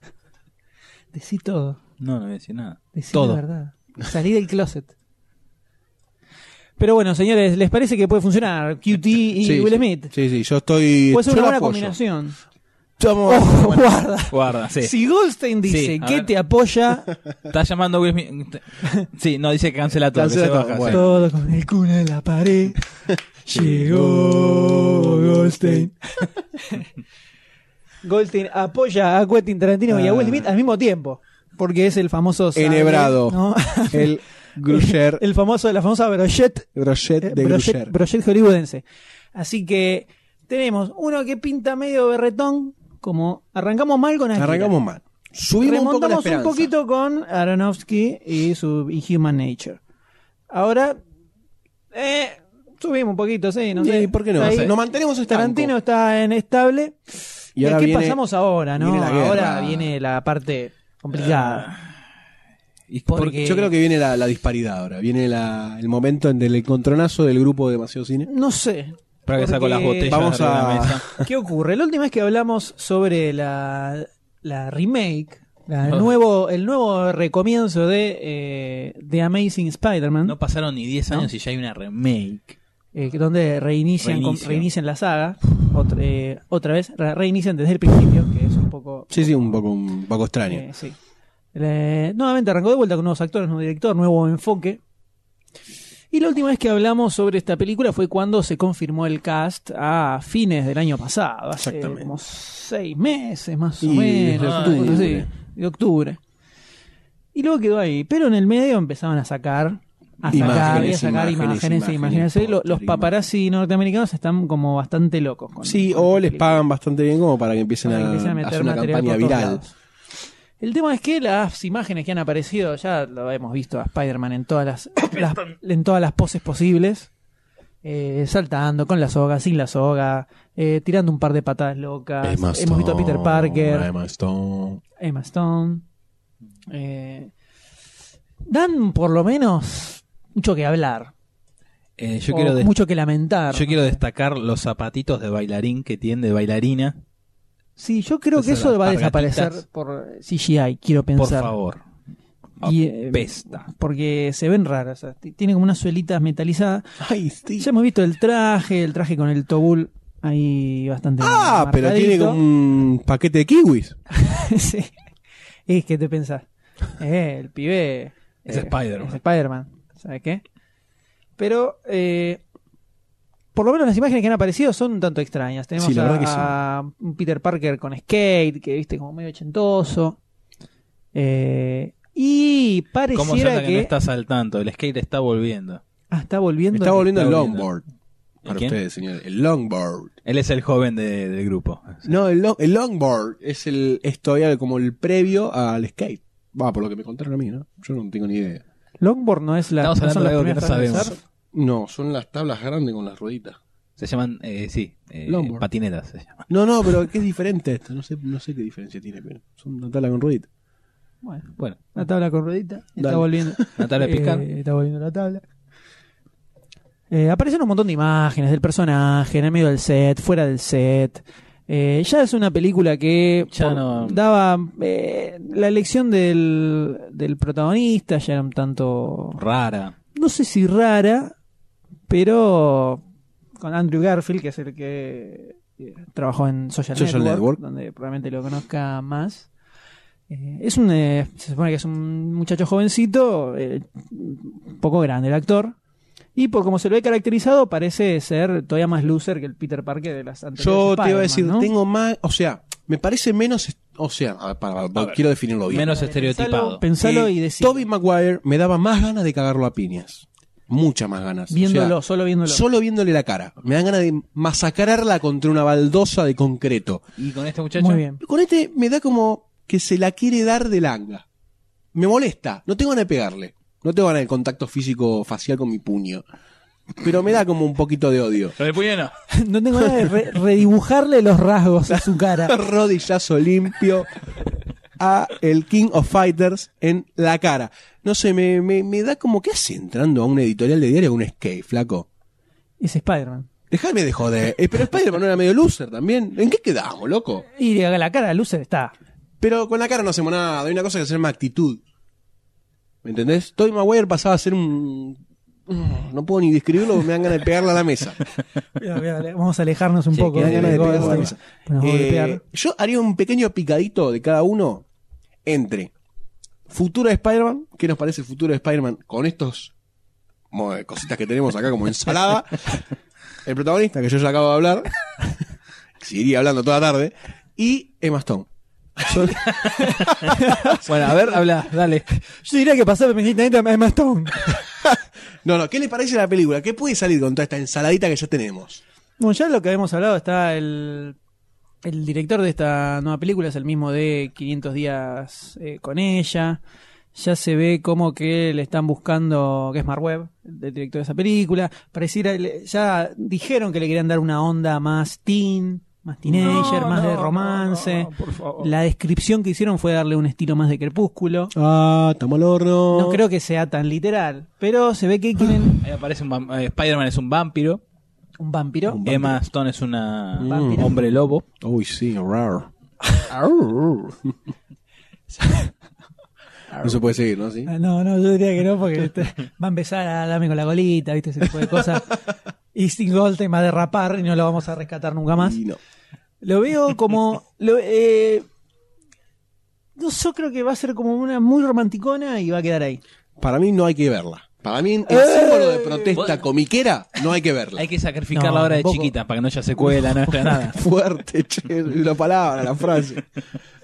B: Decí todo.
C: no, no voy a decir nada.
B: Decí la
C: Todo.
B: verdad. Salí del closet. Pero bueno, señores, ¿les parece que puede funcionar QT y
J: Sí,
B: Will
J: sí.
B: Smith?
J: Sí, sí, yo estoy.
B: Puede ser una
J: yo lo
B: buena
J: apoyo.
B: combinación. Oh.
M: Estamos-
B: Ojo, guarda.
C: Guarda, sí.
B: Si Goldstein dice
C: Sí, a
B: que
C: ver.
B: te apoya,
C: Está llamando Will Smith. Sí, no, dice que cancela todo. que
J: Cancela
C: se
J: todo,
C: baja,
J: bueno.
B: todo con el culo en la pared, llegó Goldstein. Goldstein apoya a Quentin Tarantino y a Will Smith al mismo tiempo, porque es el famoso... sable,
J: Enhebrado.
B: ¿no?
J: El Grusher.
B: El famoso, la famosa brochette
J: Brochet de
B: Project,
J: Grusher.
B: hollywoodense. Así que tenemos uno que pinta medio berretón, como arrancamos mal con Akira.
J: Arrancamos mal. Subimos un poco la
B: Remontamos un,
J: esperanza.
B: poquito con Aronofsky y su y Human Nature. Ahora, eh, subimos un poquito, sí, no sé.
J: Sí, ¿Por qué no?
B: Está ahí.
J: Nos mantenemos estanco.
B: Tarantino está en estable. ¿Y,
J: Y ahora
B: a qué
J: viene-
B: pasamos ahora, no?
J: viene la guerra. Ah.
B: ahora viene la parte complicada.
C: sí. Y-
B: Porque-
J: Yo creo que viene la, la disparidad ahora. Viene la- el momento en del encontronazo del grupo de Demasiado Cine.
B: No sé.
C: Para que saco
B: porque-
C: las botellas
J: Vamos
C: de arriba
J: a-
C: de la mesa.
B: ¿Qué ocurre? La última vez que hablamos sobre la, la remake, la- el, nuevo, el nuevo recomienzo de eh, The Amazing
J: ¿Mm?
B: Spider-Man,
C: No pasaron ni 10 años y ya hay una remake.
B: eh, donde reinician, com-
C: Reinicio.
B: reinician la saga, otra, eh, otra vez, re- reinician desde el principio, que es un poco...
J: Sí, sí, un poco, un poco extraño.
B: eh, sí. Le- nuevamente arrancó de vuelta con nuevos actores, nuevo director, nuevo enfoque. Y la última vez que hablamos sobre esta película fue cuando se confirmó el cast a fines del año pasado, hace
J: Exactamente.
B: como seis meses más o
J: Y
B: menos,
J: de
B: una
J: octubre.
B: cosa así, de octubre. Y luego quedó ahí, pero en el medio empezaron a sacar, a sacar y a
J: Imágenes,
B: sacar
J: imágenes,
B: imágenes, e
J: imágenes,
B: imágenes. Lo- Los
J: póster,
B: paparazzi norteamericanos están como bastante locos. Con,
J: Sí,
B: con
J: o
B: esta
J: les
B: película
J: pagan bastante bien como para que empiecen
B: para que
J: a,
B: empiecen a
J: hacer
B: meter
J: una
B: material
J: campaña
B: por todos
J: viral.
B: lados. El tema es que las imágenes que han aparecido, ya lo hemos visto a Spider-Man en todas las, las- en todas las poses posibles, eh, saltando con la soga, sin la soga, eh, tirando un par de patadas locas. hemos visto a Peter Parker,
J: Emma Stone.
B: Emma Stone. eh, dan por lo menos mucho que hablar,
C: Eh,
J: Oh,
C: yo,
B: o
C: quiero des-
B: mucho que lamentar.
C: yo quiero destacar los zapatitos de bailarín que tiene de bailarina.
B: sí, yo creo que
C: esas
B: eso va a
C: alpargatitas.
B: desaparecer por CGI, quiero
C: Por
B: pensar.
C: favor.
J: Ah,
B: Y, eh,
C: Pesta.
B: porque se ven raras. o sea, t- tiene como unas suelitas metalizadas.
J: Ay, sí.
B: Ya hemos visto el traje, el traje con el tobul ahí bastante.
J: Ah, pero tiene
B: marcadito.
J: como un paquete de kiwis.
B: Sí. Es que te pensás. Eh, el pibe.
C: Es
B: eh,
C: Spider-Man.
B: Es Spider-Man. ¿Sabes qué? Pero. eh, por lo menos las imágenes que han aparecido son un tanto extrañas. Tenemos
J: Sí, la
B: a,
J: verdad que sí.
B: a un Peter Parker con skate, que viste como medio ochentoso. Eh, y
C: ¿Cómo se
B: pareciera
C: nota que no estás al tanto? El skate está volviendo.
B: Ah, está volviendo.
J: Está volviendo el
C: Está
J: longboard. Para
C: quién?
J: ustedes, señores. El longboard.
C: Él es el joven de- del grupo.
J: No, el, lo- el longboard es el es todavía como el previo al skate. Va, por lo que me contaron a mí, ¿no? Yo no tengo ni idea.
B: Longboard no es la.
C: Estamos
B: no son
C: hablando de
B: las
C: algo que
B: primeras
C: no
B: tablas de
C: sabemos.
B: surf.
J: No, son las tablas grandes con las rueditas.
C: Se llaman, eh, sí, eh,
J: Longboard.
C: patinetas. Se llaman.
J: No, no, pero ¿qué es diferente esto? No sé, no sé qué diferencia tiene, pero son una tabla con rueditas.
B: Bueno,
C: Bueno,
B: una tabla con ruedita. Está
J: Dale.
B: volviendo.
C: una tabla de pescar.
B: Eh, está volviendo la tabla. Eh, aparecen un montón de imágenes del personaje, en el medio del set, fuera del set. Eh, ya es una película que
C: Ya no-
B: daba eh, la elección del, del protagonista, ya era un tanto
C: Rara.
B: no sé si rara, pero con Andrew Garfield, que es el que eh, trabajó en Social,
J: Social
B: Network,
J: Network.
B: donde probablemente lo conozca más. Eh, es un, eh, se supone que es un muchacho jovencito, eh, un poco grande el actor. Y por como se lo ve caracterizado, parece ser todavía más loser que el Peter Parker de las anteriores.
J: Yo te iba a
B: Spider-Man,
J: decir,
B: ¿no?
J: tengo más, o sea, me parece menos, est- o sea, a ver, para- para- quiero definirlo bien.
C: Menos
B: Pensalo,
C: estereotipado.
B: pensalo y decir.
J: Toby Maguire me daba más ganas de cagarlo a piñas. Muchas más ganas. O sea,
B: Viéndolo, solo viéndolo.
J: solo viéndole la cara. Me dan ganas de masacrarla contra una baldosa de concreto.
C: ¿Y con este muchacho?
B: Muy bien.
J: Con este me da como que se la quiere dar de langa. Me molesta, no tengo ganas de pegarle. No tengo ganas de contacto físico facial con mi puño. Pero me da como un poquito de odio.
C: Lo del puño no.
B: No tengo nada de re- redibujarle los rasgos a su cara.
J: Rodillazo limpio a el King of Fighters en la cara. No sé, me, me- me da como que hace entrando a una editorial de diario a un skate, flaco.
B: Es Spider-Man.
J: Déjame de joder. Eh, pero Spider-Man no era medio loser también. ¿En qué quedamos, loco?
B: Y de la cara de Lucer está.
J: Pero con la cara no hacemos nada. Hay una cosa que se llama actitud. ¿Me entendés? Toy Maguire pasaba a ser un... Mm, No puedo ni describirlo, me dan ganas de pegarle a la mesa.
B: Mira, mira, le- Vamos a alejarnos un
J: Sí,
B: poco.
J: que dan ganas de
B: Goldstein,
J: pegarle a la mesa.
B: que nos va a
J: Eh,
B: golpear.
J: yo haría un pequeño picadito de cada uno entre futuro de Spider-Man, ¿qué nos parece el futuro de Spider-Man con estos mo- cositas que tenemos acá como ensalada? El protagonista, que yo ya acabo de hablar, que seguiría hablando toda la tarde, y Emma Stone. Son-
C: Bueno, a ver, habla, dale.
B: Yo diría que pasaba inmediatamente a Emma Stone.
J: No, no, ¿qué le parece la película? ¿Qué puede salir con toda esta ensaladita que ya tenemos?
B: Bueno, ya lo que habíamos hablado está el. El director de esta nueva película es el mismo de 500 días eh, con ella. Ya se ve como que le están buscando, que es Mark Webb, el director de esa película. Pareciera, le- ya dijeron que le querían dar una onda más teen, más teenager,
G: No,
B: más de
G: no,
B: romance.
G: no, no, por favor.
B: La descripción que hicieron fue darle un estilo más de crepúsculo.
J: Ah, estamos al horno.
B: No creo que sea tan literal, pero se ve que quieren
C: Ahí aparece un vam- eh, Spider-Man es un vampiro.
B: un vampiro. Mm.
J: Un
C: Emma Stone es una
B: Vampiro.
C: hombre lobo.
J: Uy, sí, raro. No se puede seguir, ¿no? ¿Sí?
B: Ah, No, no, yo diría que no, porque este, va a empezar a darme con la colita, ¿viste? Ese tipo de cosas. Y Sting Goldstein va a derrapar y no lo vamos a rescatar nunca más.
J: Y no.
B: Lo veo como. Lo, eh, no, yo creo que va a ser como una muy romanticona y va a quedar ahí.
J: Para mí no hay que verla. Para mí, el símbolo de protesta comiquera no hay que verla.
C: ¡Eh! Hay que sacrificar
B: No,
C: la hora de
B: tampoco.
C: chiquita para que no haya secuela, no haya nada.
J: Fuerte, che, la palabra, la frase.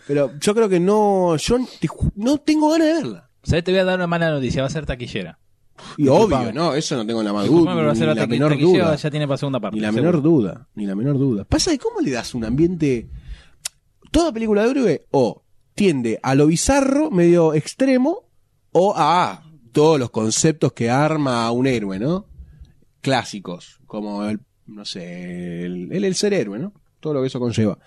J: Pero yo creo que no. Yo te ju- no tengo ganas de verla.
C: ¿Sabes? Te voy a dar una mala noticia, va a ser taquillera.
J: Y obvio, no, eso no tengo la
B: Ah,
J: más duda.
C: Disculpame, pero va a ser la
J: ni la
C: taqui-
J: menor
C: taquillera,
J: duda.
C: ya tiene para segunda parte.
J: Ni la
C: seguro.
J: menor duda, ni la menor duda. Pasa de cómo le das un ambiente. Toda película de héroe o tiende a lo bizarro, medio extremo, o a todos los conceptos que arma un héroe, ¿no? Clásicos, como el, no sé, el, el, el ser héroe, ¿no? Todo lo que eso conlleva.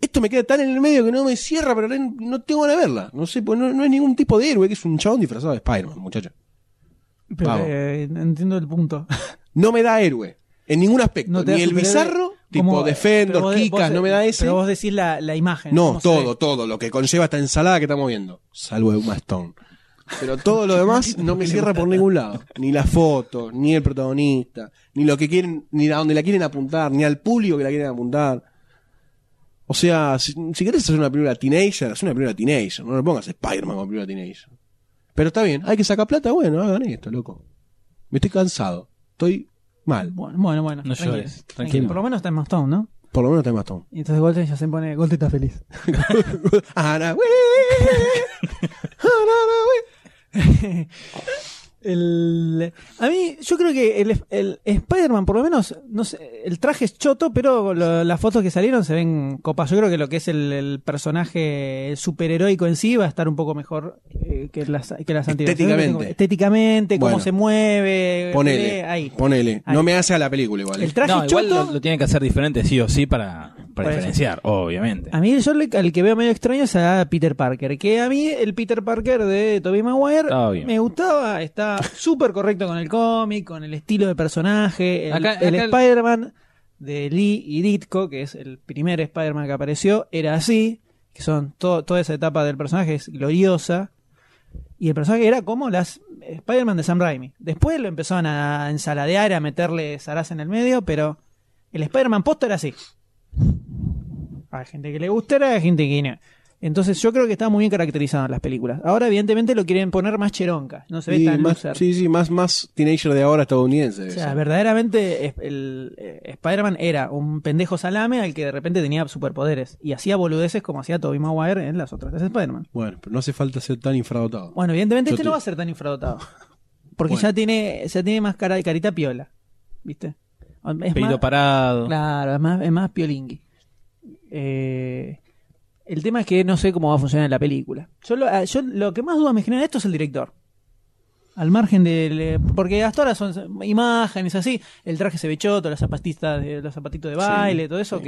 J: Esto me queda tan en el medio que no me cierra, pero no no tengo ganas de verla. No sé, pues no, no es ningún tipo de héroe, que es un chabón disfrazado de Spider-Man, muchacho.
B: Pero
J: Vamos.
B: eh, entiendo el punto.
J: No me da héroe. En ningún aspecto.
B: No te da
J: ni el
B: superhéroe,
J: bizarro,
B: como-
J: tipo Defender,
B: pero vos de-
J: Kikas,
B: vos-
J: no me da ese.
B: Pero vos decís la, la imagen.
J: No,
B: cómo se
J: todo,
B: ve.
J: todo. Lo que conlleva esta ensalada que estamos viendo. Salvo de Uma Stone. Pero todo lo demás no me cierra por ningún lado. Ni la foto, ni el protagonista, ni lo que quieren, ni a donde la quieren apuntar, ni al público que la quieren apuntar. O sea, si, si querés hacer una película teenager, haz una película teenager. No le pongas Spider-Man como película teenager. Pero está bien, hay que sacar plata, bueno, hagan esto, loco. Me estoy cansado. Estoy mal.
B: Bueno, bueno. bueno
C: No
B: tranquilo,
C: llores, tranquilo.
B: Por lo menos está en Mastón, ¿no?
J: Por lo menos está Emma Stone.
B: Y entonces Goldstein ya se pone. Goldstein está feliz.
J: Ana, wey. Ana,
B: El- a mí, yo creo que el, el Spider-Man, por lo menos, no sé, el traje es choto, pero lo- las fotos que salieron se ven copas. Yo creo que lo que es el, el personaje superheroico en sí va a estar un poco mejor eh, que las, que las anteriores.
J: Estéticamente.
B: Yo creo que tengo- Estéticamente, cómo
J: Bueno.
B: se mueve.
J: wey.
B: pelea, ahí.
J: Ponele, ponele.
B: Ahí.
J: No me hace a la película igual. eh.
B: El traje
C: No, igual
B: choto.
C: lo, lo tienen que hacer diferente sí o sí para,
B: Por eso.
C: para
B: Ah,
C: diferenciar, obviamente.
B: A mí, yo le- al que veo medio extraño es a Peter Parker. Que a mí, el Peter Parker de Tobey Maguire
C: Está bien.
B: me gustaba. Está súper correcto con el cómic, con el estilo de personaje. El,
C: Acá-
B: el
C: acá el-
B: Spider-Man de Lee y Ditko, que es el primer Spider-Man que apareció, era así. Que son todo- toda esa etapa del personaje es gloriosa. Y el personaje era como las Spider-Man de Sam Raimi. Después lo empezaron a ensaladear, a meterle zaraza en el medio, pero el Spider-Man posta era así. Hay gente que le gustará, hay gente que no. Entonces yo creo que está muy bien caracterizado en las películas. Ahora evidentemente lo quieren poner más cheronca, no se ve
J: Y
B: tan
J: más-
B: loser.
J: sí, sí, más, más teenager de ahora estadounidense.
B: O
J: debe
B: sea,
J: ser.
B: verdaderamente es- el eh, Spider-Man era un pendejo salame al que de repente tenía superpoderes y hacía boludeces como hacía Tobey Maguire en las otras tres Spider-Man.
J: Bueno, pero no hace falta ser tan infradotado.
B: Bueno, evidentemente
J: Yo
B: este
J: te-
B: no va a ser tan infradotado. Porque
J: Bueno.
B: ya tiene ya tiene más cara de carita piola, ¿viste? Es
C: Pedido
B: más-
C: parado.
B: Claro, es más, es más piolingui. Eh, El tema es que no sé cómo va a funcionar en la película. Yo lo, ah, yo lo que más duda me genera esto es el director. Al margen del. eh, Porque hasta ahora son imágenes así. El traje se ve choto, las zapatistas, de- los zapatitos de baile, todo eso, ok.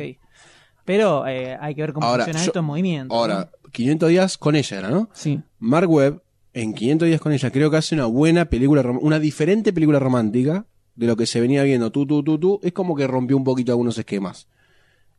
B: Pero eh, hay que ver cómo
J: Ahora,
B: funciona
J: yo-
B: esto en movimiento.
J: Ahora, 500 días con ella era, ¿no?
B: ¿no? Sí.
J: Mark Webb, en 500 días con ella, creo que hace una buena película, rom- una diferente película romántica de lo que se venía viendo. Tú, tú, tú, tú. Es como que rompió un poquito algunos esquemas.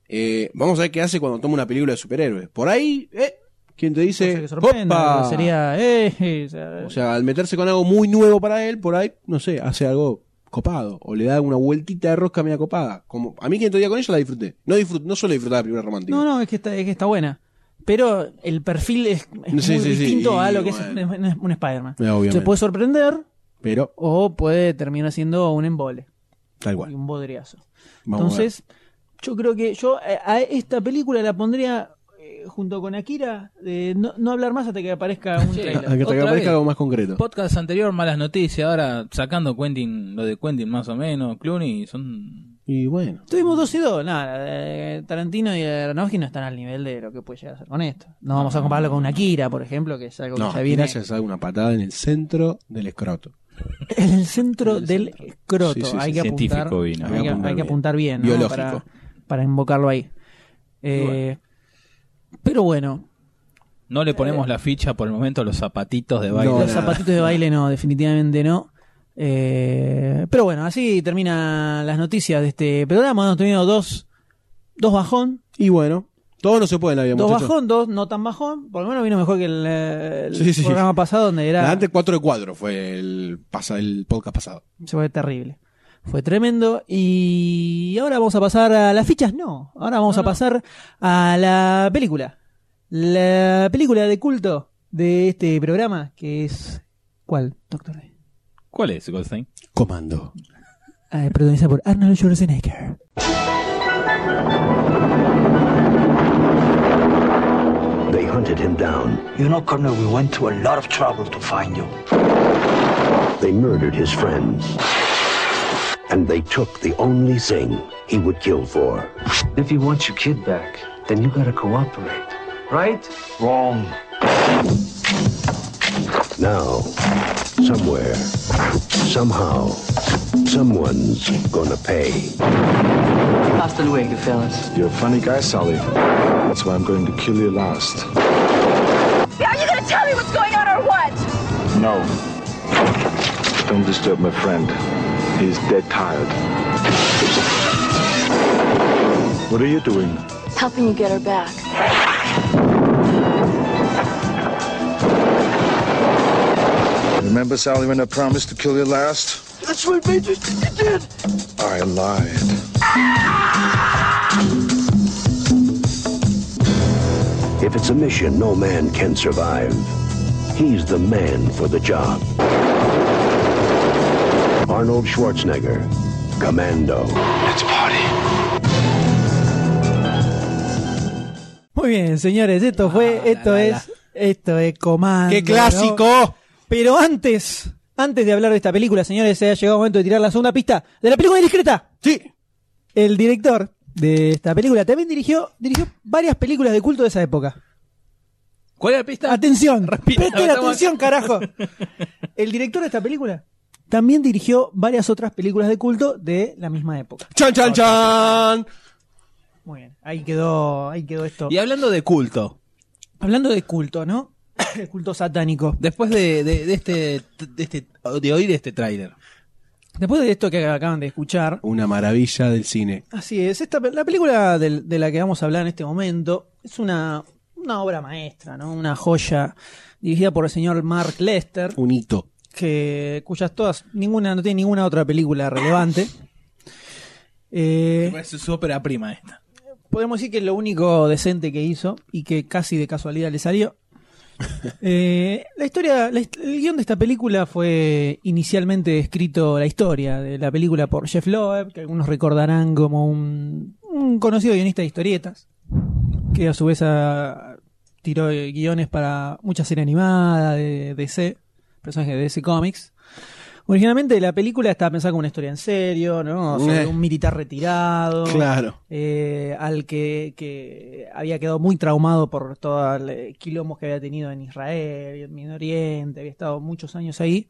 J: Eh, vamos a ver qué hace cuando toma una película de superhéroes. Por ahí, eh, quien te
B: Cosa
J: dice,
B: que sorprende,
J: ¡Opa!
B: porque Sería. eh, eh, o sea,
J: O sea, al meterse con algo muy nuevo para él, por ahí, no sé, hace algo copado. O le da una vueltita de rosca media copada. Como, a mí que día con ella la disfruté. No, disfrut- no suelo disfrutar la película romántica.
B: No, no, es que está, es que está buena. Pero el perfil es, es
J: Sí,
B: muy
J: sí, sí,
B: distinto
J: y
B: a lo que
J: bueno.
B: es un, un Spider-Man.
J: Eh, obviamente.
B: Se puede sorprender
J: Pero,
B: o puede terminar siendo un embole
J: tal
B: y
J: cual.
B: un bodriazo.
J: Vamos a ver.
B: Entonces, yo creo que yo eh, a esta película la pondría eh, junto con Akira, de no, no hablar más hasta que aparezca un
C: Sí.
B: trailer.
J: Hasta que
C: otra vez.
J: aparezca algo más concreto.
C: Podcast anterior, malas noticias. Ahora sacando Quentin, lo de Quentin más o menos, Clooney, son.
J: Y bueno.
B: Tuvimos dos y dos, nada, eh, Tarantino y Aronofsky no están al nivel de lo que puede llegar a ser con esto. No vamos a compararlo con una Akira, por ejemplo, que es algo
J: No,
B: que ya viene
J: gracias a una patada en el centro del escroto.
B: En el centro
J: En el
B: del
J: centro.
B: escroto.
J: Sí, sí, sí,
B: hay, que apuntar,
H: científico vino.
B: hay,
J: Hay
B: que,
J: que apuntar
B: hay que
J: bien.
B: apuntar bien, ¿no?
J: Biológico.
B: Para, para invocarlo ahí. Eh, Pero bueno,
C: No le ponemos la ficha por el momento a los zapatitos de baile.
J: No,
B: los
J: nada.
B: zapatitos de baile no, definitivamente no. Eh, pero bueno, así terminan las noticias de este programa. Hemos tenido dos, dos bajón,
J: Y bueno, todo no se puede en la vida,
B: dos
J: muchachos.
B: bajón, dos no tan bajón. Por lo menos vino mejor que el, eh, el
J: Sí, sí.
B: programa pasado, donde era.
J: Antes 4 de 4 fue el, pasa, el podcast pasado.
B: Se fue terrible. Fue tremendo. Y ahora vamos a pasar a las fichas. No, ahora vamos a pasar a la película. La película de culto de este programa, que es... ¿Cuál, doctor? D?
H: ¿Cuál es, Goldstein?
J: Comando.
B: Ah, protagonizada por Arnold Schwarzenegger.
N: They hunted him down.
O: You know, Colonel, we went to a lot of trouble to find you.
N: They murdered his friends. And they took the only thing he would kill for.
O: If you want your kid back, then you gotta cooperate. Right? Wrong.
N: Now, somewhere, somehow, someone's gonna pay.
O: Hasta luego, fellas.
N: You're a funny guy, Sully. That's why I'm going to kill you last.
A: Are you going to tell me what's going on or what?
N: No. Don't disturb my friend. He's dead tired. What are you doing?
A: Helping you get her back.
N: Remember, Sally, when I promised to kill you last? That's what made you think you did. I lied. If it's a mission no man can survive, he's the man for the job. Arnold Schwarzenegger, Commando. Let's party.
B: Muy bien, señores, esto fue, esto es, esto es Comando.
J: ¡Qué
B: ¿no?
J: clásico!
B: Pero antes, antes de hablar de esta película, señores, se ha llegado el momento de tirar la segunda pista de la película discreta.
J: Sí.
B: el director de esta película también dirigió, dirigió varias películas de culto de esa época.
C: ¿Cuál es la pista?
B: Ah, Atención, presten
C: estamos-
B: atención, carajo. El director de esta película también dirigió varias otras películas de culto de la misma época.
J: ¡Chan, chan, chan!
B: Muy bien, ahí quedó, ahí quedó esto.
C: Y hablando de culto,
B: Hablando de culto, ¿no? El culto satánico.
C: después de, de- de este, de este de oír este tráiler,
B: Después de esto que acaban de escuchar,
J: Una maravilla del cine.
B: Así es, esta, pe- la película del- de, la que vamos a hablar en este momento es una, una obra maestra, ¿no? una joya dirigida por el señor Mark Lester,
J: Un hito.
B: que, cuyas todas, ninguna, no tiene ninguna otra película relevante. Eh,
C: es su ópera prima esta.
B: podemos decir que lo único decente que hizo y que casi de casualidad le salió. Eh, la historia, la hist- el guión de esta película fue inicialmente escrito la historia de la película por Jeff Loeb, que algunos recordarán como un, un conocido guionista de historietas, que a su vez ah, tiró eh, guiones para mucha serie animada de DC, personajes de DC Comics. Originalmente la película estaba pensada como una historia en serio, ¿no? Sobre
J: Eh.
B: un militar retirado.
J: Claro.
B: eh, al que, que había quedado muy traumado por todo el quilombo que había tenido en Israel, y en Medio Oriente, había estado muchos años ahí.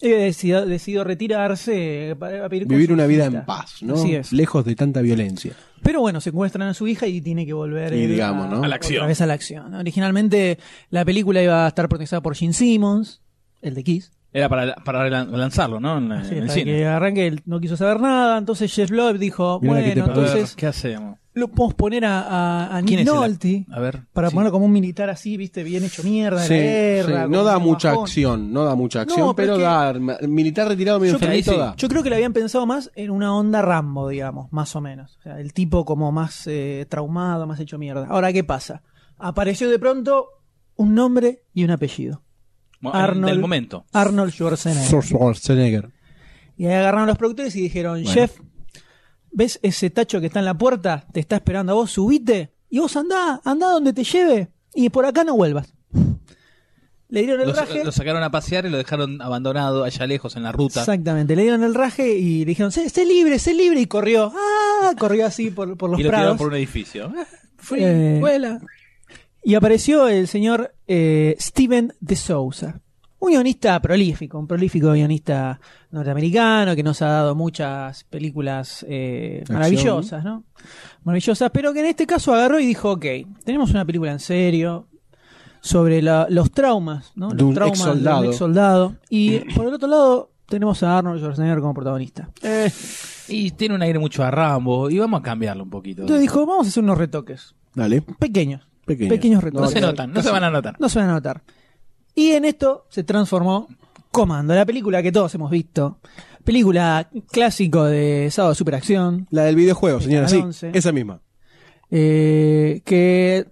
B: Y había decidido, decidido retirarse eh, para a pedir con
J: Vivir
B: su
J: una vida
B: hijita.
J: en paz, ¿no?
B: Así es.
J: Lejos de tanta violencia.
B: Pero bueno, secuestran a su hija y tiene que volver
J: Y
B: él
J: digamos, ¿no? A la
B: otra vez a la acción. Originalmente la película iba a estar protagonizada por Gene Simmons, el de Kiss.
C: Era para, para relan- lanzarlo, ¿no? En, la-
B: Así
C: Ah,
B: es,
C: en el
B: para que
C: cine.
B: arranque, él no quiso saber nada. Entonces Jeff Love dijo,
J: Mira que te
B: bueno,
C: A ver,
B: entonces
C: ¿Qué hacemos?
B: lo podemos poner a, a, a Nick
C: ¿Quién es el ac-
B: Nolte.
C: A ver.
B: Para
C: sí.
B: ponerlo como un militar así, viste, bien hecho mierda, de
J: Sí,
B: la guerra.
J: sí.
B: con
J: No
B: un
J: da mucha
B: bajón.
J: acción, no da mucha acción,
B: No, pero
J: pero,
B: es que-
J: da arma- militar retirado medio
B: Yo creo,
J: enfermito
C: sí.
J: da.
B: yo creo que le habían pensado más en una onda Rambo, digamos, más o menos. O sea, el tipo como más eh, traumado, más hecho mierda. Ahora, ¿qué pasa? Apareció de pronto un nombre y un apellido.
C: Mo-
B: Arnold-
C: Del momento.
B: Arnold Schwarzenegger.
J: Schwarzenegger.
B: Y ahí agarraron los productores y dijeron, Jeff, ¿ves ese tacho que está en la puerta? Te está esperando a vos, subite. Y vos andá, andá donde te lleve. Y por acá no vuelvas. Le dieron el
C: Lo,
B: traje.
C: lo sacaron a pasear y lo dejaron abandonado allá lejos en la ruta.
B: Exactamente, le dieron el raje y le dijeron, sé, sé libre, sé libre, y corrió. ¡Ah! Corrió así por, por los
C: y lo tiraron
B: prados.
C: por un edificio. Eh,
B: Free, vuela. Y apareció el señor eh, Steven de Souza, un guionista prolífico, un prolífico guionista norteamericano que nos ha dado muchas películas eh,
J: Acción.
B: maravillosas, ¿no? Maravillosas, pero que en este caso agarró y dijo, ok, tenemos una película en serio sobre la- los traumas, ¿no?
J: De
B: los
J: un
B: traumas de
J: exsoldado.
B: un ex soldado. Y por el otro lado tenemos a Arnold Schwarzenegger como protagonista.
C: Y tiene un aire mucho a Rambo. Y vamos a cambiarlo un poquito.
B: Entonces dijo, vamos a hacer unos retoques,
J: Dale.
B: pequeños,
J: Pequeño.
B: pequeños
C: no,
B: retoques.
C: se notan, no se van a notar.
B: no se van a notar. Y en esto se transformó Comando, la película que todos hemos visto. Película clásico de sábado de superacción,
J: La del videojuego, señora, sí.
B: 11.
J: Esa misma.
B: eh, que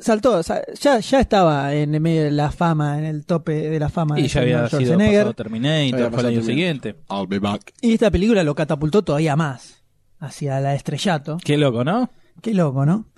B: saltó, o sea, ya, ya estaba en el medio de la fama, en el tope de la fama.
C: Y
B: de
C: ya había
B: Arnold
C: sido
B: Schwarzenegger.
C: pasado
J: Ya había
C: Terminator, fue el
J: pasado
C: año
J: Terminator.
C: siguiente.
J: I'll be back.
B: Y esta película lo catapultó todavía más hacia la estrellato.
C: Qué loco, ¿no?
B: Qué loco, ¿no?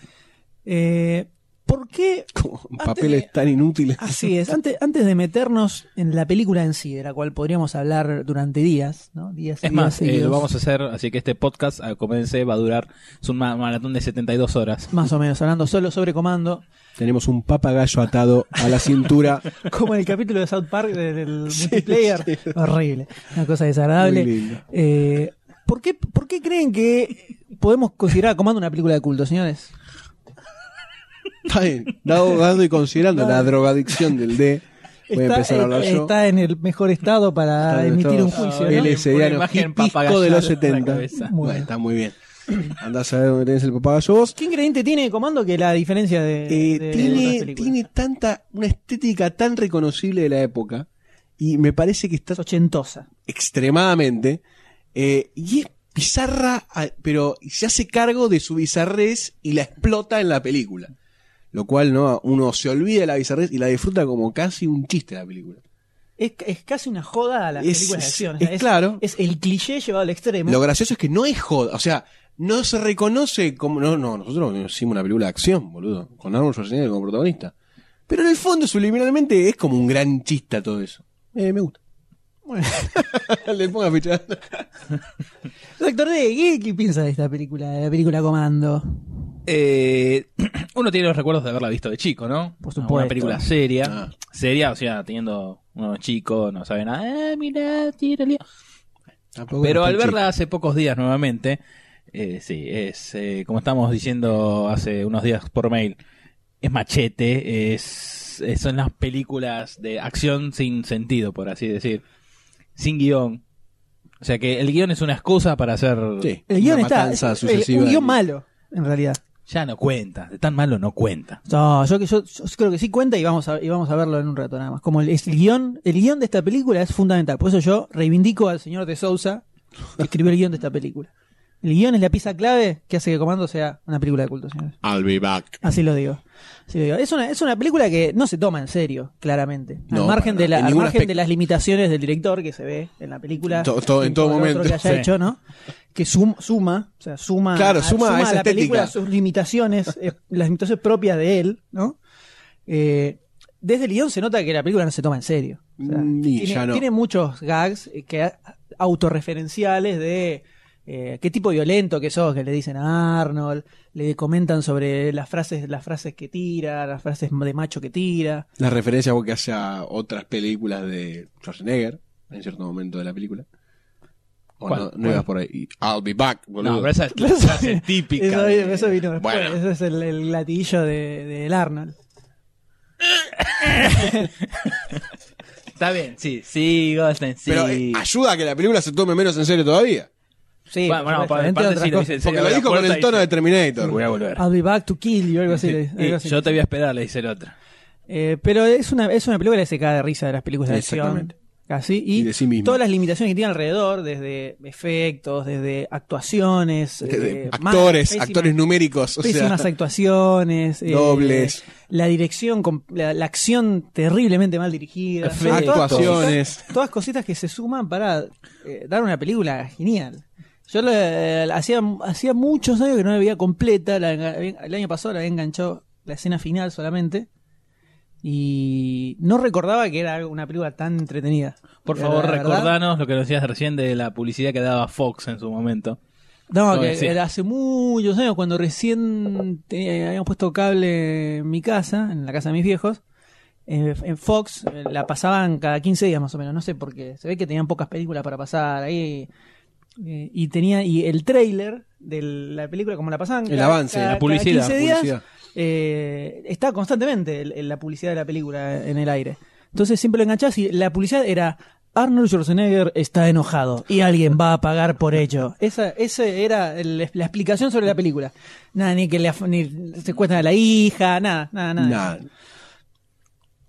B: Eh, ¿Por qué Antes
J: Papeles
B: de-
J: tan inútiles.
B: Así es. Antes, antes de meternos en la película en sí, de la cual podríamos hablar durante días, ¿no? Días y días
C: Es más, eh,
B: seguidos.
C: lo vamos a hacer, así que este podcast, ah, comencé, va a durar, es un ma- maratón de 72 horas.
B: Más o menos, hablando solo sobre comando,
J: Tenemos un papagayo atado a la cintura.
B: como en el capítulo de South Park de- del multiplayer. Horrible. Una cosa desagradable.
J: Muy lindo.
B: Eh, ¿por, qué, ¿Por qué creen que podemos considerar a comando una película de culto, señores?
J: Está bien. Dado, dado y considerando la drogadicción del D, voy a
B: está,
J: empezar a hablar
B: eh,
J: yo.
B: está en el mejor estado
J: Está
B: para
J: en el
B: emitir
J: estado-
B: un juicio.
J: Ah,
B: ¿no?
J: él es
C: Una
J: ediano
C: imagen
J: hipisco
C: papagayada
J: de los
C: en la
J: 70.
C: cabeza.
B: Muy
J: Bueno,
B: bien.
J: está muy bien. Andás a ver dónde tenés el papagayo vos.
B: ¿Qué ingrediente tiene comando que la diferencia de,
J: Eh,
B: de otras
J: tiene,
B: películas?
J: tiene tanta, una estética tan reconocible de la época y me parece que está
B: Es ochentosa.
J: extremadamente eh, y es bizarra, a- pero se hace cargo de su bizarrez y la explota en la película. Lo cual, ¿no? Uno se olvida de la bizarrez y la disfruta como casi un chiste la película.
B: Es, es casi una joda a las
J: Es-
B: películas de
J: es-
B: acción. o
J: es
B: sea, es,
J: claro.
B: es el cliché llevado al extremo.
J: Lo gracioso es que no es joda, o sea, no se reconoce como. No, no, nosotros hicimos una película de acción, boludo, con Arnold Schwarzenegger como protagonista. Pero en el fondo, subliminalmente, es como un gran chista todo eso. Eh, me gusta. Le pongo a fichar.
B: Doctor D, ¿qué, qué piensa de esta película? De la película Comando.
C: Eh, uno tiene los recuerdos de haberla visto de chico, ¿no?
B: Por supuesto.
C: Una película seria.
J: Ah.
C: Seria, o sea, teniendo unos chicos, no saben nada. Ah, mirá, tira lío.
J: Tampoco
C: Pero
J: es
C: al
J: tan
C: verla hace pocos días nuevamente, eh, sí, es eh, como estamos diciendo hace unos días por mail, es machete, es, es- son las películas de acción sin sentido, por así decir, sin guión. O sea que el guión es una excusa para hacer...
J: chico. Sí,
B: El guión
J: una
B: está.
J: matanza
B: es- el-
J: sucesiva
B: un guión
J: y-
B: malo, en realidad.
C: Ya no cuenta, de tan malo no cuenta.
B: No, yo, yo- yo creo que sí cuenta y vamos a, y vamos a verlo en un rato nada más. Como el, es el guión, el guión de esta película es fundamental. Por eso yo reivindico al señor de Sousa que escribió el guión de esta película. El guión es la pieza clave que hace que Comando sea una película de culto, señores.
P: I'll be back.
B: Así lo digo. Así lo digo. Es, una, es una película que no se toma en serio, claramente. Al
J: No,
B: margen,
J: para
B: de, la-
J: nada, en
B: al
J: ningún
B: margen
J: aspecto.
B: de las limitaciones del director que se ve en la película.
J: To- to- en
B: y
J: todo
B: todo lo otro
J: momento.
B: Que haya
J: Sí.
B: hecho, ¿no? Que sum- suma, o sea, suma,
J: Claro, suma a esa
B: la película
J: estética.
B: sus limitaciones, eh, las limitaciones propias de él, ¿no? Eh, desde el guión se nota que la película no se toma en serio. O sea,
J: Mm, y
B: tiene,
J: ya no.
B: tiene muchos gags eh, que a- autorreferenciales de eh, qué tipo de violento que sos, que le dicen a Arnold, le comentan sobre las frases, las frases que tira, las frases de macho que tira.
J: La referencia que hace a otras películas de Schwarzenegger en cierto momento de la película. O
C: ¿Cuál?
J: no, no
C: ¿Cuál?
J: ibas por ahí. Y I'll be back, boludo.
C: No, pero esa es la frase
B: Eso,
C: típica.
B: eso vino después,
J: Bueno.
B: ese es el, el latillo de, del Arnold.
C: Está bien, sí, sí, Goldstein, sí.
J: Pero, eh, ayuda a que la película se tome menos en serio todavía.
B: Sí,
C: bueno, bueno,
B: por
C: para
B: supuesto,
C: parte
B: entre
C: sí lo
B: otras
C: dice en
J: Porque
C: serio,
J: lo
C: abre la
J: dijo con
C: puerta
J: el
C: y
J: tono de
C: dice,
J: Terminator.
C: Voy a volver.
B: cosas. I'll be back to kill you, algo así.
C: Sí,
B: le-
C: y
B: algo así.
C: yo te voy a esperar, le dice el otro.
B: Eh, pero es una, es una película que se cae de risa de las películas de acción.
J: Exactamente.
B: Así, y,
J: Y de sí mismo.
B: todas las limitaciones que tiene alrededor, desde efectos, desde actuaciones,
J: Este,
B: eh, más-
J: actores,
B: pésimas-
J: actores numéricos. O sea,
B: pésimas actuaciones, eh,
J: dobles,
B: la dirección, com- la, la acción terriblemente mal dirigida,
C: Efectos.
B: Todas cositas-
J: actuaciones.
B: todas cositas que se suman para eh, dar una película genial. Yo la- la- hacía, hacía muchos años que no la veía completa. la enga- el año pasado la había enganchado la escena final solamente. Y no recordaba que era una película tan entretenida.
C: Por
B: La
C: favor,
B: verdad-
C: recordanos lo que decías recién de la publicidad que daba Fox en su momento.
B: No, que
C: Sí.
B: era hace muchos años, cuando recién te- habíamos puesto cable en mi casa, en la casa de mis viejos, eh, en Fox eh, la pasaban cada 15 días más o menos, no sé por qué. Se ve que tenían pocas películas para pasar ahí. eh, y tenía y el tráiler de la película, como la pasaban.
J: El avance, la
C: publicidad,
B: Cada 15 días,
J: publicidad.
B: eh, está constantemente el- el- la publicidad de la película en el aire. Entonces siempre lo enganchás y la publicidad era Arnold Schwarzenegger está enojado y alguien va a pagar por ello. Esa, esa era el- la explicación sobre la película. Nada, ni que le af- ni secuestran a la hija, nada, nada, nada. de
J: Nada.
B: eso.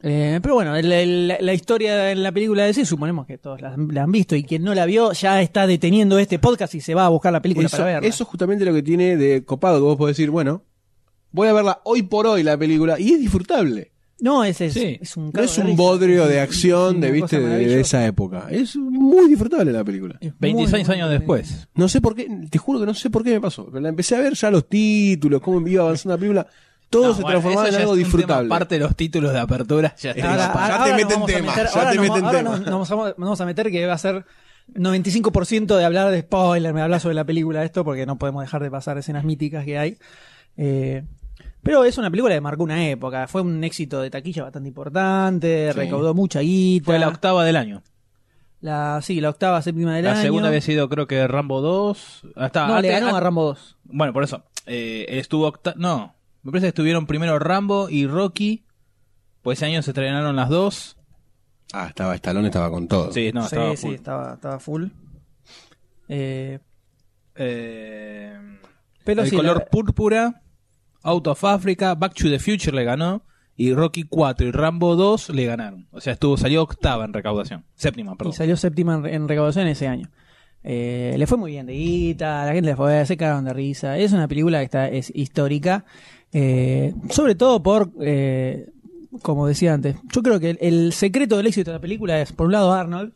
B: Eh, pero bueno, el- el- la, la historia en la película de sí, suponemos que todos la, la han visto y quien no la vio ya está deteniendo este podcast y se va a buscar la película
J: Eso,
B: para verla.
J: eso es justamente lo que tiene de copado, que vos podés decir, bueno, voy a verla hoy por hoy la película, y es disfrutable.
B: no, ese es,
C: Sí.
B: es un
J: No
B: cago
J: es
B: de
J: un
B: risa.
J: bodrio de acción
B: Una
J: de,
B: cosa
J: viste, de- de,
B: maravillosa.
J: esa época. Es muy disfrutable la película.
B: Es muy,
C: 26
B: muy
C: años
B: bien.
C: después.
J: No sé por qué, te juro que no sé por qué me pasó. Pero la empecé a ver ya los títulos, cómo iba avanzando la película. Todo
C: No,
J: se
C: bueno,
J: transformaba
C: eso
J: en
C: ya
J: algo
C: es un tema
J: disfrutable.
C: Aparte de los títulos de apertura, ya está.
B: Ahora,
J: Ya
B: ahora-
J: te
B: ahora
J: meten
B: nos vamos a
J: tema,
B: meter-
J: ya
B: ahora
J: te
B: nos-
J: meten
B: ahora
J: tema.
B: nos- nos vamos, nos vamos a meter que va a ser 95% de hablar de spoiler, me hablar sobre la película esto, porque no podemos dejar de pasar escenas míticas que hay. Eh, pero es una película que marcó una época, fue un éxito de taquilla bastante importante,
J: Sí.
B: recaudó mucha guita.
C: Fue la octava del año.
B: La- sí, la octava, séptima del
C: la
B: año.
C: segunda había sido, creo que Rambo 2. Hasta,
B: No, le
C: antes-
B: ganó a
C: an-
B: Rambo 2.
C: Bueno, por eso. Eh, estuvo octa- No, me parece que estuvieron primero Rambo y Rocky. Pues ese año se estrenaron las dos.
J: Ah, estaba Stallone, estaba con todo.
C: Sí, no,
B: sí,
C: estaba
B: sí,
C: full.
B: estaba, estaba full. Eh,
C: Eh,
B: pero
C: el
B: sí,
C: color
B: la-
C: púrpura, Out of Africa, Back to the Future le ganó. Y Rocky 4 y Rambo 2 le ganaron. O sea, estuvo salió octava en recaudación. Séptima,
B: Y
C: perdón.
B: salió séptima en, en recaudación ese año. Eh, le fue muy bien de guita, la gente le fue, se cagaron de risa. Es una película que está, es histórica. eh, sobre todo por, eh, como decía antes, yo creo que el, el secreto del éxito de la película es, por un lado, Arnold,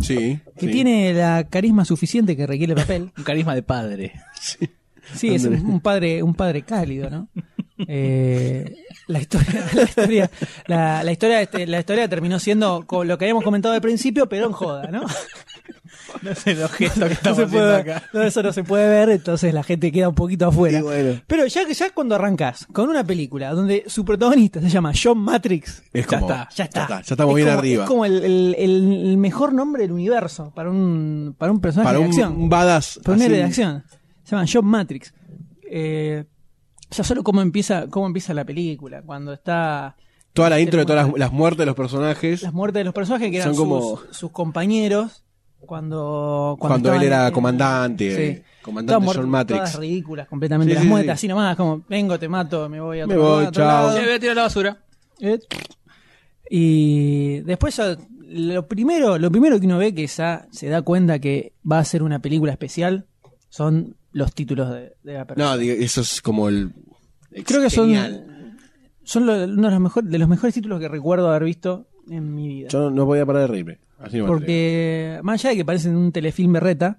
J: Sí,
B: que
J: sí.
B: tiene la carisma suficiente que requiere el papel.
C: Un carisma de padre.
B: Sí, es un, un padre, un padre cálido, ¿no? Eh, la historia, la historia, la, la historia, este, la historia terminó siendo con lo que habíamos comentado al principio, pero en joda, ¿no?
C: No sé los gestos que
B: no
C: estamos
B: se
C: haciendo
B: puede,
C: acá.
B: no, eso no se puede ver, entonces la gente queda un poquito afuera.
J: Y bueno.
B: Pero ya que ya cuando arrancas con una película donde su protagonista se llama John Matrix,
J: Es
C: Ya
J: como-
C: está,
B: ya está.
J: Ya, estamos
B: Es
J: bien
B: como-
J: arriba.
B: Es como el, el- el mejor nombre del universo para un, para un personaje
J: Para
B: de
J: un,
B: acción.
J: un badass.
B: Para un
J: así,
B: héroe de acción. Se llama John Matrix. Eh, ya solo cómo empieza, cómo empieza la película, cuando está
J: Toda la intro de todas las, las muertes de los personajes.
B: las muertes de los personajes que eran
J: Son como-
B: sus, sus compañeros cuando
J: Cuando él
B: estaban
J: era
B: en-
J: comandante, eh, comandante
B: Todas muertas,
J: John Matrix.
B: todas ridículas completamente
J: Sí,
B: las
J: sí,
B: muertas
J: sí.
B: así nomás como vengo te mato me voy a
J: Me
B: otro
J: voy,
B: lado, a otro
J: chao.
B: lado.
C: Che, voy a tirar la basura.
B: Eh, Y después ya, lo primero, lo primero que uno ve que ya se da cuenta que va a ser una película especial son los títulos de, de la película.
J: No, digo, eso es como el.
B: Creo que son-
J: genial.
B: Son lo- uno de los mejores, de los mejores títulos que recuerdo haber visto en mi vida.
J: Yo no voy a parar de reírme. Así no me atrevo.
B: Porque más allá de que parecen un telefilm berreta,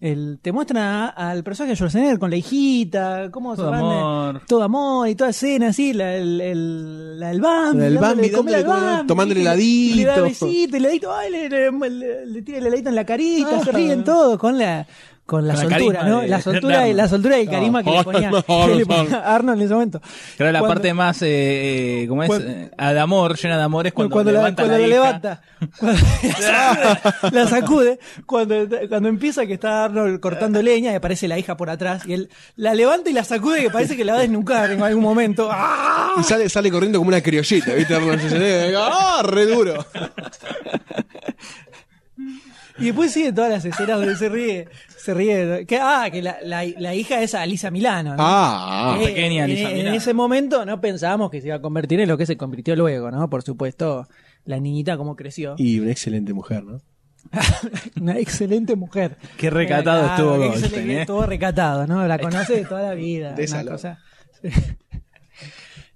B: el- te muestra al personaje de Schwarzenegger con la hijita, cómo
C: Todo
B: se van de-
C: amor.
B: todo amor y toda escena así, la, el, el, la del Bambi,
J: La del
B: dándole
J: Bambi,
B: de comer
J: dándole
B: al
J: comer,
B: Bambi,
J: tomando el
B: le-
J: heladito.
B: Le da besito, el heladito, ay, le, le- le- le tira el heladito en la carita, se ríen todos con la con la
C: Ah. Con la
B: soltura,
C: carisma
B: ¿no?
C: de-
B: la soltura,
C: de
B: y- la
C: Arnold.
B: soltura y el carisma que le ponía, que le ponía Arnold en ese momento.
C: Claro, la
B: Cuando-
C: parte más, eh, eh, ¿cómo es?
B: Cuando-
C: Eh, Al amor, llena de amor, es cuando,
B: cuando, la,
C: levanta
B: cuando la
C: la hija.
B: levanta, cuando la sacude, la sacude, cuando, cuando empieza que está Arnold cortando leña y aparece la hija por atrás y él la levanta y la sacude que parece que la va a desnucar en algún momento. ¡Ah!
J: Y sale, sale corriendo como una criollita, ¿viste? Arnold Schwarzenegger. ¡Ah, re duro!
B: Y después sigue todas las escenas donde se ríe, se ríe. Que, ah, que la, la- la hija es a Lisa Milano. ¿no?
J: Ah,
B: Que
C: pequeña
B: en,
C: Lisa
B: en
C: Milano.
B: ese momento no pensábamos que se iba a convertir en lo que se convirtió luego, ¿no? Por supuesto, la niñita como creció.
J: Y una excelente mujer, ¿no?
B: Una excelente mujer.
C: Qué recatado
B: Claro,
C: estuvo
B: qué
C: Goldstein,
B: excelente,
C: ¿eh?
B: Estuvo recatado, ¿no? La conoce de toda la vida.
J: De esa
B: una
J: lo-
B: cosa.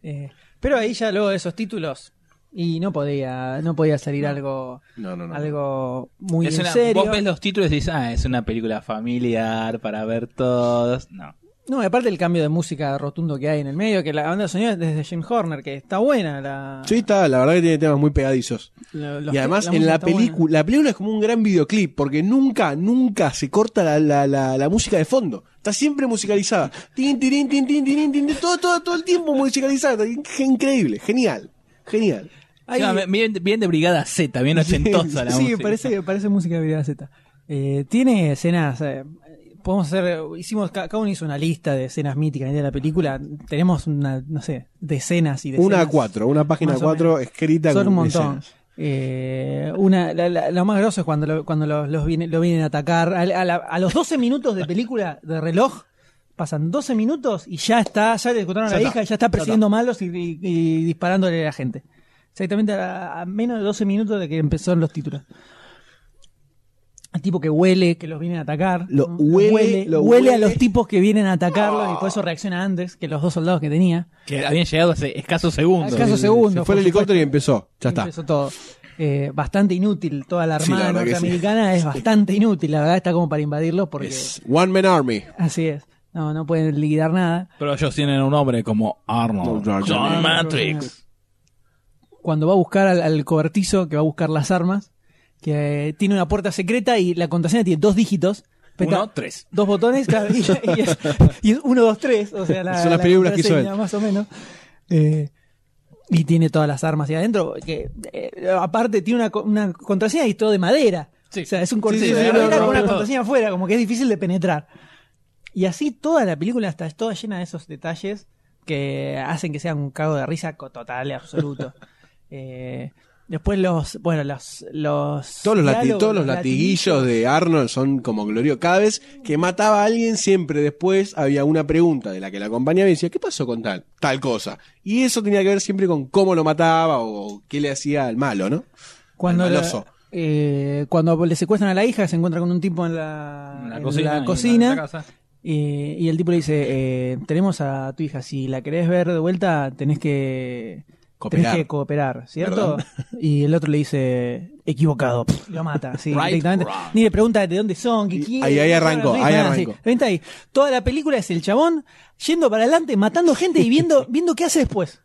B: Eh, pero ahí ya luego de esos títulos y no podía no podía salir algo
J: No, no, no.
B: algo muy
C: Es
B: en
C: una-
B: serio.
C: Vos ves los títulos y dices, ah, es una película familiar para ver todos. No.
B: No, y aparte el cambio de música rotundo que hay en el medio, que la banda sonora es desde Jim Horner, que está buena la
J: Sí, está, la verdad que tiene temas muy pegadizos.
B: la- los-
J: y además en
B: música
J: la
B: está buena.
J: película, la película es como un gran videoclip, porque nunca, nunca se corta la, la, la, la música de fondo. Está siempre musicalizada. Tin, tirín, tin, tin, tirín, tin, tin, todo, todo, todo el tiempo musicalizada. In- Increíble, genial, genial.
B: Hay-
C: Encima, bien, bien de Brigada Z, bien ochentosa la
B: sí,
C: música.
B: parece, parece música de Brigada Z. Eh, tiene escenas. eh, podemos hacer. Hicimos, ca- cada uno hizo una lista de escenas míticas de la película. Tenemos una, no sé, decenas y decenas.
J: Una a cuatro, una página
B: Más o
J: cuatro escrita
B: Son
J: con
B: un montón.
J: escenas.
B: Eh, una, la- la- lo más grosso es cuando lo, cuando los, los viene- lo vienen a atacar. A, la- a la- a los 12 minutos de película de reloj, pasan 12 minutos y ya está, ya le ejecutaron a la
J: Ya
B: hija,
J: está,
B: ya está
J: ya
B: persiguiendo malos y, y- y disparándole a la gente. Exactamente a, a menos de 12 minutos de que empezaron los títulos. El tipo que huele, que los vienen a atacar.
J: Lo
B: ¿no?
J: huele, lo
B: huele a
J: huele. Oh.
B: los tipos que vienen a atacarlo y por eso reacciona antes que los dos soldados que tenía.
C: Que habían llegado hace escasos segundos.
B: Escasos
J: Se-
B: segundos,
J: se fue
B: por
J: el
B: supuesto.
J: helicóptero y empezó. Ya
B: Y
J: está.
B: empezó todo. Eh, bastante inútil toda la
J: Sí, la
B: armada
J: verdad que sí.
B: norteamericana es bastante inútil, la verdad está como para invadirlos porque
J: Es One Man Army.
B: así es. No, no pueden liquidar nada.
C: Pero ellos tienen un nombre como Arnold.
J: No, no, no.
C: John
J: No,
C: Matrix.
B: Cuando va a buscar al, al cobertizo que va a buscar las armas, que eh, tiene una puerta secreta y la contraseña tiene dos dígitos. pero
C: Uno,
B: está-
C: tres.
B: Dos botones, claro, y, y es, y es uno, dos, tres. O sea, la,
J: Son las
B: la
J: películas que hizo
B: contraseña,
J: él.
B: Más o menos. Eh, y tiene todas las armas ahí adentro. Que, eh, aparte, tiene una, co- una contraseña y todo de madera.
C: Sí.
B: O sea, es un cortillo
J: Sí, sí,
B: de
J: sí,
B: madera
J: no, no,
B: con una
J: no.
B: contraseña afuera, como que es difícil de penetrar. Y así toda la película está toda llena de esos detalles que hacen que sea un cago de risa co- total y absoluto. Eh, después los, bueno, los, los
J: Todos los, lati-
B: diálogos,
J: todos los latiguillos de Arnold son como gloriosos. Cada vez que mataba a alguien, siempre después había una pregunta de la que la acompañaba y decía, ¿qué pasó con tal? Tal cosa. Y eso tenía que ver siempre con cómo lo mataba o qué le hacía al malo, ¿no?
B: cuando
J: Al
B: la-
J: maloso.
B: eh, cuando le secuestran a la hija se encuentra con un tipo en la, en la
C: y
B: cocina,
C: en la casa.
B: eh, y el tipo le dice eh, tenemos a tu hija si la querés ver de vuelta tenés que
J: Cooperar.
B: tenés que cooperar cierto
J: ¿Verdad?
B: y el otro le dice equivocado pf, lo mata sí,
C: Right,
B: directamente
C: wrong.
B: ni le pregunta de dónde son qué
J: Y
B: quieren
J: ahí- ahí arrancó,
B: nada,
J: ahí
B: nada,
J: arrancó.
B: sí. Vente ahí toda la película es el chabón yendo para adelante matando gente y viendo viendo qué hace después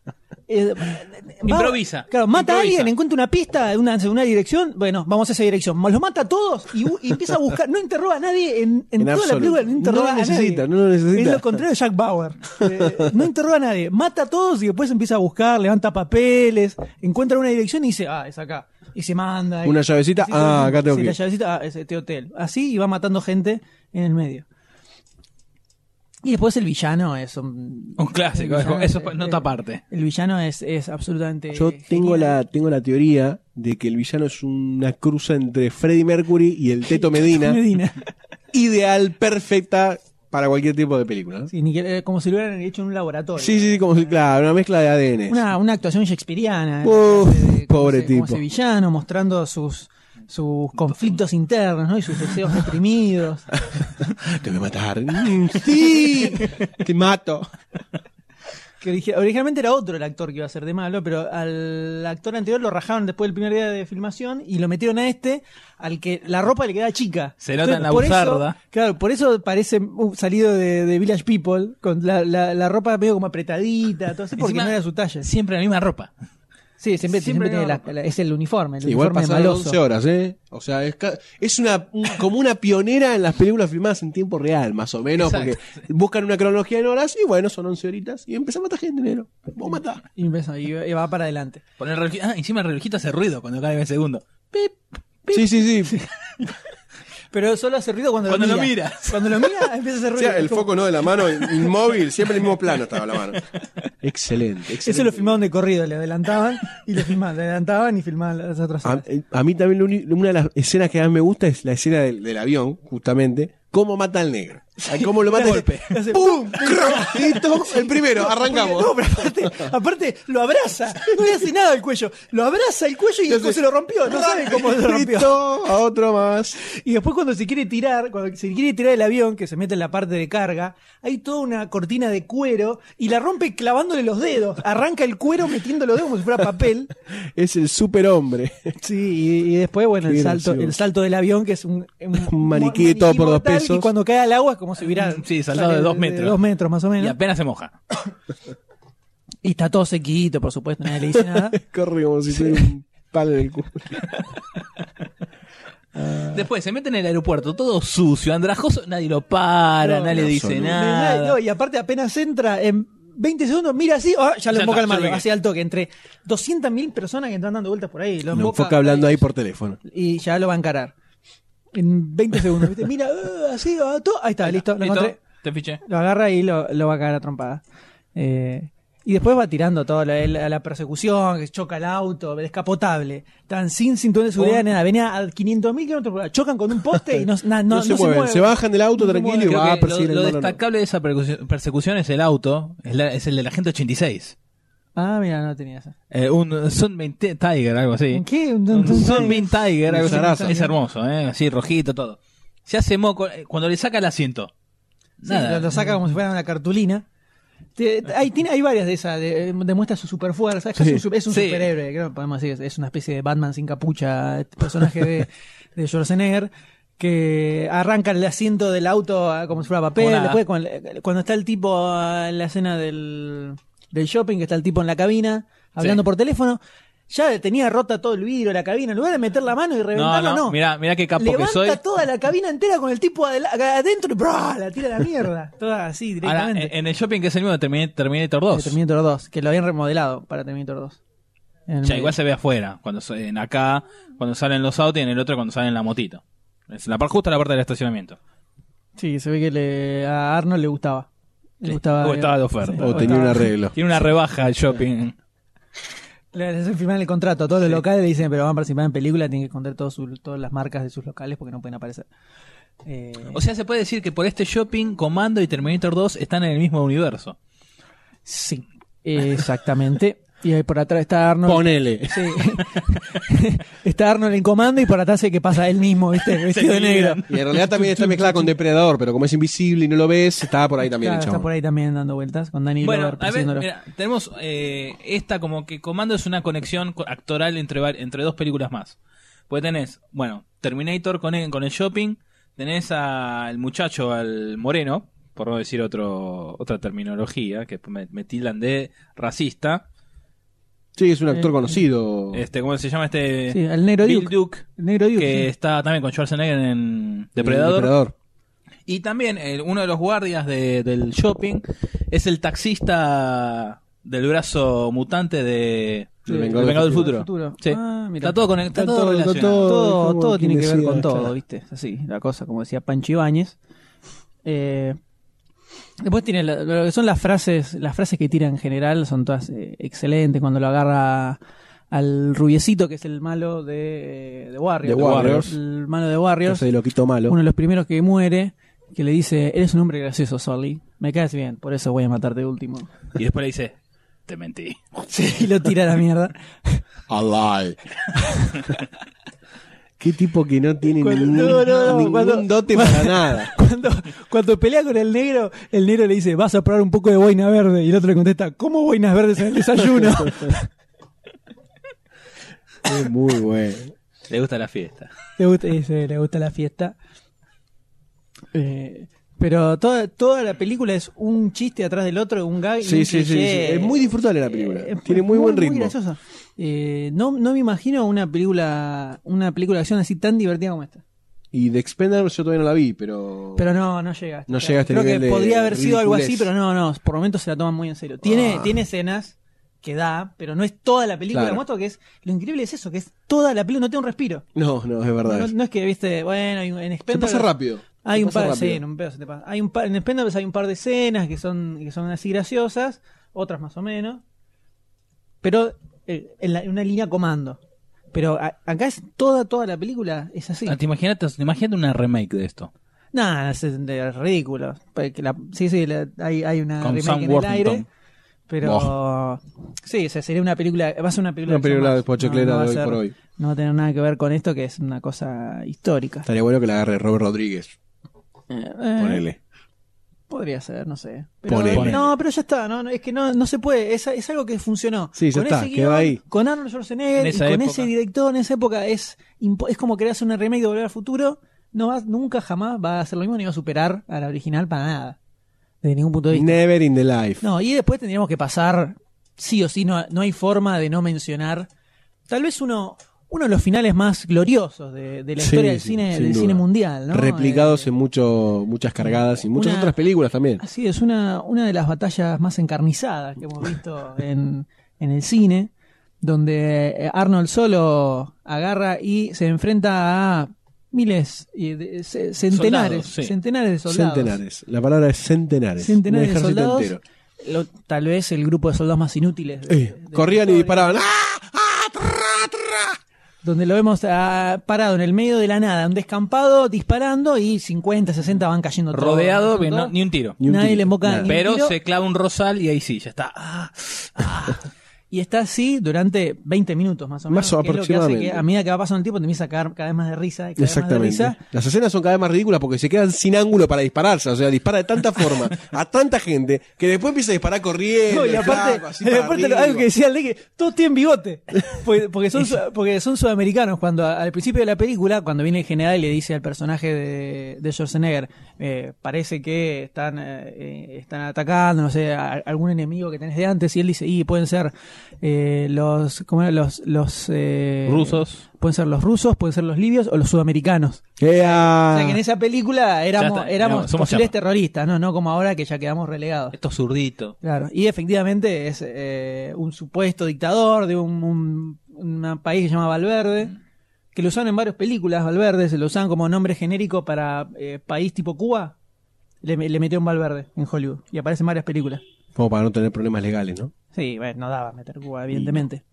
B: Eh, va-
C: Improvisa.
B: Claro, mata a
C: Improvisa.
B: alguien, encuentra una pista, una, una dirección. Bueno, vamos a esa dirección. Los mata a todos y, bu- y empieza a buscar. No interroga a nadie en, en
J: En
B: toda la
J: absoluto.
B: película. No interroga
J: No lo
B: a
J: necesita,
B: nadie.
J: no lo necesita.
B: Es lo contrario de Jack Bauer. Eh, no interroga a nadie. Mata a todos y después empieza a buscar, levanta papeles, encuentra una dirección y dice, ah, es acá. Y se manda. y-
J: Una llavecita,
B: Sí,
J: ah, acá tengo
B: sí,
J: que
B: la
J: ir.
B: llavecita, ah, es este hotel. Así y va matando gente en el medio. Y después el villano es un,
C: Un clásico,
B: el
C: eso-
B: villano
C: eso
B: es-
C: nota aparte.
B: El villano es, es absolutamente.
J: Yo tengo
B: genial.
J: la, tengo la teoría de que el villano es una cruza entre Freddie Mercury y el Teto Medina.
B: Medina.
J: ideal, perfecta para cualquier tipo de película. ¿no? Sí,
B: Sí, ni que- eh, como si lo hubieran hecho en un laboratorio.
J: sí, sí, como si- claro, una mezcla de ADN.
B: Una, una actuación shakespeariana.
J: Uf,
B: eh, como
J: pobre
B: ese- como
J: tipo.
B: ese villano mostrando sus sus conflictos internos ¿no? y sus deseos reprimidos.
J: Te voy a matar. Mm, sí, te mato.
B: Que origi- originalmente era otro el actor que iba a ser de malo, pero al actor anterior lo rajaron después del primer día de filmación y lo metieron a este, al que la ropa le quedaba chica.
C: Se nota en la
B: por eso-
C: buzarda.
B: claro, por eso parece uh, salido de, de Village People, con la, la- la ropa medio como apretadita, todo así, porque
C: Encima-
B: no era su talla. Sí,
C: Siempre la misma ropa.
B: siempre, siempre
C: siempre
B: tiene
C: era-
B: la- la- es el uniforme, el
J: Igual
B: uniforme
J: pasaron
B: maloso.
J: 11 horas, ¿eh? O sea, es, ca- es una, un- como una pionera en las películas filmadas en tiempo real, más o menos,
C: Exacto,
J: porque buscan una cronología en horas y bueno, son 11 horitas y empieza a matar gente, negro. Vos matás.
B: Y empieza- y va- y va para adelante.
C: Poner reloj- ah, encima el relojito hace ruido cuando cae el segundo.
J: Sí, sí, sí.
B: Pero solo hace ruido cuando,
C: Cuando
B: lo
C: lo
B: mira.
C: miras.
B: Cuando lo mira, empieza a hacer
Q: O
B: ruido.
Q: sea, el
B: Es como-
Q: foco no de la mano, inmóvil, siempre el mismo plano estaba la mano.
J: excelente, excelente.
B: Eso lo filmaban de corrido, le adelantaban y lo filmaban, le adelantaban y filmaban las otras
J: A, eh,
B: escenas.
J: a mí también lo uni- una de las escenas que más me gusta es la escena del, del avión, justamente. Cómo mata al negro. A ¿Cómo lo mata?
C: golpe.
J: Hace ¡Pum! ¡Crac! Listo, el primero, arrancamos.
B: No, pero aparte, aparte lo abraza, no le hace nada al cuello, lo abraza el cuello y después se lo rompió, no sabe cómo se lo rompió.
J: Listo, a otro más.
B: Y después cuando se quiere tirar, cuando se quiere tirar el avión, que se mete en la parte de carga, hay toda una cortina de cuero y la rompe clavándole los dedos, arranca el cuero metiendo los dedos como si fuera papel.
J: Es el superhombre.
B: Sí, y, y después, bueno,
J: Qué
B: el salto,
J: gracioso.
B: el salto del avión, que es un, un
J: Un maniquí todo por dos
B: mortal,
J: pesos.
B: Y cuando cae al agua es como si hubiera
C: Sí, saltado de dos metros.
B: dos metros más o
C: Y
B: menos.
C: apenas se moja.
B: Y, está todo sequito, por supuesto, nadie le dice nada.
J: Corre como si fuera un palo en el culo.
C: Después se mete en el aeropuerto, todo sucio, andrajoso, nadie lo para,
B: No,
C: nadie le
B: no,
C: dice
B: absolutamente.
C: nada.
B: No, y aparte apenas entra en 20 segundos, mira así, ah, ya lo
C: Ya
B: emboca
C: está,
B: el
C: ya lo
B: malo,
C: vi.
B: así al toque, entre 200.000 personas que están dando vueltas por ahí. Lo
J: Lo
B: emboca
J: enfoca hablando ahí por teléfono.
B: Y ya lo va a encarar. En 20 segundos, ¿viste? mira, ah, así, ah, todo. ahí está, listo, lo
C: ¿Listo?
B: encontré.
C: Te fiché.
B: Lo agarra y lo, lo va a cagar a trompada. Eh, y después va tirando todo, la, la- la persecución, que choca el auto, el descapotable. Están sin cinturón de seguridad,
C: Con-
B: nada, venía a 500.000 kilómetros por hora. Chocan con un poste y no, na- no-
J: Oh. No,
B: no
J: se, mueven, se bajan del auto
B: No se
J: tranquilo
B: mueven.
J: y
C: Creo
J: va a
C: que
J: perseguir
C: lo, lo
J: el mono, no.
C: destacable de esa persecu- persecución es el auto, es, la- es el de la gente 86.
B: Ah, mira, no tenía esa.
C: Eh, un Sunbeam Ti- Tiger, algo así.
B: ¿En qué? Un-
C: Un
B: un-
C: Sunbeam Tiger, algo
J: Un zarazo.
C: así. Es hermoso, ¿eh? así rojito, todo. Se hace moco eh, cuando le saca el asiento.
B: Sí,
C: Nada.
B: lo, lo saca como si fuera una cartulina. Te- te- Hay, tiene- hay varias de esas, de- demuestra su superfuerza, es, casi un, su- es un
C: Sí.
B: superhéroe, creo, que podemos decir, es- es una especie de Batman sin capucha, este personaje de, de Schwarzenegger, que arranca el asiento del auto ah, como si fuera papel,
C: Como nada.
B: después cuando, cuando está el tipo ah, en la escena del, del shopping, que está el tipo en la cabina, hablando
C: Sí.
B: por teléfono, ya tenía rota todo el vidrio de la cabina, en lugar de meter la mano y
C: no,
B: reventarlo,
C: no,
B: no.
C: Mirá, mirá qué capo
B: Levanta
C: que soy.
B: toda la cabina entera con el tipo adela- adentro y ¡bra! la tira a la mierda. Toda así
C: Ahora, en,
B: directamente.
C: en el shopping que es el mismo de Termin- Terminator 2.
B: Terminator 2, que lo habían remodelado para Terminator 2. En el
C: Ya,
B: medio.
C: igual se ve afuera, cuando so- en acá, cuando salen los autos y en el otro cuando salen la motito. Es la par, justo la parte del estacionamiento.
B: Sí, se ve que le, a Arnold le gustaba. Le
C: Sí,
B: gustaba.
C: o estaba de oferta.
B: Sí,
J: O tenía un arreglo.
C: Tiene una rebaja el shopping.
B: Le le hacen firmar el contrato a todos los locales, le dicen, pero van a participar en película, tienen que esconder todo su- todas las marcas de sus locales porque no pueden aparecer. Eh,
C: O sea, se puede decir que por este shopping, Comando y Terminator 2 están en el mismo universo.
B: sí, exactamente. y ahí por atrás está Arnold.
J: Ponele.
B: Sí. está Arnold en comando y por atrás sé que pasa él mismo, ¿viste? Vestido de negro.
J: Y en realidad también está mezclada con Depredador, pero como es invisible y no lo ves, estaba por ahí también
B: Claro,
J: el
B: está
J: chabón.
B: por ahí también dando vueltas con Danny
C: Bueno,
B: Glover
C: a ver,
B: persiguiéndolo.
C: mira, tenemos eh, esta como que Comando es una conexión co- actoral entre, var- entre dos películas más. Pues tenés, bueno, Terminator con el, con el shopping, tenés al muchacho, al moreno, por no decir otro, otra terminología, que me, me tildan de racista.
J: Sí, es un actor
B: Eh,
J: conocido.
C: Este, ¿Cómo se llama este?
B: Sí, al negro
C: Bill
B: Duke. El negro Duke.
C: que
B: sí.
C: está también con Schwarzenegger en
J: El
C: Depredador. Y también el- uno de los guardias de- del shopping es el taxista del brazo mutante de
J: Del
C: de-
J: Vengador
C: del Vengador del
J: del
C: Futuro.
B: Futuro.
C: Sí.
B: Ah, mira.
C: está todo conectado,
J: Está
C: está todo
J: todo- está
C: relacionado.
J: Todo,
B: todo,
J: como
B: todo
J: quien
B: tiene que ver
J: decía,
B: con todo,
J: claro.
B: ¿viste? Es Así, la cosa, como decía Pancho Ibáñez. Eh, después tiene la- lo que son las frases, las frases que tira en general son todas eh, excelentes. Cuando lo agarra al rubiecito, que es el malo de, de Warriors.
J: De Warriors.
B: El malo de
J: Yo
B: Warriors.
J: soy loquito malo.
B: Uno de los primeros que muere, que le dice, eres un hombre gracioso, Sully. Me caes bien, por eso voy a matarte de último.
C: Y después le dice, te mentí.
B: Sí, y lo tira a la mierda.
J: Alive. Qué tipo que no tiene
B: Cuando-
J: ningún,
B: no, no, no,
J: ningún
B: cuando-
J: dote
B: cuando-
J: para nada.
B: Cuando, cuando pelea con el negro, el negro le dice, vas a probar un poco de boina verde. Y el otro le contesta, ¿cómo boinas verdes en el desayuno?
J: Es muy bueno.
C: Le gusta la fiesta.
B: le, gusta, dice, le gusta la fiesta. Eh, pero toda, toda la película es un chiste atrás del otro, un gag. y
J: Sí,
B: un
J: sí, sí, sí.
B: cliché.
J: Es muy disfrutable la película.
B: Eh,
J: Tiene muy buen ritmo.
B: graciosa. Eh, no, no me imagino una película una película de acción así tan divertida como esta.
J: y The Expendables yo todavía no la vi, pero.
B: Pero no, no llegaste.
J: No llega a este
B: Creo que
J: nivel de
B: podría haber sido algo así,
J: ridiculez.
B: pero no, no, por momentos se la toman muy en serio. Tiene,
J: Ah.
B: tiene escenas que da, pero no es toda la película.
J: Claro.
B: Muestro que es, lo increíble es eso, que es toda la película, no tiene un respiro.
J: No, no, es verdad.
B: No, no es que, viste, bueno, hay un- en
J: Se
B: Expendables...
J: pasa rápido.
B: Hay
J: Se
B: un
J: pasa
B: par de
J: rápido.
B: escenas, un pedo se te pasa. Hay un par, en Expendables hay un par de escenas que son, que son así graciosas, otras más o menos. Pero eh, en, la- en una línea comando. Pero a- acá es toda, toda la película es así.
C: Ah, te imagínate, imagínate una remake de esto.
B: Nada, es, de- ridículo. Porque la- sí, sí, la- hay, hay una
C: Con
B: remake
C: Sam
B: en el
C: Worthington.
B: aire. Pero sí, o sea, sería una película, va a ser una película,
J: Una película
B: más.
J: de pochoclera
B: va
J: de
B: a
J: hoy
B: ser-
J: por hoy.
B: No va a tener nada que ver con esto que es una cosa histórica.
J: Estaría bueno que la agarre Robert Rodríguez.
B: Eh,
J: Ponele.
B: Podría ser, no sé. Pero-
J: Ponele.
B: No, pero ya está, no, no, es que no, no se puede, es, es algo que funcionó.
J: Sí, ya
B: con
J: está,
B: ese
J: quedó ahí.
B: Con Arnold Schwarzenegger,
C: En
B: y
C: esa
B: con
C: época.
B: ese director en esa época, es, impo- es como querer hacer una remake de Volver al Futuro, no vas, nunca jamás va a hacer lo mismo ni va a superar a la original para nada. Desde ningún punto de vista.
J: Never in the life.
B: No, y después tendríamos que pasar, sí o sí, no, no hay forma de no mencionar, tal vez uno, uno de los finales más gloriosos de, de la
J: Sí,
B: historia del,
J: sí,
B: cine,
J: sin
B: del
J: duda.
B: cine mundial, ¿no? Eh,
J: Replicados en mucho, muchas cargadas y muchas
B: una-
J: otras películas también.
B: Así Ah, es, una, una de las batallas más encarnizadas que hemos visto en, en el cine, donde eh, Arnold solo agarra y se enfrenta a miles, y de- ce- centenares,
C: Soldados, sí.
B: centenares de soldados.
J: Centenares. La palabra es centenares.
B: Centenares
J: Un
B: de
J: ejército
B: soldados.
J: entero.
B: Lo- tal vez el grupo de soldados más inútiles. de-
J: Eh,
B: de-
J: corrían y disparaban. ¡Ah!
B: Donde lo vemos ah, parado en el medio de la nada, un descampado disparando y 50, 60 van cayendo todos.
C: Rodeado, pero
B: Todos.
C: no- ni un tiro.
J: Ni un
B: Nadie
J: tiro,
B: le emboca
J: nada.
B: ni un
C: Pero
B: tiro.
C: se clava un rosal y ahí sí, ya está. Ah,
B: Y está así durante 20 minutos más o menos.
J: Más o
B: que es lo que
J: aproximadamente.
B: hace que a medida que va pasando el tiempo te empieza a caer cada vez más de risa. y Cada Vez más de
J: Exactamente.
B: risa.
J: Las escenas son cada vez más ridículas porque se quedan sin ángulo para dispararse. O sea, dispara de tanta forma a tanta gente que después empieza a disparar corriendo.
B: No, y
J: el
B: aparte,
J: flaco, así
B: y
J: eh, para
B: aparte lo-
J: arriba.
B: algo que decía el de que todos tienen bigote.
C: Pues,
B: Porque, porque son, su- porque son sudamericanos. Cuando a- al principio de la película, cuando viene el general y le dice al personaje de, de Schwarzenegger, eh, parece que están, eh, eh, están atacando, no sé, a- a algún enemigo que tenés de antes, y él dice, y pueden ser eh, los, ¿cómo era? Los, los eh,
C: rusos.
B: Pueden ser los rusos, pueden ser los libios o los sudamericanos.
J: ¡Ea!
B: O sea que en esa película éramos,
C: Ya está,
B: éramos
C: no, somos
B: posibles
C: llamas.
B: terroristas, ¿no? No como ahora que ya quedamos relegados.
C: Esto es zurdito.
B: Claro. Y efectivamente es eh, un supuesto dictador de un, un- un país que se llama Valverde, que lo usan en varias películas, Valverde, se lo usan como nombre genérico para eh, país tipo Cuba. Le, le metió un Valverde en Hollywood y aparece en varias películas.
J: Como para no tener problemas legales, ¿no?
B: Sí, bueno, no daba meter Cuba, evidentemente.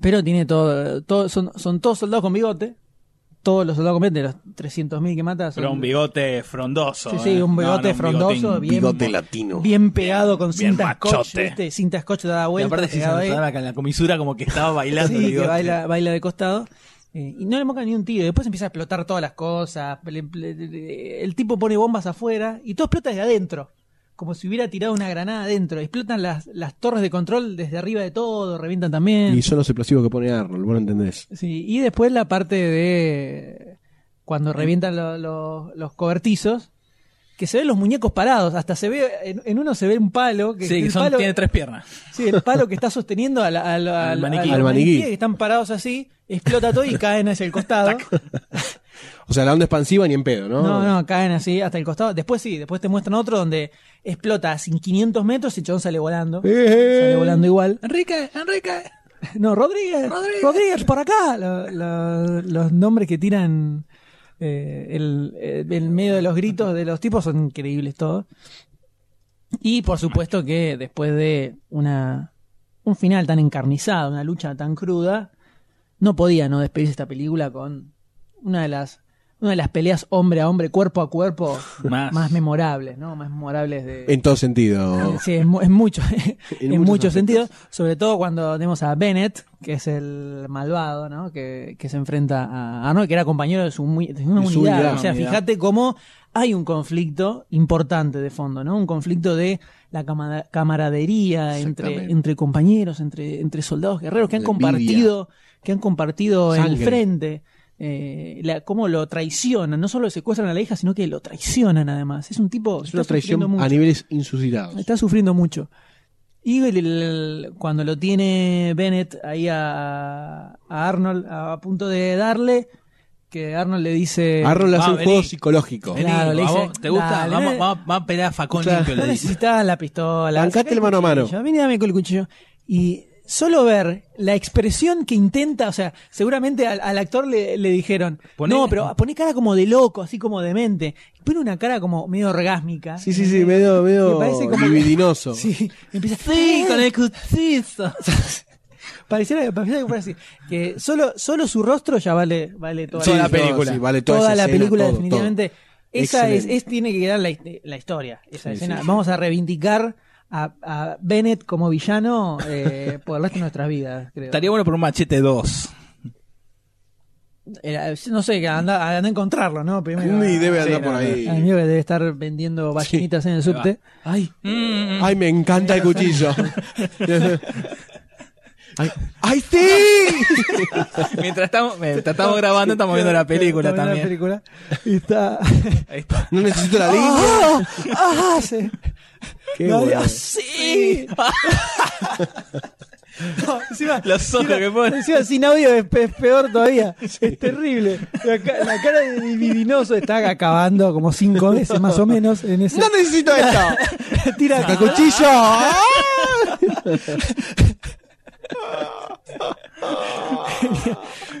B: Pero tiene todo, todo son, son todos soldados con bigote. Todos los soldados con bigote, los 300.000 que mata, son
H: Pero un bigote frondoso.
B: Sí, sí,
H: ¿eh?
B: un bigote
H: No, no, un bigotín.
B: frondoso, bien,
J: latino.
B: bien pegado con
H: Bien
B: cinta scotch,
H: machote.
B: ¿viste? cinta scotch da
C: Y
B: vuelta.
C: aparte si se
B: pegado ahí.
C: notaba acá en la comisura como que estaba bailando.
B: Sí,
C: digo,
B: que baila, baila de costado. Eh, y no le moca ni un tiro. Después empieza a explotar todas las cosas. Le- le- le- el tipo pone bombas afuera y todo explota desde adentro. Como si hubiera tirado una granada adentro. Explotan las, las torres de control desde arriba de todo, revientan también.
J: Y son los explosivos que pone Arnold, vos lo entendés.
B: Sí, y después la parte de cuando revientan lo- lo- los cobertizos, que se ven los muñecos parados, hasta se ve, en, en uno se ve un palo, que,
C: Sí, que
B: el,
C: son-
B: palo
C: tiene tres piernas.
B: sí, el palo que está sosteniendo al, al- al-
C: maniquí.
B: al
J: Al maniquí.
B: maniquí, que están parados así, explota todo y caen hacia el costado.
J: O sea, la onda expansiva ni en pedo, ¿no?
B: No, no, caen así hasta el costado. Después sí, después te muestran otro donde explota a 500 metros y el chabón sale volando.
J: Eh, eh.
B: Sale volando igual.
C: Enrique, Enrique.
B: No, Rodríguez. Rodríguez, por acá. Lo- lo- los nombres que tiran eh, el, eh, en medio de los gritos de los tipos son increíbles todos. Y por supuesto que después de una un final tan encarnizado, una lucha tan cruda, no podía no despedirse esta película con una de las una de las peleas hombre a hombre, cuerpo a cuerpo,
C: Más.
B: más, memorables, ¿no? Más memorables de,
J: En todo sentido.
B: Sí, en, mu- en mucho- en
J: muchos
B: muchos
J: aspectos.
B: sentidos. Sobre todo cuando tenemos a Bennett, que es el malvado, ¿no? Que, que se enfrenta a Arnold, que era compañero de su, mu- de una
J: De su
B: unidad.
J: unidad.
B: O sea,
J: Unidad.
B: fíjate cómo hay un conflicto importante de fondo, ¿no? Un conflicto de la camada- camaradería entre,
J: Exactamente.
B: entre compañeros, entre, entre soldados guerreros que han
J: La
B: compartido, que han compartido el
J: Sangre.
B: frente. eh, la- cómo lo traicionan, no solo secuestran a la hija, sino que lo traicionan además. Es un tipo que
J: Es
B: está
J: una
B: sufriendo
J: traición
B: mucho.
J: a niveles insuscitados.
B: Está sufriendo mucho. Y el- el- cuando lo tiene Bennett ahí a, a Arnold a, punto de darle, que Arnold le dice...
J: Arnold hace
C: va,
J: un
C: vení.
J: juego psicológico.
C: Vení,
B: Claro, le
C: a
B: dice,
C: vos ¿Te gusta?
B: dale,
C: vamos,
B: eh.
C: vamos- vamos a pelear a facón
J: Claro.
C: limpio,
B: No
C: le dice.
B: necesitas la pistola.
J: Bancate
B: sacá
J: el mano a mano.
B: cuchillo, Vení, dame con el cuchillo. Y solo ver la expresión que intenta, o sea, seguramente al, al actor le, le dijeron,
C: Poné-
B: no, pero pone cara como de loco, así como de mente. Pone una cara como medio orgásmica.
J: Sí, sí, sí, medio, medio
B: Me parece como-
J: libidinoso.
B: Sí, y empieza sí, con el cuchillo. pareciera, pareciera que fuera así. Que solo, solo su rostro ya vale, vale toda,
J: Sí,
B: la,
J: no, sí, vale toda
B: toda,
J: esa
B: la
J: escena,
B: película,
J: todo,
B: definitivamente. Esa es,
J: Excelente.
B: es- tiene que quedar la, his- la historia, esa
J: Sí,
B: escena.
J: sí, sí.
B: Vamos a reivindicar a, a Bennett como villano eh, por el resto de nuestras vidas, creo.
C: Estaría bueno por un machete 2.
B: Era- no sé, anda, anda a encontrarlo, ¿no? Primero.
J: Y debe andar
B: Sí,
J: por ahí.
B: al mío que debe estar vendiendo ballenitas en el subte.
J: Ay, Mm-hmm. ay, me encanta el cuchillo. ay, ¡Ay, sí!
C: Mientras estamos, mientras estamos grabando, estamos viendo la película
B: Está
C: también.
B: viendo la película. Y está.
C: Ahí está.
J: No necesito la línea.
B: ¡Ah! ¡Ah! Sí.
J: Qué
B: No,
J: bueno.
B: Dios, sí. No, encima,
C: Los ojos que pone.
B: encima sin audio es, pe- es peor todavía. Es terrible. La, ca- la cara de Divinoso está acabando como cinco veces más o menos en ese.
J: No necesito esto.
B: Tira
J: Saca el cuchillo. ¡Ah!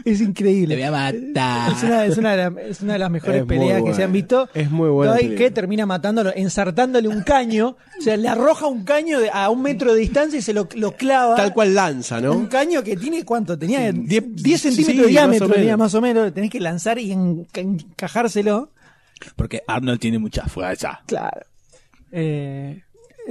B: Es increíble.
C: Le voy a matar.
B: Es una, es una de la- es una de las mejores
J: Es muy
B: peleas que se
J: buena.
B: han visto.
J: Es muy buena
B: No hay
J: película.
B: que termina matándolo, ensartándole un caño. O sea, le arroja un caño de- a un metro de distancia y se lo, lo clava.
J: Tal cual lanza,
B: Un
J: ¿no?
B: caño que tiene, ¿cuánto? Tenía
J: Diez-
B: 10
J: sí,
B: centímetros
J: más o
B: de diámetro,
J: menos.
B: tenía más o menos. Lo tenés que lanzar y enca- encajárselo.
H: Porque Arnold tiene mucha fuerza.
B: Claro. Eh,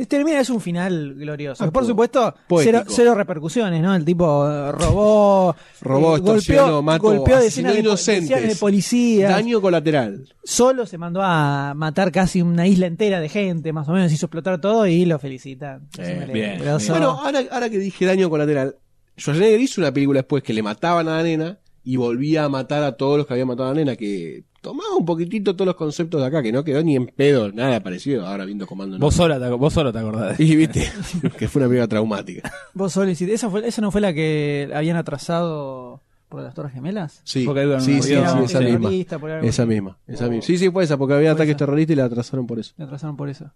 B: termina, es un final glorioso. Que por
J: Ah, po-
B: supuesto,
J: poético.
B: cero, cero repercusiones, ¿no? El tipo eh, robó,
J: Robó,
B: eh,
J: extorsionó,
B: golpeó,
J: mató,
B: golpeó
J: asesinó
B: decenas de, po-
J: inocentes.
B: decenas de policías.
J: Daño colateral.
B: Solo se mandó a matar casi una isla entera de gente, más o menos, hizo explotar todo y lo felicitan. Es
C: Eh,
B: un
C: bien,
B: grosso.
C: bien.
J: Bueno, ahora, ahora que dije daño colateral, Schwarzenegger hizo una película después que le mataban a la nena y volvía a matar a todos los que habían matado a la nena, que tomaba un poquitito todos los conceptos de acá, que no quedó ni en pedo, nada parecido, ahora viendo Comando.
C: Vos solo te, vos solo te acordás.
J: Y viste, que fue una película traumática.
B: Vos solo hiciste- ¿Esa, fue, ¿Esa no fue la que habían atrasado por las Torres Gemelas?
J: Sí,
C: Porque algo
J: sí,
C: no-
J: sí,
C: no-
J: sí,
C: no-
J: esa
C: no-
J: misma.
B: terrorista, por algo.
J: Esa misma, esa misma. Sí, sí, fue esa, porque había
B: Fue
J: ataques
B: esa.
J: terroristas y la atrasaron por eso.
B: La atrasaron por eso.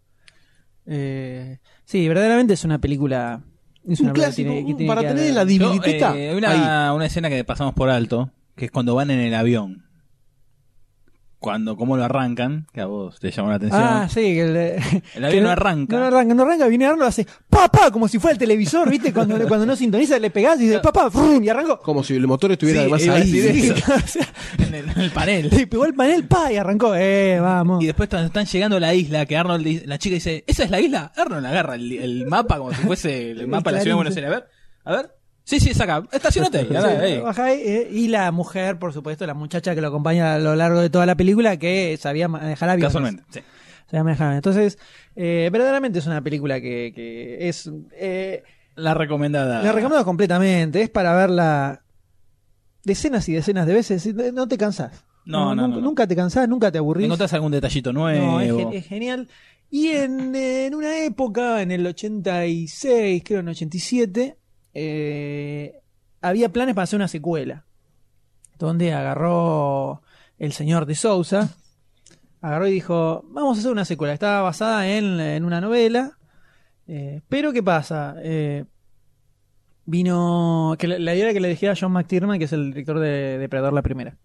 B: Eh, sí, verdaderamente es una película. Es
J: Un
B: una película que
J: clásico,
B: tiene- que
J: un-
B: tiene
J: para
B: que
J: tener
B: haber.
J: en la
C: Yo,
J: biblioteca.
C: eh, una, una escena que pasamos por alto, que es cuando van en el avión. Cuando, cómo lo arrancan, que a vos te llamó la atención.
B: Ah, sí, que el,
C: El avión
B: que
C: no arranca.
B: No, no arranca, no arranca, viene Arnold hace papá, como si fuera el televisor, ¿viste? Cuando, cuando no sintoniza le pegás y dice papá, y arrancó.
J: Como si el motor estuviera
C: Sí,
J: además
C: iba a
J: ahí.
C: decir
J: ¿viste?
C: eso.
B: O sea,
C: en, el, en el panel.
B: le pegó el panel, pa, y arrancó. Eh, vamos.
C: Y después cuando están llegando a la isla, que Arnold, dice- la chica dice, ¿esa es la isla? Arnold agarra el, el mapa como si fuese el mapa de la ciudad de Buenos Aires. A ver, a ver. Sí, sí, es acá. Estacionate. Y, a ver,
B: Sí,
C: eh.
B: baja ahí, eh, y la mujer, por supuesto, la muchacha que lo acompaña a lo largo de toda la película, que sabía manejar aviones.
C: Casualmente. sí.
B: Sabía manejar aviones. Entonces, eh, verdaderamente es una película que, que es... eh,
C: La recomendada.
B: La recomiendo completamente. Es para verla decenas y decenas de veces. y No te cansás.
C: No, no,
B: nunca,
C: no, no.
B: nunca te cansás, nunca te aburrís.
C: ¿Encontrás algún detallito nuevo?
B: No, es, gen- es genial. Y en, en una época, en el 86, creo en el 87, eh, había planes para hacer una secuela. Donde agarró el señor de Sousa, agarró y dijo, vamos a hacer una secuela. Estaba basada en, en una novela. eh, pero ¿qué pasa? Eh, vino... que la, la idea era que le dijera John McTiernan, que es el director de Depredador la primera.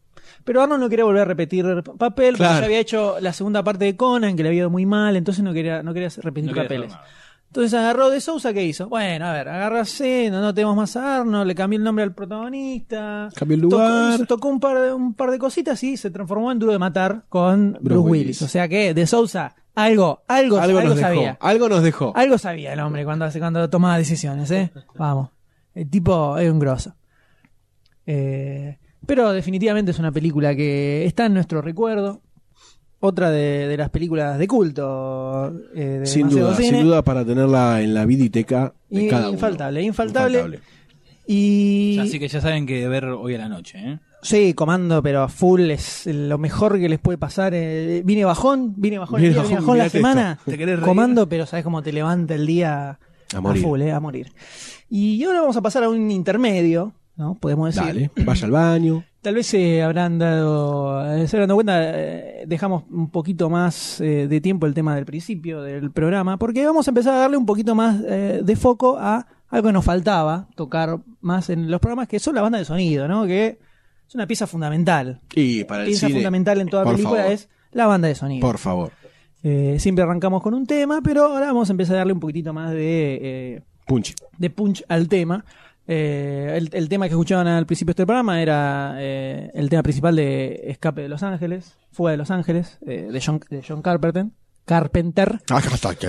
B: Pero Arnold no quería volver a repetir papel, porque
J: Claro.
B: ya había hecho la segunda parte de Conan, que le había ido muy mal, entonces no quería, no quería repetir
C: No quería
B: papeles.
C: hacer nada.
B: Entonces agarró de Sousa, ¿qué hizo? Bueno, a ver, agárrase, no, no tenemos más a Arnold, le cambió el nombre al protagonista.
J: Cambió el lugar.
B: Tocó, tocó un, par de, un par de cositas y se transformó en Duro de Matar con Bruce, Willis.
J: Willis.
B: O sea que de Sousa, algo, algo, algo,
J: nos dejó.
B: sabía.
J: Algo nos dejó.
B: Algo sabía el hombre cuando, hace- cuando tomaba decisiones, ¿eh? Vamos. El tipo es un grosso. Eh, pero definitivamente es una película que está en nuestro recuerdo. Otra de, de las películas de culto. eh, de
J: Sin
B: demasiado
J: duda,
B: cine.
J: sin duda para tenerla en la viditeca de
B: Y-
J: cada uno.
B: infaltable, infaltable, Y.
C: Así que ya saben que ver hoy a la noche, ¿eh?
B: Sí, comando, pero a full es lo mejor que les puede pasar. eh, Vine bajón, vine bajón, el
J: Vine
B: día, vine
J: bajón,
B: bajón la
J: mirate
B: semana.
C: esto. ¿Te querés reír?
B: Comando, pero sabes cómo te levanta el día
J: A morir.
B: full, eh, a morir. Y ahora vamos a pasar a un intermedio, ¿no? Podemos decir.
J: Dale, vaya al baño.
B: Tal vez se habrán dado, eh, se habrán dado cuenta, eh, dejamos un poquito más eh, de tiempo el tema del principio del programa, porque vamos a empezar a darle un poquito más eh, de foco a algo que nos faltaba tocar más en los programas, que son la banda de sonido, ¿no? Que es una pieza fundamental.
J: Y para el
B: pieza
J: cine,
B: fundamental en toda
J: por
B: película
J: favor.
B: es la banda de sonido.
J: por favor,
B: Eh, siempre arrancamos con un tema, pero ahora vamos a empezar a darle un poquitito más de... eh,
J: punch.
B: de punch al tema. Eh, el, el tema que escuchaban al principio de este programa era eh, el tema principal de Escape de Los Ángeles, Fuga de Los Ángeles, eh, de, John, de John Carpenter. Carpenter.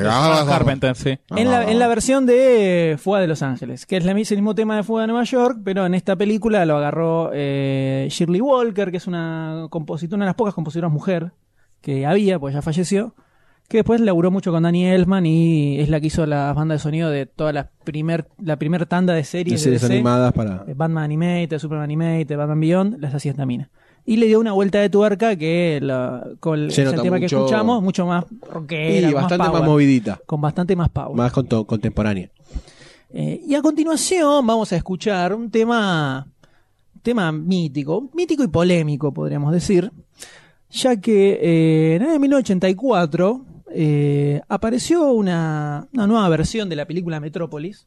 C: Carpenter, sí.
B: En la, en la versión de eh, Fuga de Los Ángeles, que es la, es el mismo tema de Fuga de Nueva York, pero en esta película lo agarró eh, Shirley Walker, que es una compositora, una de las pocas compositoras mujer que había, pues ya falleció, que después laburó mucho con Danny Elfman y es la que hizo las bandas de sonido de toda la primer, la primer tanda de series
J: Y series
B: DC.
J: animadas para...
B: Eh, Batman Animated, Superman Animated, Batman Beyond, las hacía esta mina. Y le dio una vuelta de tuerca que la- con
J: Se
B: es el
J: nota
B: tema que
J: mucho-
B: escuchamos, mucho más
J: Y
B: rockera,
J: bastante más,
B: power,
J: movidita,
B: Con bastante más power.
J: más conto- contemporánea.
B: Eh, y a continuación vamos a escuchar un tema, tema mítico, mítico y polémico, podríamos decir, ya que eh, en el 1984 eh, apareció una, una nueva versión de la película Metrópolis,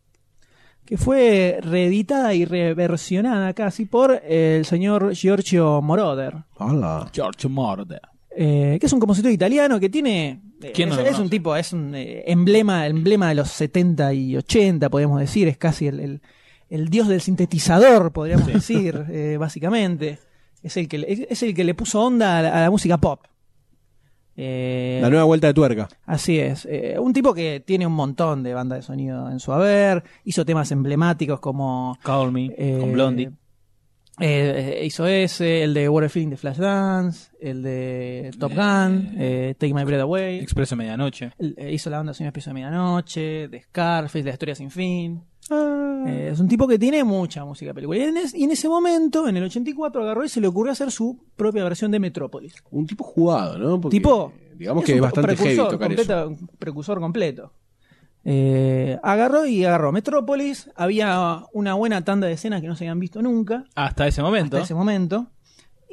B: que fue reeditada y reversionada casi por el señor Giorgio Moroder,
J: Hola.
C: George Morde.
B: eh, que es un compositor italiano que tiene. eh,
C: ¿Quién no
B: es,
C: lo
B: es
C: conoce?
B: un tipo, es un eh, emblema, emblema de los 70 y 80, podríamos decir. Es casi el, el- el dios del sintetizador, podríamos decir, eh, básicamente. Es el, que, le- es- es el que le puso onda a la, a la música pop. Eh,
J: La nueva vuelta de tuerca.
B: Así es. Eh, un tipo que tiene un montón de bandas de sonido en su haber. Hizo temas emblemáticos como
C: Call Me,
B: eh,
C: con Blondie.
B: eh, eh, hizo ese, el de What a Feeling de Flashdance, el de Top
C: Eh,
B: Gun, eh, Take My Breath Away.
C: Expreso Medianoche.
B: el- eh, hizo la banda sonora de Piso de Medianoche, de Scarface, de La Historia Sin Fin.
J: Ah.
B: Eh, es un tipo que tiene mucha música película. Y en, es- y en ese momento, en el 84, agarró y se le ocurrió hacer su propia versión de Metrópolis.
J: Un tipo jugado, ¿no? Porque,
B: Tipo,
J: Digamos
B: Es
J: que
B: un
J: es
B: to-
J: bastante heavy
B: precursor
J: tocar eso.
B: completo, un precursor completo. Eh, agarró y agarró Metrópolis. Había una buena tanda de escenas que no se habían visto nunca.
C: Hasta ese momento.
B: hasta ese momento.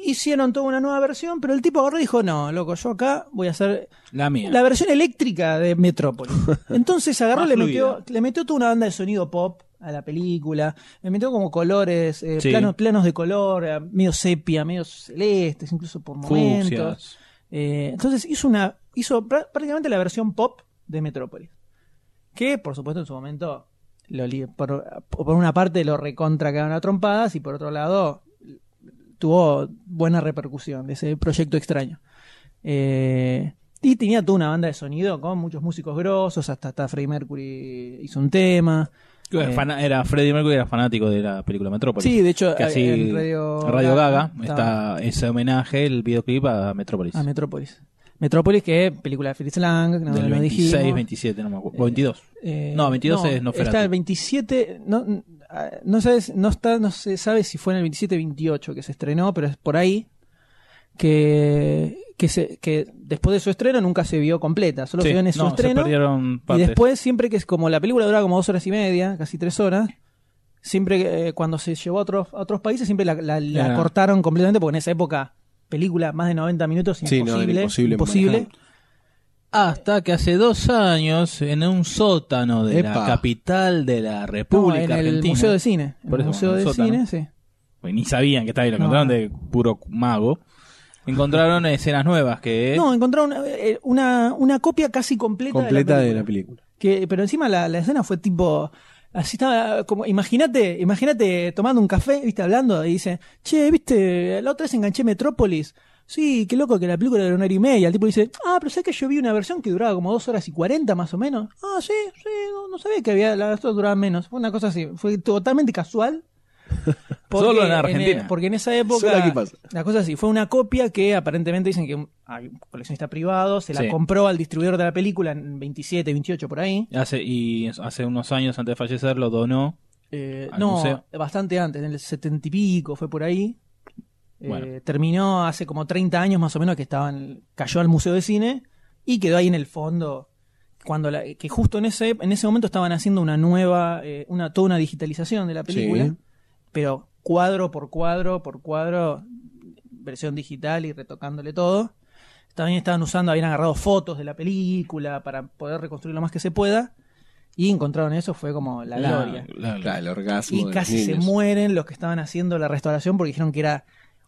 B: Hicieron toda una nueva versión, pero el tipo agarró y dijo, no, loco, yo acá voy a hacer
C: La mía.
B: la versión eléctrica de Metrópolis. Entonces agarró,
C: Más
B: le metió,
C: fluida.
B: le metió toda una banda de sonido pop a la película, le metió como colores, eh,
C: Sí.
B: planos, planos de color, eh, medio sepia, medio celestes, incluso por momentos.
C: Fucsias.
B: Eh, entonces hizo una hizo prá- prácticamente la versión pop de Metrópolis. Que, por supuesto, en su momento, lo li- por, por una parte lo recontra cagaron a trompadas y por otro lado tuvo buena repercusión de ese proyecto extraño. Eh, y tenía toda una banda de sonido con muchos músicos grosos, hasta, hasta Freddie Mercury hizo un tema.
C: Que era
B: Eh.
C: fana- Era Freddie Mercury era fanático de la película Metrópolis.
B: Sí, de hecho, eh,
C: que así
B: en
C: Radio,
B: Radio,
C: Gaga,
B: estaba
C: está ese homenaje, el videoclip a Metrópolis.
B: A Metrópolis. Metrópolis, que es película de Fritz Lang, no,
C: del
B: no
C: 26,
B: dijimos.
C: 27, no me acuerdo.
B: Eh,
C: 22.
B: Eh,
C: No, 22 es Nosferatu.
B: Está el 27, no, n- ah, no sabes, no está, no se sabe si fue en el 27 28 que se estrenó, pero es por ahí que que, se, que después de su estreno nunca se vio completa, solo
C: Sí,
B: se vio en su
C: no,
B: estreno.
C: Se perdieron
B: Y
C: partes.
B: después, siempre que es como la película duraba como dos horas y media, casi tres horas, siempre que, eh, cuando se llevó a otros, a otros países, siempre la, la- la
C: Era.
B: cortaron completamente, porque en esa época, película más de 90 minutos,
J: Sí,
B: imposible.
J: no, era imposible
B: imposible.
J: manejar.
B: ah,
C: Hasta que hace dos años, en un sótano de la
J: Epa.
C: capital de la
B: No,
C: República
B: en el
C: Argentina.
B: Museo de Cine. En
C: Por
B: el
C: eso,
B: Museo
C: en el
B: de
C: sótano.
B: Cine, sí.
C: Pues ni sabían que estaba ahí, lo
B: No,
C: encontraron
B: no.
C: de puro mago. Encontraron escenas nuevas que...
B: No, encontraron eh, una, una copia casi completa,
J: Completa
B: de
J: de
B: la
J: la
B: película.
J: película.
B: Que, pero encima la, la escena fue tipo. Así estaba, como, imagínate, imagínate tomando un café, viste, hablando, y dice, che, viste, la otra vez enganché Metrópolis. Sí, qué loco que la película era una hora y media. El tipo dice, ah, pero sabes que yo vi una versión que duraba como dos horas y cuarenta más o menos. Ah, sí, sí, no, no sabía que había, la otra duraba menos. Fue una cosa así, fue totalmente casual.
C: Solo en
B: eh,
C: Argentina.
B: porque en esa época,
C: Solo aquí pasa.
B: la cosa así, fue una copia que aparentemente dicen que un, hay un coleccionista privado se la
C: Sí.
B: compró al distribuidor de la película en 27, 28 por ahí.
C: Hace, y hace unos años antes de fallecer lo donó.
B: Eh,
C: al
B: no,
C: museo.
B: bastante antes, en el 70 y pico fue por ahí. Eh,
C: Bueno.
B: terminó hace como 30 años más o menos que estaba en- cayó al Museo de Cine y quedó ahí en el fondo. Cuando la- que justo en ese, en ese momento estaban haciendo una nueva, eh, una, toda una digitalización de la película,
J: Sí.
B: pero cuadro por cuadro por cuadro, versión digital y retocándole todo. También estaban usando, habían agarrado fotos de la película para poder reconstruir lo más que se pueda. Y encontraron eso, fue como la, gloria.
J: Claro, el orgasmo. de
B: Y
J: los
B: casi se
J: niños.
B: mueren los que estaban haciendo la restauración porque dijeron que era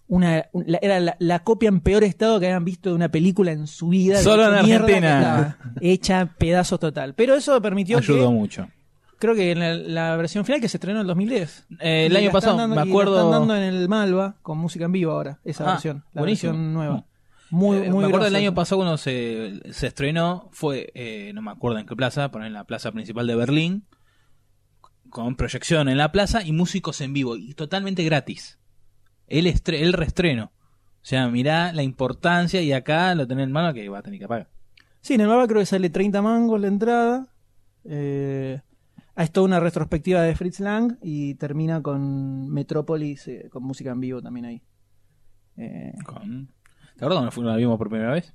B: una un- la- era la, la copia en peor estado que habían visto de una película en su vida. de
C: Solo en
B: mierda que
C: Argentina.
B: estaba, Hecha pedazos total. Pero eso permitió
C: Ayudó
B: que,
C: mucho.
B: creo que en la, la versión final que se estrenó en el 2010.
C: Eh, el
B: Y
C: año
B: la están
C: pasado,
B: dando-
C: me
B: y la
C: acuerdo-
B: están dando en el Malva con música en vivo ahora, esa
C: Ah,
B: versión, la
C: buenísimo.
B: versión nueva. Muy,
C: Eh,
B: muy
C: me acuerdo el
B: grosa
C: año
B: esa.
C: pasado cuando se, se estrenó, fue, eh, no me acuerdo en qué plaza, pero en la plaza principal de Berlín, con proyección en la plaza y músicos en vivo, y totalmente gratis. El, estre- el reestreno. O sea, mirá la importancia y acá lo tenés en mano que va a tener que pagar.
B: Sí, en el mapa creo que sale 30 mangos la entrada. Eh, es toda una retrospectiva de Fritz Lang y termina con Metrópolis, eh, con música en vivo también ahí. Eh,
C: Con- ¿Te acuerdas cuando fuimos- la vimos por primera vez?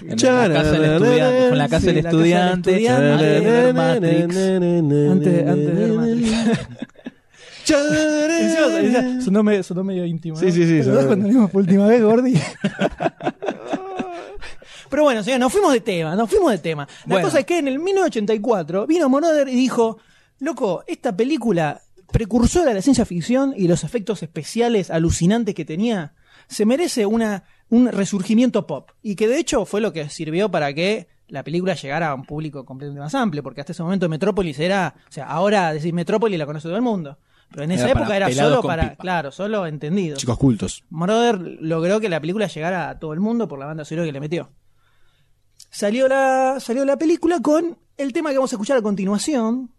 C: En la
B: Chararara,
C: casa del estudiante. Con la casa del
B: sí, la casa del
C: estudiante.
B: estudiante,
C: antes de ver Matrix.
B: antes, antes de ver Matrix. Encima, encima, sonó, medio, sonó medio íntimo.
G: Sí, sí, sí,
B: ¿Te acordás
G: sonó-
B: cuando vimos por última vez, Gordy? Pero bueno, señor, nos fuimos de tema, nos fuimos de tema. La
C: Bueno.
B: cosa es que en el 1984 vino Moroder y dijo, loco, esta película precursora de la ciencia ficción y los efectos especiales alucinantes que tenía, se merece una, un resurgimiento pop. Y que de hecho fue lo que sirvió para que la película llegara a un público completamente más amplio, porque hasta ese momento Metrópolis era, o sea, ahora decís Metrópolis la conoce todo el mundo, pero en
J: Era
B: esa
J: para
B: época era
J: pelados
B: solo
J: con
B: para,
J: pipa.
B: claro, solo entendidos.
J: Chicos cultos.
B: Moroder logró que la película llegara a todo el mundo por la banda sonora que le metió. Salió la, salió la película con el tema que vamos a escuchar a continuación,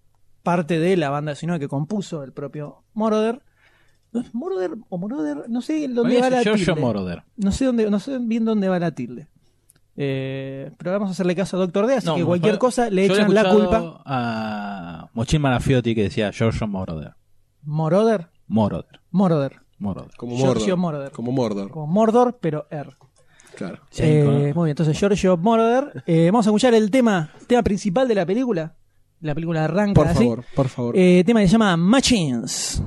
B: parte de la banda sonora que compuso el propio Moroder. ¿No es Moroder o Moroder? No sé dónde
C: Oye,
B: va la
C: Giorgio
B: tilde.
C: Moroder.
B: No sé, dónde, no sé bien dónde va la tilde. Eh, pero vamos a hacerle caso a Doctor D, así
C: No,
B: que
C: me
B: cualquier
C: acuerdo-
B: cosa le
C: yo he
B: echan la
C: escuchado
B: culpa.
C: A Mochín Marafiotti que decía Giorgio Moroder.
B: Moroder,
C: Moroder.
B: Moroder.
C: Moroder.
J: Como
B: Giorgio
J: Mordor.
B: Moroder.
J: Como Mordor.
B: Como Mordor, pero er. R.
J: Claro.
C: Sí,
B: Eh,
C: con-
B: Muy bien, entonces Giorgio Moroder. Eh, vamos a escuchar el tema, tema principal de la película. La película arranca
J: Por
B: así.
J: favor, por favor.
B: Eh, tema que se llama Machines.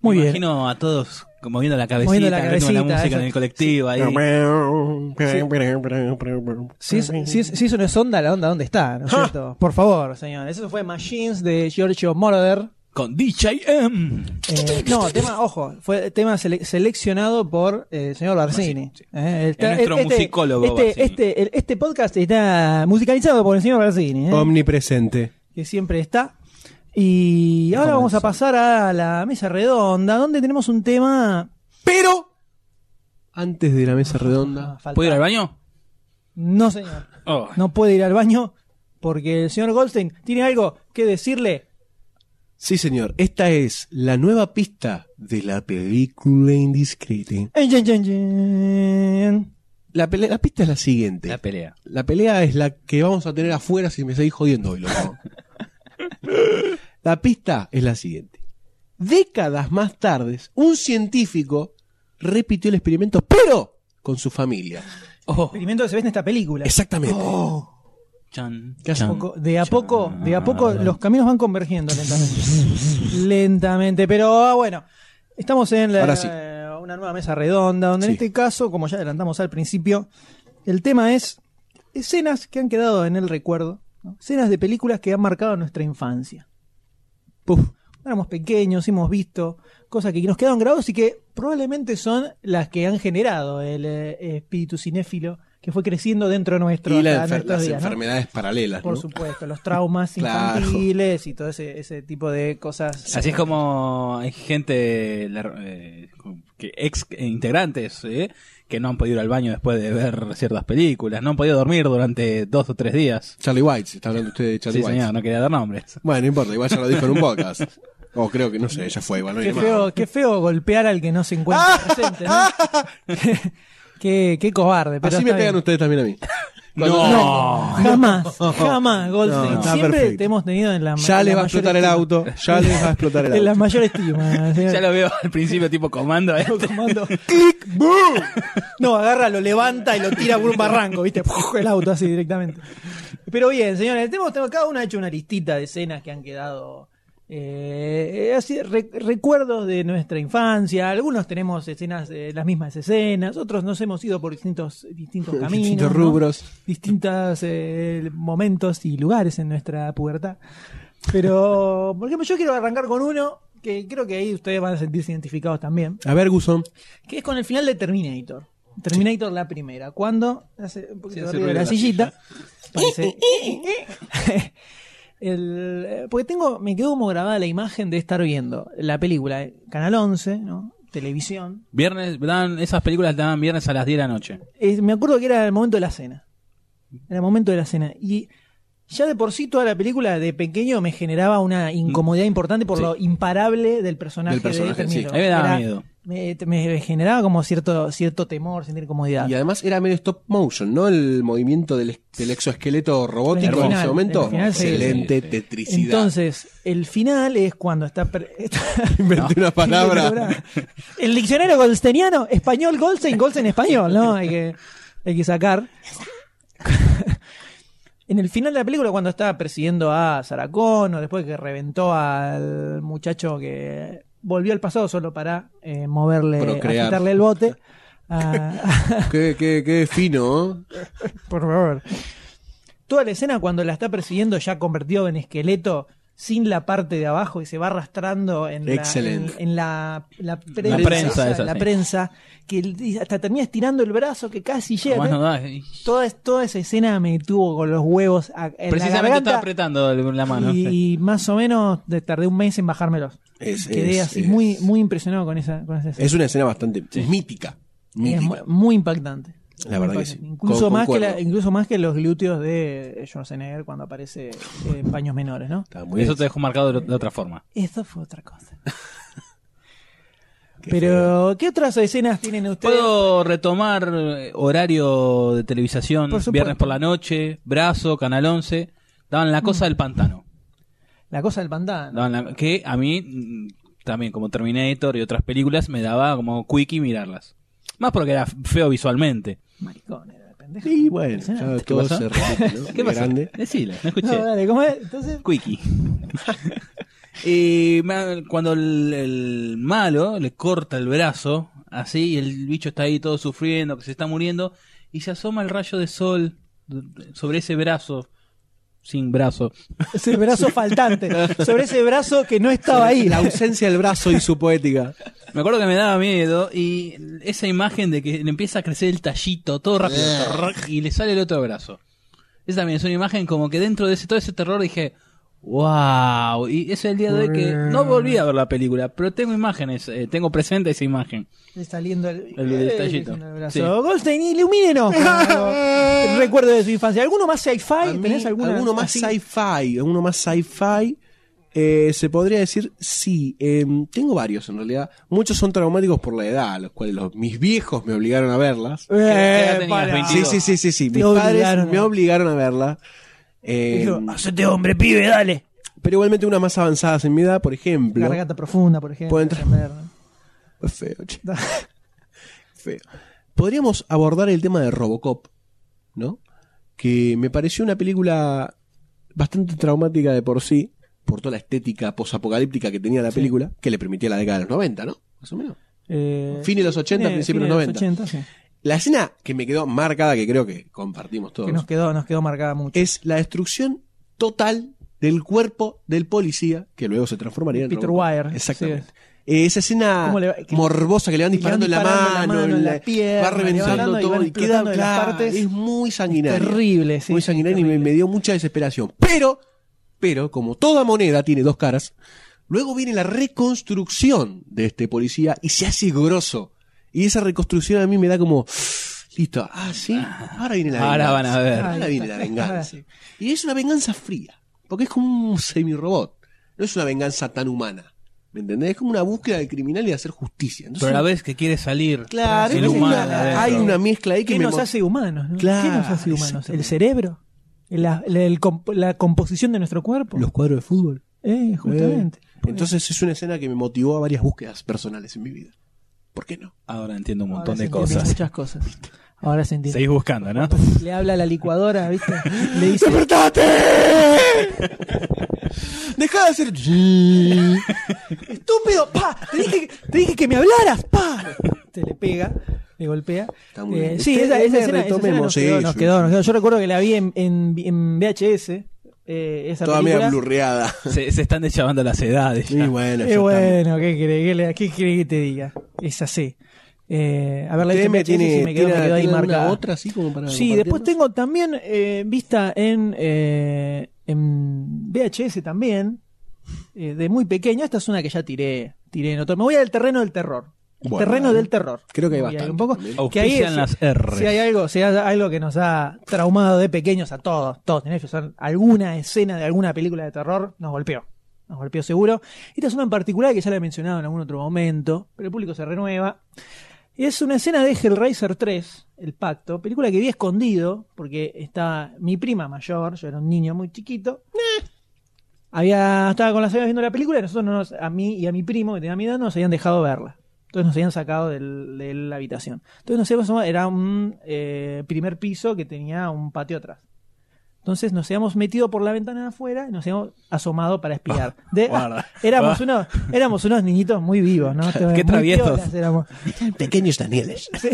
B: Muy
C: Me
B: bien.
C: Imagino a todos moviendo la cabecita,
B: Moviendo la
C: al ritmo de la
B: cabecita,
C: música
B: eso.
C: en el colectivo ahí.
B: Si es, si es- si eso no es onda, la onda, ¿dónde está? ¿No es cierto? Por favor, señores. Eso fue Machines de Giorgio Moroder.
C: Con DJ M.
B: Eh, no, tema, ojo, fue tema sele- seleccionado por eh, el señor Barcini. Eh, el-
C: Es nuestro musicólogo
B: Este,
C: Barcini.
B: este, el- este podcast está musicalizado por el señor Barcini, eh,
C: Oh,
J: Omnipresente.
B: que siempre está. Y ahora vamos a pasar a la mesa redonda, donde tenemos un tema.
J: Pero. Antes de la mesa redonda.
C: ¿Puedo ir al
B: Ah,
C: baño?
B: No, señor.
C: Oh.
B: No puede ir al baño porque el señor Goldstein tiene algo que decirle.
J: Sí, señor. Esta es la nueva pista de la película indiscreta.
B: Yen, yen, yen, yen.
J: La, pele- la pista es la siguiente.
C: La
J: La,
C: pelea.
J: pelea es la que vamos a tener afuera si me seguís jodiendo hoy, loco. la pista es la siguiente. Décadas más tarde, un científico repitió el experimento, pero con su familia.
C: Oh,
B: Experimento que se ve en esta película.
J: Exactamente.
C: chan,
J: ¿Qué hace
C: chan.
B: Poco- de a poco, de a poco los caminos van convergiendo lentamente. lentamente, pero ah, bueno, estamos en la-
J: Ahora sí.
B: una nueva mesa redonda, donde en
J: Sí.
B: este caso, como ya adelantamos al principio, el tema es escenas que han quedado en el recuerdo, ¿no? escenas de películas que han marcado nuestra infancia. Puf. Cuando Éramos pequeños, hemos visto cosas que nos quedaron grabados y que probablemente son las que han generado el eh, espíritu cinéfilo que fue creciendo dentro nuestro.
J: Y
B: hasta
J: la enfer-
B: nuestros
J: las
B: días, ¿no?
J: enfermedades paralelas.
B: Por
J: ¿no?
B: supuesto, los traumas
J: Claro.
B: infantiles y todo ese, ese tipo de cosas.
C: Así es como hay gente, la- eh, que ex integrantes, eh, que no han podido ir al baño después de ver ciertas películas, no han podido dormir durante dos o tres días.
J: Charlie White, se está hablando usted de Charlie
C: Sí,
J: White.
C: señor, no quería dar nombres.
J: Bueno, no importa, igual ya lo dijo en un podcast. O creo que no sé, ya fue igual. No
B: Qué
J: viene más.
B: feo, qué feo golpear al que no se
J: Ah.
B: encuentra presente, ¿no? qué, qué cobarde. Pero
J: Así me
B: está
J: pegan
B: bien.
J: ustedes también a mí.
B: No,
J: Cuando-
B: jamás, jamás, Goldstein.
J: No, está
B: Siempre
J: perfecto.
B: te hemos tenido en la
J: Ya
B: en la
J: les va
B: mayor
J: a explotar el
B: estima.
J: auto. Ya les va a explotar el
B: En la
J: auto.
B: mayor estima. señor.
C: Ya lo veo al principio tipo comando. eh.
B: Comando. ¡Clic! ¡Boom! No, agarra, lo levanta y lo tira por un barranco, ¿viste? ¡Puf! El auto así directamente. Pero bien, señores, tenemos, tenemos- cada uno ha hecho una listita de escenas que han quedado. eh, eh, así, re- recuerdos de nuestra infancia. Algunos tenemos escenas, eh, las mismas escenas. Otros nos hemos ido por distintos, distintos caminos.
J: Distintos
B: ¿no?
J: rubros.
B: Distintos eh, momentos y lugares en nuestra pubertad. Pero, por ejemplo, yo quiero arrancar con uno que creo que ahí ustedes van a sentirse identificados también
J: A ver, Guzón.
B: que es con el final de Terminator. Terminator la primera. Cuando hace un poquito
C: Sí, hace
B: de ruido
C: ruido
B: la
C: la
B: sillita. parece- El, eh, porque tengo, me quedó como grabada la imagen de estar viendo la película, eh, Canal 11, ¿no? televisión.
C: Viernes, dan, esas películas dan viernes a las 10 de la noche.
B: Eh, me acuerdo que era el momento de la cena. Era el momento de la cena. Y ya de por sí toda la película de pequeño me generaba una incomodidad importante por
C: Sí.
B: lo imparable del personaje,
J: Del personaje,
B: de
J: sí.
B: Terminator.
C: A mí me daba
B: Era-
C: miedo.
B: me, me generaba como cierto, cierto temor, sentir incomodidad.
J: Y además era medio stop motion, ¿no? El movimiento del, del exoesqueleto robótico
B: Del
J: en
B: final,
J: ese momento.
B: del final, sí.
J: Excelente
C: Sí, sí.
J: tetricidad.
B: Entonces, el final es cuando está. pre- está-
J: Inventé una palabra.
B: el diccionario golsteniano, español Goldstein, Goldstein español, ¿no? Hay que, hay que sacar. En el final de la película, cuando estaba persiguiendo a Saracón, o después que reventó al muchacho que volvió al pasado solo para eh, moverle,
J: Procrear.
B: agitarle el bote. a-
J: qué, qué, qué fino, ¿eh?
B: por favor. Toda la escena cuando la está persiguiendo ya convertido en esqueleto sin la parte de abajo y se va arrastrando en la, en,
J: Excelente.
B: en la, la prensa,
C: prensa esa,
B: la
C: sí.
B: prensa, que el- hasta termina estirando el brazo que casi llega.
C: Más no da, eh.
B: toda, toda esa escena me tuvo con los huevos a- en la
C: Precisamente
B: garganta
C: estaba apretando el- la mano.
B: y más o menos de- tardé un mes en bajármelos.
J: Es,
B: Quedé
J: es-
B: así
J: es-
B: muy, muy impresionado con esa, con esa escena.
J: es una escena bastante mítica.
B: Es
J: mítica.
B: mu- muy impactante.
J: La
B: Muy
J: verdad que
B: impactante.
J: sí.
B: Incluso,
J: Con-
B: más que la-
J: concuerdo.
B: incluso más que los glúteos de Schwarzenegger cuando aparece en paños menores, ¿no?
J: Está
C: Eso te dejó marcado de, de otra forma.
B: Eso fue otra cosa.
J: Qué
B: Pero, ¿qué otras escenas tienen ustedes?
C: Puedo retomar eh, horario de televisación,
B: Por supuesto.
C: viernes por la noche, brazo, canal 11. Daban la
B: Mm.
C: cosa del pantano.
B: La cosa del pantano.
C: Daban la- que a mí, mm, también como Terminator y otras películas, me daba como quickie mirarlas. Más porque era feo visualmente.
B: Maricón, era pendejo.
J: Y bueno, ya todo
C: pasó?
J: se repite, ¿no?
C: ¿Qué
J: Qué
C: pasa?
J: grande.
C: Decile, no escuché.
B: No, dale, ¿cómo es? Entonces,
C: Quickie. Y me- cuando el, el malo le corta el brazo, así, y el bicho está ahí todo sufriendo, que se está muriendo, y se asoma el rayo de sol sobre ese brazo, sin brazo.
B: Ese brazo faltante. Sobre ese brazo que no estaba ahí.
J: La ausencia del brazo y su poética.
C: Me acuerdo que me daba miedo y esa imagen de que le empieza a crecer el tallito, todo rápido,
B: Eh.
C: tarrac, y le sale el otro brazo. Esa también es una imagen como que dentro de ese, todo ese terror dije, wow, y ese es el día de hoy que no volví a ver la película, pero tengo imágenes, eh, tengo presente esa imagen.
B: Le saliendo el,
C: El detallito.
B: el brazo.
C: Sí.
B: Goldstein, ilumínenos. con algo. Recuerdo de su infancia. ¿Alguno más sci-fi? ¿Tenés alguna,
J: alguno más
B: así?
J: sci-fi, alguno más sci-fi. eh, se podría decir, sí, eh, tengo varios en realidad. Muchos son traumáticos por la edad, los cuales los- mis viejos me obligaron a verlas.
B: Eh,
C: tenías?
B: para.
C: 22.
J: Sí, sí, sí, sí, sí.
B: Te
J: Mis padres
B: obligaron.
J: me obligaron a verla. Eh,
B: Dijo, hacete hombre, pibe, dale.
J: pero igualmente unas más avanzadas en mi edad, por ejemplo.
B: Garganta profunda, por ejemplo.
J: Puedo entrar. Es Feo, che. Feo. Podríamos abordar el tema de Robocop, ¿no? Que me pareció una película bastante traumática de por sí, por toda la estética posapocalíptica que tenía la película, que le permitía la década de los 90, ¿no? Más o menos.
B: Eh,
J: Fin de los 80,
B: fines-
J: principio de
B: fines
J: los
B: de
J: 90.
B: 80, sí.
J: La escena que me quedó marcada, que creo que compartimos todos,
B: Que nos quedó, nos quedó marcada mucho.
J: es la destrucción total del cuerpo del policía, que luego se transformaría en
B: Peter
J: Robocop.
B: Wire.
J: Exactamente. Eh, esa escena
B: ¿Cómo le va- que-
J: morbosa que le van
B: que le van
J: disparando,
B: disparando
J: en la mano, en la-
B: pierna,
J: va
B: le van dando
J: reventando
B: y
J: todo
B: van
J: y queda
B: explotando de las
J: claro,
B: partes.
J: es muy sanguinario.
B: Terrible, sí.
J: muy sanguinario y me, me dio mucha desesperación. Pero, pero, como toda moneda tiene dos caras, luego viene la reconstrucción de este policía y se hace grosso. Y esa reconstrucción a mí me da como, listo, ah, sí, ahora viene la
C: Ahora
J: venganza.
C: van a ver.
J: Ahora viene la
B: Ahora
J: venganza.
B: sí.
J: Y es una venganza fría, porque es como un semirobot. No es una venganza tan humana. ¿Me entendés? Es como una búsqueda del criminal y de hacer justicia. Entonces,
C: Pero a la vez que quiere salir,
J: claro,
C: sin
J: es
B: como
C: humano
J: una-
C: adentro.
J: hay una mezcla ahí que
B: ¿Qué
J: me
B: nos
J: mo-
B: hace humanos? no?
J: Claro,
B: ¿Qué nos hace humanos? ¿El
J: exactamente.
B: cerebro? ¿La, la- el comp- la composición de nuestro cuerpo?
J: los cuadros de fútbol.
B: Eh, justamente.
J: Entonces es una escena que me motivó a varias búsquedas personales en mi vida. ¿Por qué no?
H: Ahora entiendo un montón
B: Ahora se
H: de
B: entiende
H: cosas.
B: Muchas cosas. Ahora se entiende.
H: Seguís buscando, ¿no?
B: Le habla a la licuadora, ¿viste? Le dice,
J: ¡Despertate! ¡Deja de hacer!
B: estúpido, pa, te dije, que- te dije que me hablaras, pa. Te le pega, le golpea. Eh,
J: Está muy bien.
B: sí,
J: Usted-
B: esa, esa escena, esa
J: usted
B: escena nos,
J: retomemos,
B: quedó,
J: sí,
B: nos
J: sí,
B: quedó,
J: sí.
B: nos quedó. Yo recuerdo que la vi en, en, en VHS. eh, esa
J: Toda media
B: película.
J: blurreada.
C: se, se están deschavando las edades.
J: Y
C: ya.
J: bueno,
B: Qué
J: ya estamos.
B: bueno, ¿qué crees que, le- qué querés que te diga? Es así. Eh, a ver, la
J: ¿Usted me
B: VHS sí
J: tiene,
B: me quedó,
J: tiene-
B: me quedó ahí
J: tiene alguna
B: marcada.
J: otra así como para
B: Sí, después tengo
J: compartirnos?
B: también eh, vista en, eh, en VHS también, eh, de muy pequeño. Esta es una que ya tiré, tiré en otro. Me voy al terreno del terror.
J: Bueno,
B: terreno
J: dale.
B: del terror.
J: Creo que hay
B: Voy a ir
J: bastante.
B: un poco.
J: también.
B: Que ahí
C: Auspician
B: es-
C: las R.
B: Si hay algo, si hay algo que nos ha traumado de pequeños a todos, todos tenés que usar alguna escena de alguna película de terror, nos golpeó. Nos golpeó seguro. Esta es una en particular que ya la he mencionado en algún otro momento, pero el público se renueva. Y es una escena de Hellraiser 3, El Pacto, película que vi escondido, porque estaba mi prima mayor, yo era un niño muy chiquito. Había, estaba con las amigas viendo la película y nosotros no nos- a mí y a mi primo, que tenía mi edad, no nos habían dejado verla. Entonces nos habían sacado del- de la habitación. Entonces nos íbamos a- era un eh, primer piso que tenía un patio atrás. Entonces nos habíamos metido por la ventana de afuera y nos habíamos asomado para espiar. De-
C: Guarda. Ah.
B: éramos, unos, éramos unos niñitos muy vivos, ¿no? Muy
C: traviesos.
B: piolas éramos.
J: Pequeños Danieles.
B: Sí.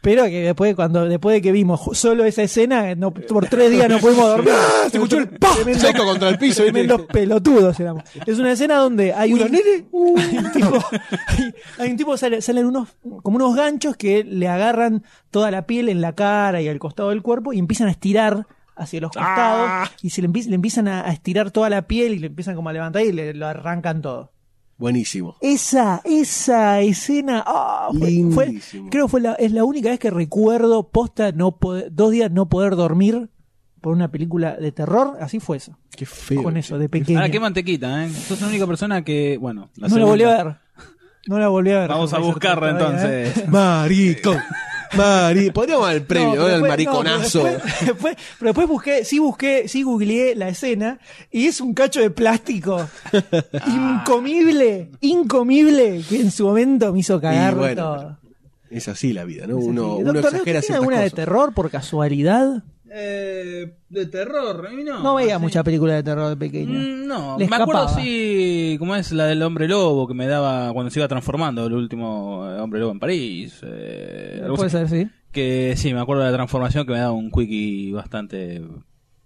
B: Pero que después, cuando, después de que vimos ju- solo esa escena, no- por tres días no pudimos dormir.
J: Ah, Se escuchó el pa seco contra el piso. ¿viste?
B: Tremendos pelotudos éramos. Es una escena donde hay un, hay
J: Uh.
B: un tipo, hay, hay un tipo que sale- salen unos, como unos ganchos que le agarran toda la piel en la cara y al costado del cuerpo y empiezan a estirar hacia los costados
J: Ah.
B: y se le, empie- le empiezan a, a estirar toda la piel y le empiezan como a levantar y le lo arrancan todo.
J: Buenísimo.
B: Esa, esa escena. ah, fue, fue-
J: Lindísimo.
B: creo fue la, es la única vez que recuerdo posta no poder- dos días no poder dormir por una película de terror. Así fue eso.
J: Qué feo.
B: con eso, de pequeño.
C: Ahora, Ah, qué mantequita, ¿eh? Sos la única persona que, bueno,
B: no la
C: segunda.
B: volví a ver. No la volví a ver.
C: Vamos a
B: Hellraiser
C: buscarla
B: todavía, ¿eh?
C: entonces.
J: Maricón. Mari... Podríamos dar el premio,
B: No,
J: ¿no?
B: pero
J: ¿eh? El
B: después- no,
J: mariconazo.
B: pero, después, después- pero después busqué, sí busqué, sí googleé la escena y es un cacho de plástico incomible, incomible, que en su momento me hizo cagar
J: Y bueno,
B: todo.
J: pero es así la vida, ¿no?
B: Es así.
J: Uno, uno
B: Doctor, ¿usted
J: exagera
B: ¿Tiene
J: ciertas
B: alguna de
J: cosas.
B: terror por casualidad?
C: Eh, de terror, a mí no.
B: No veía
C: Así-
B: mucha película de terror de pequeño.
C: Mm, No,
B: Le
C: me acuerdo
B: escapaba.
C: sí, ¿cómo es la del hombre lobo que me daba cuando se iba transformando el último eh, hombre lobo en París? eh, algo
B: Puede
C: así.
B: ser, sí.
C: Que sí, me acuerdo de la transformación que me daba un quickie bastante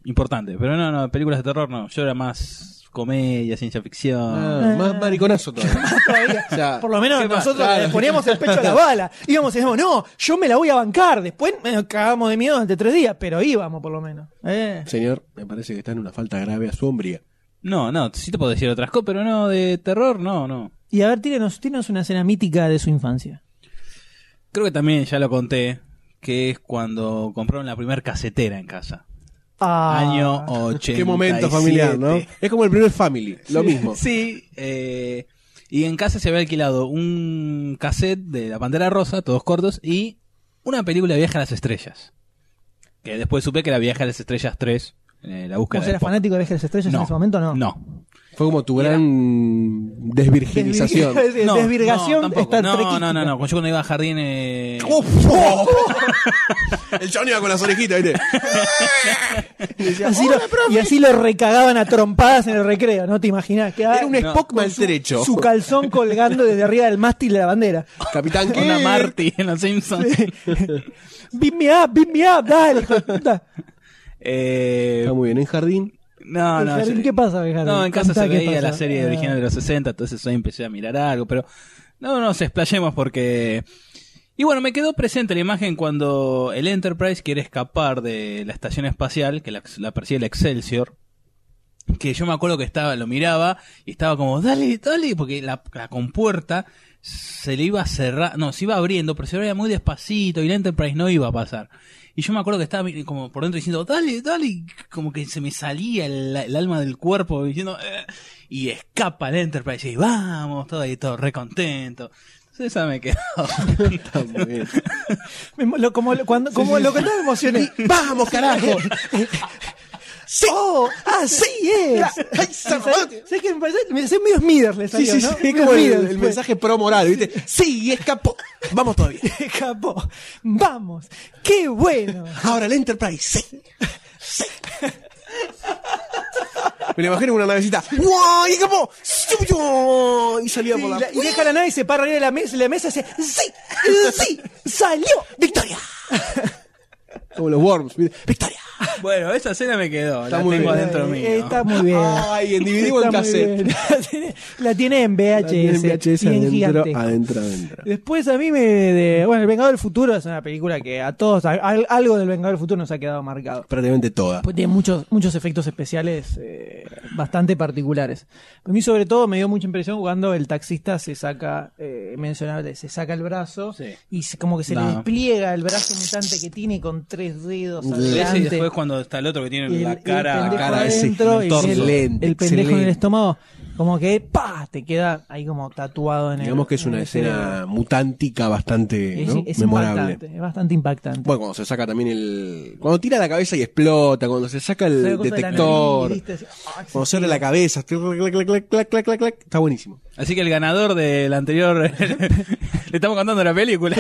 C: importante. Pero no, no, películas de terror no. Yo era más comedia, ciencia ficción.
J: Ah, más mariconazo todavía.
B: Todavía.
J: O sea,
B: Por lo menos
J: ¿qué más?
B: nosotros
J: Claro.
B: le poníamos el pecho a la bala. Íbamos y decíamos, no, yo me la voy a bancar. Después nos cagamos de miedo durante tres días, pero íbamos por lo menos. Eh.
J: Señor, me parece que está en una falta grave a su hombría.
C: No, no, sí te puedo decir otras cosas, pero no, de terror no, no.
B: Y a ver, tírenos, tírenos una escena mítica de su infancia.
C: Creo que también ya lo conté, que es cuando compraron la primera casetera en casa.
B: Ah.
C: Año 80.
J: Qué momento familiar, ¿no? Es como el primer family, lo mismo.
C: Sí, eh, y en casa se había alquilado un cassette de La Pantera Rosa, todos cortos, y una película de Viaje a las Estrellas. Que después supe que era Viaje a las Estrellas 3, eh, la búsqueda
B: ¿Vos eras
C: de Spock.
B: fanático de Viajes a las Estrellas en
C: No.
B: ese momento o no?
C: No.
J: Fue como tu gran desvirginización.
B: Desvirg-
C: No,
B: Desvirgación
C: no, tampoco.
B: Star
C: no, no,
B: Trekística.
C: no, no, Yo cuando iba a jardín... eh,
Q: El chabón iba con las orejitas, ¿viste?
B: Así lo- y así lo recagaban a trompadas en el recreo, no te imaginas. Que
J: Era un Spock
B: con su-
J: maltrecho.
B: Su, calzón colgando desde arriba del mástil de la bandera.
J: Capitán Kirk.
C: Una Marty en Los Simpsons.
B: Beat me up, beat me up, dale, hijo de puta.
C: Eh,
J: Está muy bien, en jardín.
C: no,
B: ¿El
C: no.
B: jardín
C: yo-
B: qué pasa, Bejarano?
C: No, en casa
B: Contá
C: se
B: qué
C: veía
B: pasa.
C: la serie
B: Ah.
C: original de los 60, entonces ahí empecé a mirar algo, pero no nos explayemos porque... Y bueno, me quedó presente la imagen cuando el Enterprise quiere escapar de la estación espacial, que la, la persigue el Excelsior, que yo me acuerdo que estaba, lo miraba y estaba como, dale, dale, porque la, la compuerta se le iba a cerrar, no, se iba abriendo, pero se abría muy despacito y la Enterprise no iba a pasar. Y yo me acuerdo que estaba mi- como por dentro diciendo, dale, dale, y como que se me salía el, el alma del cuerpo diciendo, "Eh", y escapa el Enterprise y vamos, todo ahí, todo re contento. Entonces esa me quedó.
J: Está muy bien.
B: Me mo- lo- como lo- cuando, como lo contaba me emocioné.
J: ¡Vamos, carajo!
B: ¡Oh! ¡Así es!
J: ¡Ay, zafate!
B: ¿Sabes qué? Me parece, me parece medio Smithers le
J: Sí,
B: salió,
J: sí, sí,
B: ¿no?
J: es
B: Medio
J: como el,
B: Smithers,
J: el
B: fue.
J: mensaje pro moral, ¿viste? Sí, escapó. Vamos todavía.
B: Escapó. ¡Vamos! ¡Qué bueno!
J: Ahora el Enterprise, sí. Sí. Me lo imagino una navecita. ¡Guay! ¡Escapó! ¡Suyo! Y salía
B: Sí,
J: por la.
B: la- y deja la nave y se para arriba de la mesa, la mesa y hace ¡Sí! ¡Sí! ¡Salió! ¡Victoria!
J: Como los Worms. ¿viste? ¡Victoria!
C: Bueno, esa escena me quedó,
J: Está
C: la
J: muy
C: tengo
J: bien.
C: adentro mío.
B: Eh, Está muy bien.
J: Ay, en DVD o en
B: Está muy
J: cassette.
B: bien. La tiene- La tiene en VHS. y en
J: adentro,
B: gigantesco.
J: adentro, adentro.
B: Después a mí me... de- bueno, El Vengador del Futuro es una película que a todos... a- al- algo del Vengador del Futuro nos ha quedado marcado.
J: Prácticamente toda.
B: Pues tiene muchos, muchos efectos especiales eh, bastante particulares. A mí sobre todo me dio mucha impresión cuando el taxista se saca, eh, mencionable, se saca el brazo
C: Sí.
B: y se- como que se le
C: No.
B: despliega el brazo mutante que tiene con tres dedos
C: Ese y
B: adelante.
C: después cuando está el otro que tiene
B: El-
C: la
B: el
C: cara,
B: pendejo
C: cara
J: ese,
B: adentro
J: el
B: y
J: torso.
B: el-
J: Excelente,
B: el pendejo en el
J: excelente.
B: estómago, como que pa, te queda ahí como tatuado en el
J: Digamos que es
B: en
J: una
B: el
J: escena
B: cerebro.
J: mutántica bastante
B: Es-
J: ¿no?
B: es
J: memorable.
B: impactante, es bastante impactante.
J: Bueno, cuando se saca también el. Cuando tira la cabeza y explota, cuando se saca el
B: Esa cosa de la
J: detector.
B: nariz, ¿viste? Ah,
J: cuando se abre la cabeza. clac, clac, clac, clac, clac, clac, clac, Está buenísimo.
C: Así que el ganador del anterior. le estamos contando la película.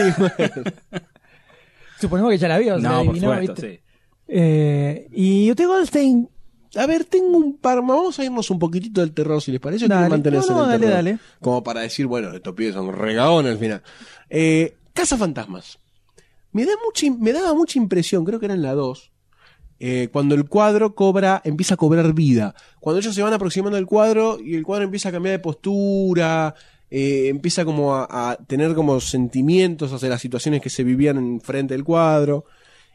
B: Suponemos que ya la vio, se la
C: no, por
B: adivinó,
C: supuesto,
B: ¿viste?
C: sí.
B: Eh, y Ute Goldstein.
J: A ver, tengo un par. Vamos a irnos un poquitito del terror, si les parece. o
B: Dale.
J: quieren mantenerse
B: No, no,
J: en el
B: dale,
J: terror?
B: dale.
J: Como para decir, bueno, estos pibes son regaones al final. Eh, Casa Fantasmas. Me, da mucha, im- me daba mucha impresión, creo que era en la 2. eh, cuando el cuadro cobra, empieza a cobrar vida. Cuando ellos se van aproximando al cuadro y el cuadro empieza a cambiar de postura, eh, empieza como a, a tener como sentimientos hacia las situaciones que se vivían enfrente del cuadro.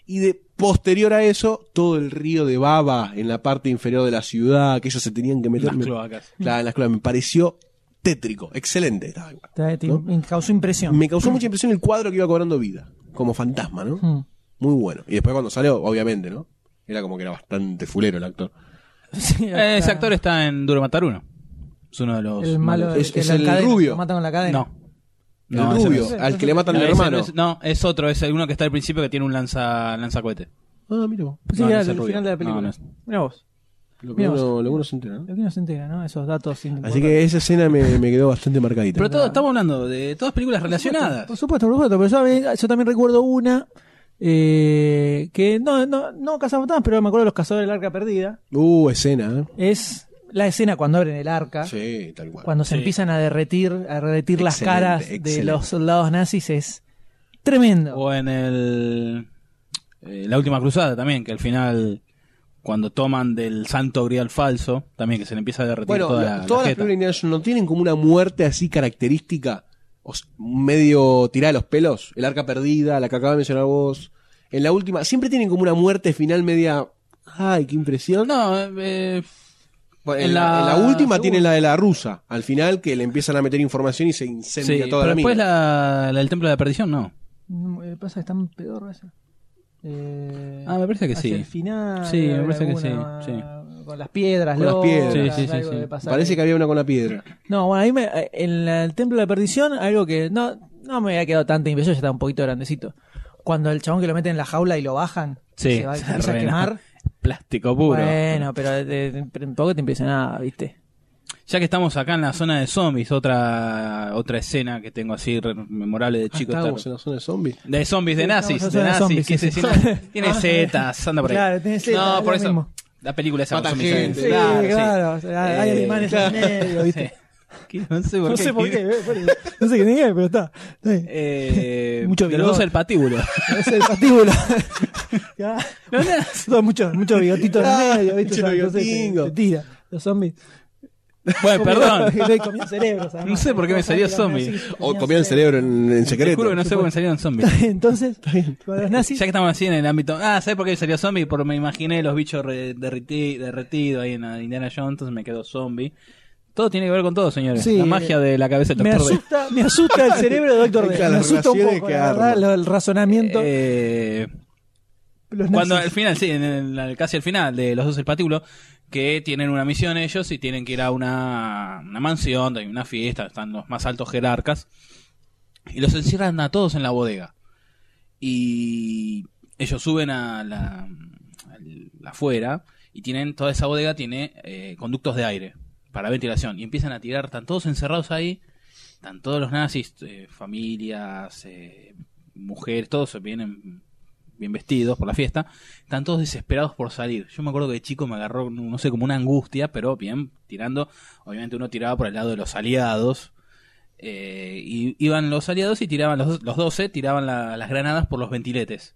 J: Y de posterior a eso, todo el río de baba en la parte inferior de la ciudad, que ellos se tenían que meter.
C: Las
J: Me-
C: cloacas.
J: Claro, en las cloacas. Me pareció tétrico, excelente. Estaba igual.
B: Te- te-
J: ¿No?
B: Me causó impresión.
J: Me causó mucha impresión el cuadro que iba cobrando vida, como fantasma, ¿no?
B: Mm.
C: Hmm.
J: Muy bueno. Y después cuando salió, obviamente, ¿no? Era como que era bastante fulero el actor.
B: Sí,
C: Eh, ese
B: está-
C: actor está en Duro Matar Uno. Es uno de los.
B: El malo
J: Es-
B: que
J: es
B: la
J: el
B: cadena,
J: rubio.
B: lo mata con la cadena.
C: No.
J: El
C: No, ese no
J: rubio,
C: es.
J: al que le matan al
C: Ese
J: hermano.
C: No es, no, es otro, es el uno que está al principio que tiene un lanza, lanzacohete.
J: Ah, mira vos.
B: Pues Sí,
C: No, no
B: era
C: es el
B: el
C: rubio.
B: final de la
C: No,
B: película.
C: no es.
B: Mira vos.
J: Lo que
B: Mira vos.
J: uno, lo que uno se entera, ¿no?
B: Lo que no se entera, ¿no? Esos datos sin
J: Así que esa escena me, me quedó bastante marcadita.
C: Pero todo, estamos hablando de todas películas relacionadas.
B: Por supuesto, por supuesto. Pero yo, yo también recuerdo una eh, que no, no, no cazafantasmas, pero me acuerdo de los cazadores del arca perdida.
J: Uh, escena, ¿eh?
B: Es la escena cuando abren el arca.
J: Sí, tal cual.
B: Cuando se
J: Sí.
B: empiezan a derretir, a derretir las
C: Excelente,
B: caras de
C: excelente.
B: los soldados nazis es tremendo.
C: O en el. eh, la última cruzada también, que al final. Cuando toman del santo grial falso, también que se le empieza a derretir
J: Bueno,
C: toda
J: la-
C: la,
J: todas
C: la jeta.
J: las películas de Indiana Jones no tienen como una muerte así característica, o s- medio tirada a los pelos. El arca perdida, la que acaba de mencionar vos. En la última, siempre tienen como una muerte final media. ¡Ay, qué impresión!
C: No, eh,
J: Bueno, en,
C: en
J: la,
C: la-
J: en la última
C: seguro.
J: tienen la de la rusa, al final que le empiezan a meter información y se incendia
C: Sí,
J: toda
C: pero
J: la mina.
C: después la, la del templo de la perdición, no.
B: No, eh, pasa que están peor esa. Eh,
C: Ah, me parece que
B: hacia
C: sí.
B: el final.
C: Sí, me
B: habrá
C: parece que sí,
B: alguna
C: sí.
B: Con las piedras,
J: Con las
B: locas,
J: piedras.
C: Sí, sí, sí,
B: algo
C: sí.
B: de pasar
J: Parece
B: ahí.
J: que había una con la piedra.
B: No, bueno, ahí me- eh, en la- el Templo de la Perdición, algo que no, no me había quedado tanta impresión, ya está un poquito grandecito. Cuando el chabón que lo mete en la jaula y lo bajan,
C: Sí,
B: se va
C: se
B: empieza a
C: arruina.
B: quemar.
C: Plástico puro.
B: Bueno, pero eh, tampoco te impresionaba, ¿viste?
C: Ya que estamos acá en la zona de zombies, otra otra escena que tengo así re- memorable de chico.
J: Estábamos
C: estar-
J: en la zona de zombies.
C: De zombies, de
J: Sí,
C: nazis,
J: estamos
C: de
J: en la
C: nazis,
J: zona de zombies,
C: que se
J: sí, sí.
C: sientan- tiene setas, anda por ahí.
B: Ah. Claro, tiene setas,
C: No,
B: es
C: por
B: lo
C: eso.
B: mismo.
C: La película esa
J: Matan
C: con
J: gente.
B: Sí,
C: Claro, sí.
B: claro, o sea, hay
C: Eh,
B: animales en el medio, ¿viste?
C: Que No sé por
B: No
C: qué.
B: sé por qué, eh, por eso. no sé qué tenía, pero está. está bien.
C: Eh,
B: Mucho
C: de
B: vigor.
C: los dos el patíbulo.
B: Es el patíbulo. Ya. Son muchos, muchos bigotitos en
C: Ah,
B: el medio, ¿viste?
J: mucho
B: O sea, entonces
J: bigotingo.
B: te- te tira. Los zombies.
C: Bueno, Eh, perdón.
B: Estoy comiendo cerebros, además.
C: No sé por qué me salió zombie.
J: O comían el cerebro en, en
C: Te
J: secreto.
C: juro que no sé por qué me salieron zombies.
B: Entonces, con los nazis.
C: Ya que estamos así en el ámbito. Ah, ¿sabes por qué salió zombie? Porque me imaginé los bichos re- derriti- derretidos ahí en la Indiana Jones, entonces me quedó zombie. Todo tiene que ver con todo, señores.
B: Sí,
C: la magia de la cabeza del
B: Me
C: doctor D.
B: asusta, me asusta el cerebro de Doctor D.
J: Claro,
B: Me
J: las
B: asusta un
J: relaciones
B: poco,
J: que
B: la
J: arma.
B: verdad, lo- el razonamiento.
C: Eh,
B: los
C: cuando
B: nazis.
C: al final, sí, en el- al- casi al final de los dos el patíbulo, que tienen una misión ellos y tienen que ir a una, una mansión, donde hay una fiesta, están los más altos jerarcas, y los encierran a todos en la bodega. Y ellos suben a la, al- afuera y tienen toda esa bodega tiene eh, conductos de aire para ventilación y empiezan a tirar, están todos encerrados ahí, están todos los nazis, eh, familias, eh, mujeres, todos se vienen bien vestidos por la fiesta, están todos desesperados por salir. Yo me acuerdo que de chico me agarró, no no sé, como una angustia, pero bien, tirando, obviamente uno tiraba por el lado de los aliados. eh, y iban los aliados y tiraban los, los 12, tiraban la- las granadas por los ventiletes.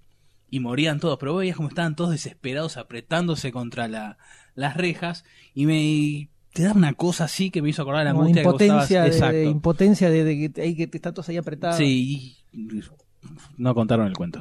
C: Y morían todos, pero vos veías como estaban todos desesperados, apretándose contra la- las rejas. Y me y te da una cosa así que me hizo acordar la
B: Como
C: angustia
B: impotencia,
C: que
B: de,
C: vos estabas-
B: de
C: Exacto.
B: impotencia de, de que te- ahí que te estás todos ahí apretados.
C: Sí, y- no contaron el cuento.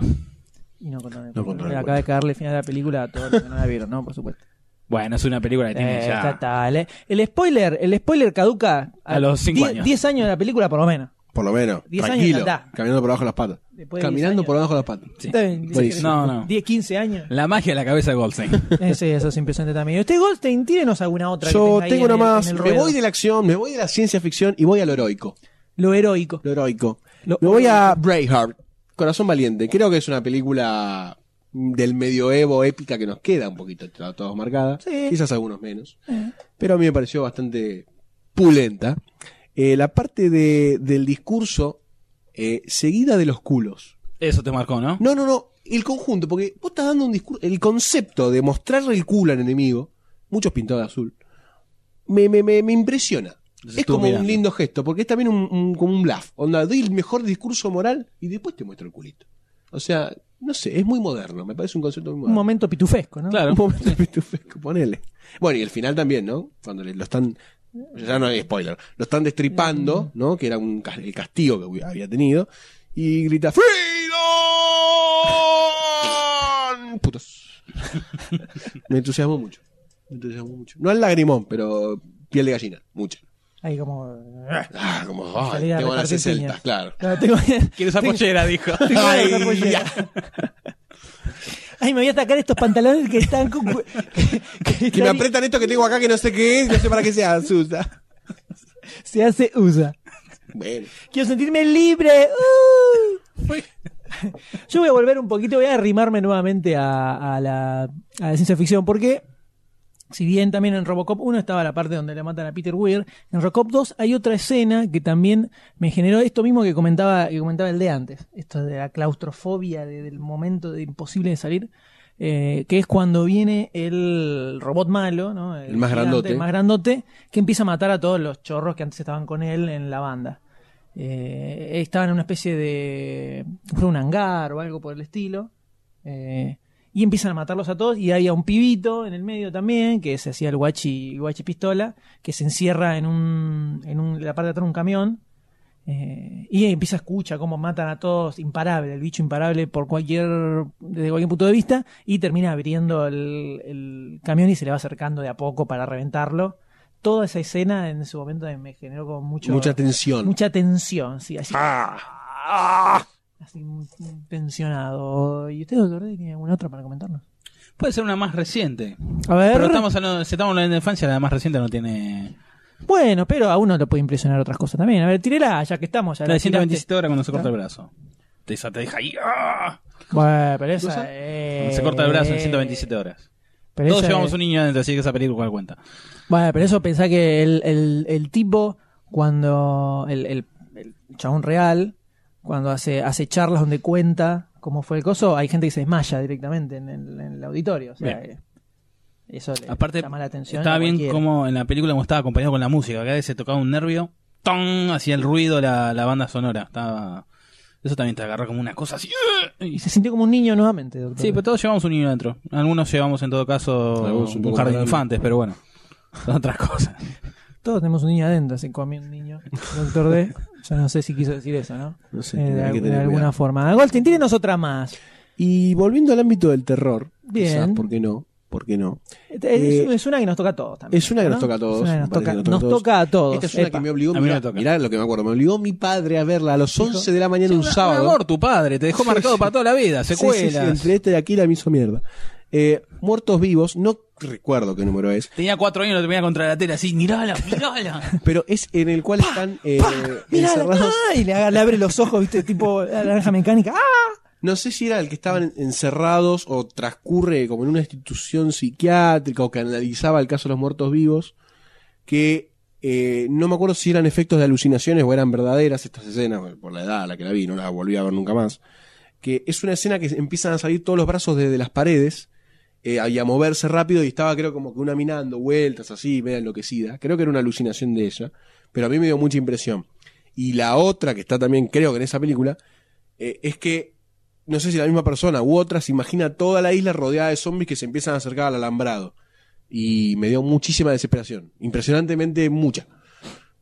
B: Y no contaron el cuento.
J: No contaron el
B: Acaba de cagarle final a la película a todos los que no la vieron, ¿no? Por supuesto.
C: Bueno, es una película que tiene
B: Eh,
C: ya.
B: está tal, eh. El spoiler, el spoiler caduca
C: A los cinco
B: die-
C: años.
B: 10 años de la película por lo menos.
J: Por lo menos.
B: Diez años
J: tranquilo.
B: de edad.
J: Caminando por abajo de las patas.
B: Después de
J: Caminando
B: 10
J: por abajo de las patas.
C: Sí.
B: Está bien, dice
J: Buenísimo.
C: No, no.
B: 10, 15 años.
C: La magia de la cabeza de Goldstein.
B: Eh, sí, eso es impresionante también. Usted, Goldstein, tírenos alguna otra. que
J: Yo
B: tenga ahí
J: tengo
B: en
J: una
B: el-
J: más.
B: en el
J: Me
B: ruedo.
J: voy de la acción, me voy de la ciencia ficción y voy a lo heroico.
B: Lo heroico.
J: Lo heroico. me voy a Braveheart, Corazón Valiente. Creo que es una película del medioevo épica que nos queda un poquito a todos marcada.
B: Sí.
J: Quizás algunos menos. Pero a mí me pareció bastante pulenta. Eh, la parte de- del discurso eh, seguida de los culos.
C: Eso te marcó, ¿no?
J: No, no, no. El conjunto, porque vos estás dando un discurso. El concepto de mostrarle el culo al enemigo, muchos pintados de azul, me, me, me, me impresiona.
C: Los
J: es
C: estuvo
J: como un
C: mirando.
J: lindo gesto, porque es también un, un- como un bluff. Onda, doy el mejor discurso moral y después te muestro el culito. O sea, no sé, es muy moderno. Me parece un concepto muy
B: Un
J: moderno.
B: momento pitufesco, ¿no?
C: Claro.
J: Un momento pitufesco, ponele. Bueno, y el final también, ¿no? Cuando le- lo están. Ya no hay spoiler. Lo están destripando, ¿no? Que era un, ca- el castigo que hubi- había tenido. Y grita: ¡Freedom! Putos. Me entusiasmó mucho. Me entusiasmó mucho. No al lagrimón, pero piel de gallina. Mucha.
B: Ahí como. eh,
J: Ah, como. ay,
B: Salí a
J: tengo ganas de
B: repartir
J: ser
B: piñas.
J: celtas, claro.
B: Claro, tengo-
C: Quiero esa pollera, dijo.
B: tengo ganas de usar
J: Ay,
B: pollera. Ay, me voy a atacar estos pantalones que están. con- que- que
J: Que me
B: están-
J: apretan esto que tengo acá que no sé qué es, no sé para qué se asusta.
B: Se hace usa.
J: Bueno.
B: Quiero sentirme libre. ¡Uh! Yo voy a volver un poquito, voy a arrimarme nuevamente a, a la, a la ciencia ficción, porque Si bien también en Robocop 1 estaba la parte donde le matan a Peter Weir, en Robocop 2 hay otra escena que también me generó esto mismo que comentaba, que comentaba el de antes, esto de la claustrofobia, de- del momento de imposible de salir, eh, que es cuando viene el robot malo, ¿no?
J: El más grandote.
B: El más grandote, que empieza a matar a todos los chorros que antes estaban con él en la banda. Eh, estaban en una especie de... fue un hangar o algo por el estilo. Eh, y empiezan a matarlos a todos y había un pibito en el medio también que se hacía el guachi, el guachi pistola que se encierra en un en un- la parte de atrás de un camión eh, y empieza a escuchar cómo matan a todos imparable el bicho imparable por cualquier desde cualquier punto de vista y termina abriendo el, el camión y se le va acercando de a poco para reventarlo toda esa escena en su momento me generó como mucho
J: Mucha tensión.
B: mucha tensión sí así
J: Ah,
B: así muy tensionado y usted doctor D, tiene alguna otra para comentarnos
C: Puede ser una más reciente.
B: A ver.
C: Pero estamos hablando, si estamos hablando de infancia, la más reciente no tiene.
B: Bueno, pero a uno lo puede impresionar otras cosas también. A ver, tirela, ya que estamos. Ya
C: La de
B: tiraste.
C: 127 horas cuando se corta el brazo. Te, esa te deja ahí. ¡ah!
B: Bueno, pero
C: ¿Cosa?
B: esa. eh,
C: Cuando se corta el brazo en 127 horas.
B: Pero
C: Todos
B: esa
C: llevamos
B: es-
C: un niño adentro, así que esa película cual cuenta.
B: Bueno, pero eso pensá que el, el- el tipo, cuando. El, el, el chabón real, cuando hace, hace charlas donde cuenta cómo fue el coso, hay gente que se desmaya directamente en el, en el auditorio. O sea,
C: Bien.
B: eh, eso le
C: Aparte,
B: llama la atención.
C: estaba
B: a
C: bien
B: cualquiera.
C: como en la película como estaba acompañado con la música. Cada vez se tocaba un nervio, ¡tong! hacía el ruido la, la banda sonora. Estaba... Eso también te agarra como una cosa así.
B: Y se sintió como un niño nuevamente, doctor.
C: Sí, pero todos llevamos un niño adentro. Algunos llevamos en todo caso
J: Algunos un
C: un
J: poco
C: jardín
J: más
C: de infantes, pero bueno. Son otras cosas.
B: Todos tenemos un niño adentro, se comió un niño. Doctor D, yo no sé si quiso decir eso, ¿no?
J: no sé,
B: Eh, de,
J: tendrá que
B: algu-
J: tener
B: de alguna
J: cuidado.
B: forma. Goldstein, tírenos otra más.
J: Y volviendo al ámbito del terror,
B: Bien.
J: quizás, ¿por qué no? ¿Por qué no?
B: Es,
J: Eh,
B: es una que nos toca a todos también.
J: es una que
B: ¿no?
J: nos toca a todos,
B: Es una que nos
J: me parece
B: toca,
J: que nos toca a
B: nos
J: todos.
B: toca a todos.
J: Esta es una
B: Epa.
J: que me obligó,
C: A mí me
J: mirá,
C: toca.
J: mirá lo que me acuerdo, me obligó mi padre a verla a las 11 de la mañana un
C: Un
J: sábado.
C: amor tu padre, te dejó marcado para toda la vida,
J: Sí, sí, sí,
C: secuelas.
J: entre esta y Akira me hizo mierda. Eh, Muertos vivos, no recuerdo qué número es,
C: Tenía cuatro años y lo tenía contra la tela así, mirala, mirala.
J: pero es en el cual están eh,
B: ¡Ah! Mirá, la-
J: encerrados.
B: ah, y le, haga- le abre los ojos, viste, tipo la naranja mecánica. ¡Ah!
J: No sé si era el que estaban encerrados o transcurre como en una institución psiquiátrica o que analizaba el caso de los muertos vivos, que eh, no me acuerdo si eran efectos de alucinaciones o eran verdaderas estas escenas, bueno, por la edad a la que la vi, no la volví a ver nunca más, que es una escena que empiezan a salir todos los brazos desde las paredes eh, y a moverse rápido y estaba creo como que una mina dando vueltas así, media enloquecida, creo que era una alucinación de ella, pero a mí me dio mucha impresión. Y la otra que está también creo que en esa película, eh, es que no sé si la misma persona u otra se imagina toda la isla rodeada de zombies que se empiezan a acercar al alambrado. Y me dio muchísima desesperación. Impresionantemente mucha.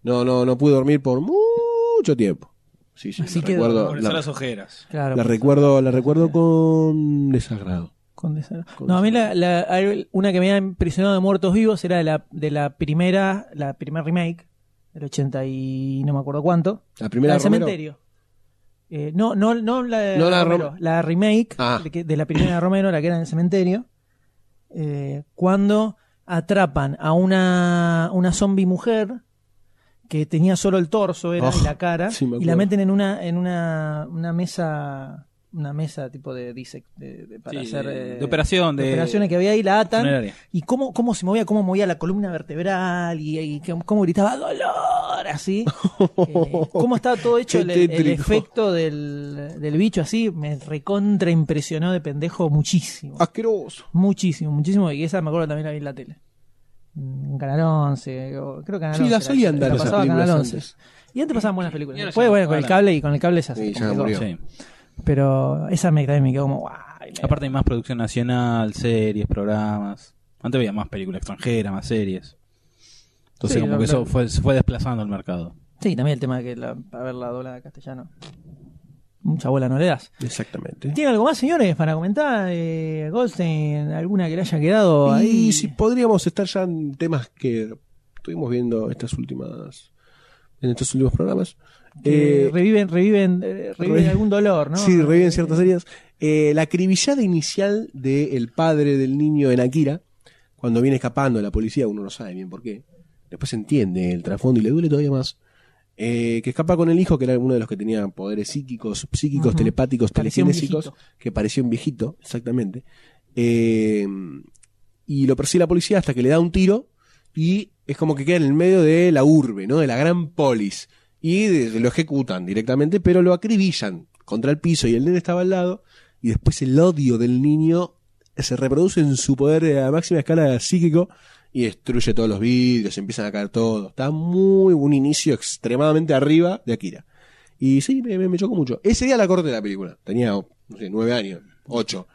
J: No, no, no pude dormir por mucho tiempo. Sí, sí,
B: Así
J: la
B: que
J: recuerdo,
C: Por eso
J: la,
C: las ojeras.
B: Claro.
J: la recuerdo, la recuerdo con desagrado.
B: Con desalo-
J: Con
B: no, a mí la, la- hay una que me había impresionado de Muertos Vivos era de la, de la primera, la primera remake, del 80 y no me acuerdo cuánto.
J: La primera
B: la del
J: Romero.
B: cementerio. Eh, no, no, no la de
J: No la de
B: Romero,
J: Rom-
B: la remake
J: Ah.
B: de, que- de la primera de Romero, la que era en el cementerio. eh, cuando atrapan a una, una zombie mujer que tenía solo el torso era, y
J: Oh,
B: la cara
J: sí, me
B: y la
J: acuerdo.
B: meten en una en una, una mesa una mesa tipo de, disec- de- de- para
C: Sí,
B: hacer
C: de-
B: eh,
C: de operación, de-
B: operaciones que había ahí la atan
C: Funeraria.
B: y cómo, cómo se movía, cómo movía la columna vertebral y, y cómo- cómo gritaba dolor, así. Eh, cómo estaba todo hecho
J: Qué
B: el, el
J: tétrico.
B: efecto del, del bicho así, me recontra impresionó de pendejo muchísimo.
J: Ah. Asqueroso.
B: Muchísimo, muchísimo. Y esa me acuerdo también la vi en la tele. En Canal 11, o- creo que Canal
J: Sí,
B: 11.
J: la solía andar esas
B: pasaba Canal
J: películas
B: 11.
J: antes.
B: Y antes pasaban buenas películas.
C: Y ahora
B: Después,
C: ya no,
B: bueno, con el
C: ahora.
B: cable y con el cable se hace
J: Sí, ya
B: complicado.
J: murió.
C: Sí.
B: Pero esa me, también me quedó como, guay.
J: Ah,
B: me-
C: Aparte hay más producción nacional, series, programas. Antes había más películas extranjeras, más series. Entonces
B: Sí,
C: como
B: lo-
C: que
B: lo-
C: eso fue, se fue desplazando el mercado.
B: Sí, también el tema de que la, para ver la doblada a castellano. Mucha bola no le das.
J: Exactamente.
B: ¿Tiene algo más, señores, para comentar? Eh, Goldstein, alguna que le haya quedado ahí.
J: Y si podríamos estar ya en temas que estuvimos viendo estas últimas, en estos últimos programas.
B: Que
J: Eh,
B: reviven, reviven, eh, reviven
J: revi-
B: algún dolor, ¿no?
J: Sí, reviven ciertas heridas. Eh, la acribillada inicial del padre del niño en Akira, cuando viene escapando de la policía, uno no sabe bien por qué. Después entiende el trasfondo y le duele todavía más. Eh, que escapa con el hijo, que era uno de los que tenía poderes psíquicos, psíquicos,
B: Ujú.
J: telepáticos,
B: Parecía un
J: telecinésicos, que parecía un viejito, exactamente. Eh, y lo persigue la policía hasta que le da un tiro y es como que queda en el medio de la urbe, ¿no? De la gran polis. Y de- lo ejecutan directamente, pero lo acribillan contra el piso y el nene estaba al lado y después el odio del niño se reproduce en su poder eh, a máxima escala psíquico y destruye todos los vidrios, empiezan a caer todos. Está muy un inicio extremadamente arriba de Akira. Y sí, me, me- me chocó mucho. Ese día la corté la película. Tenía, no sé, nueve años, ocho.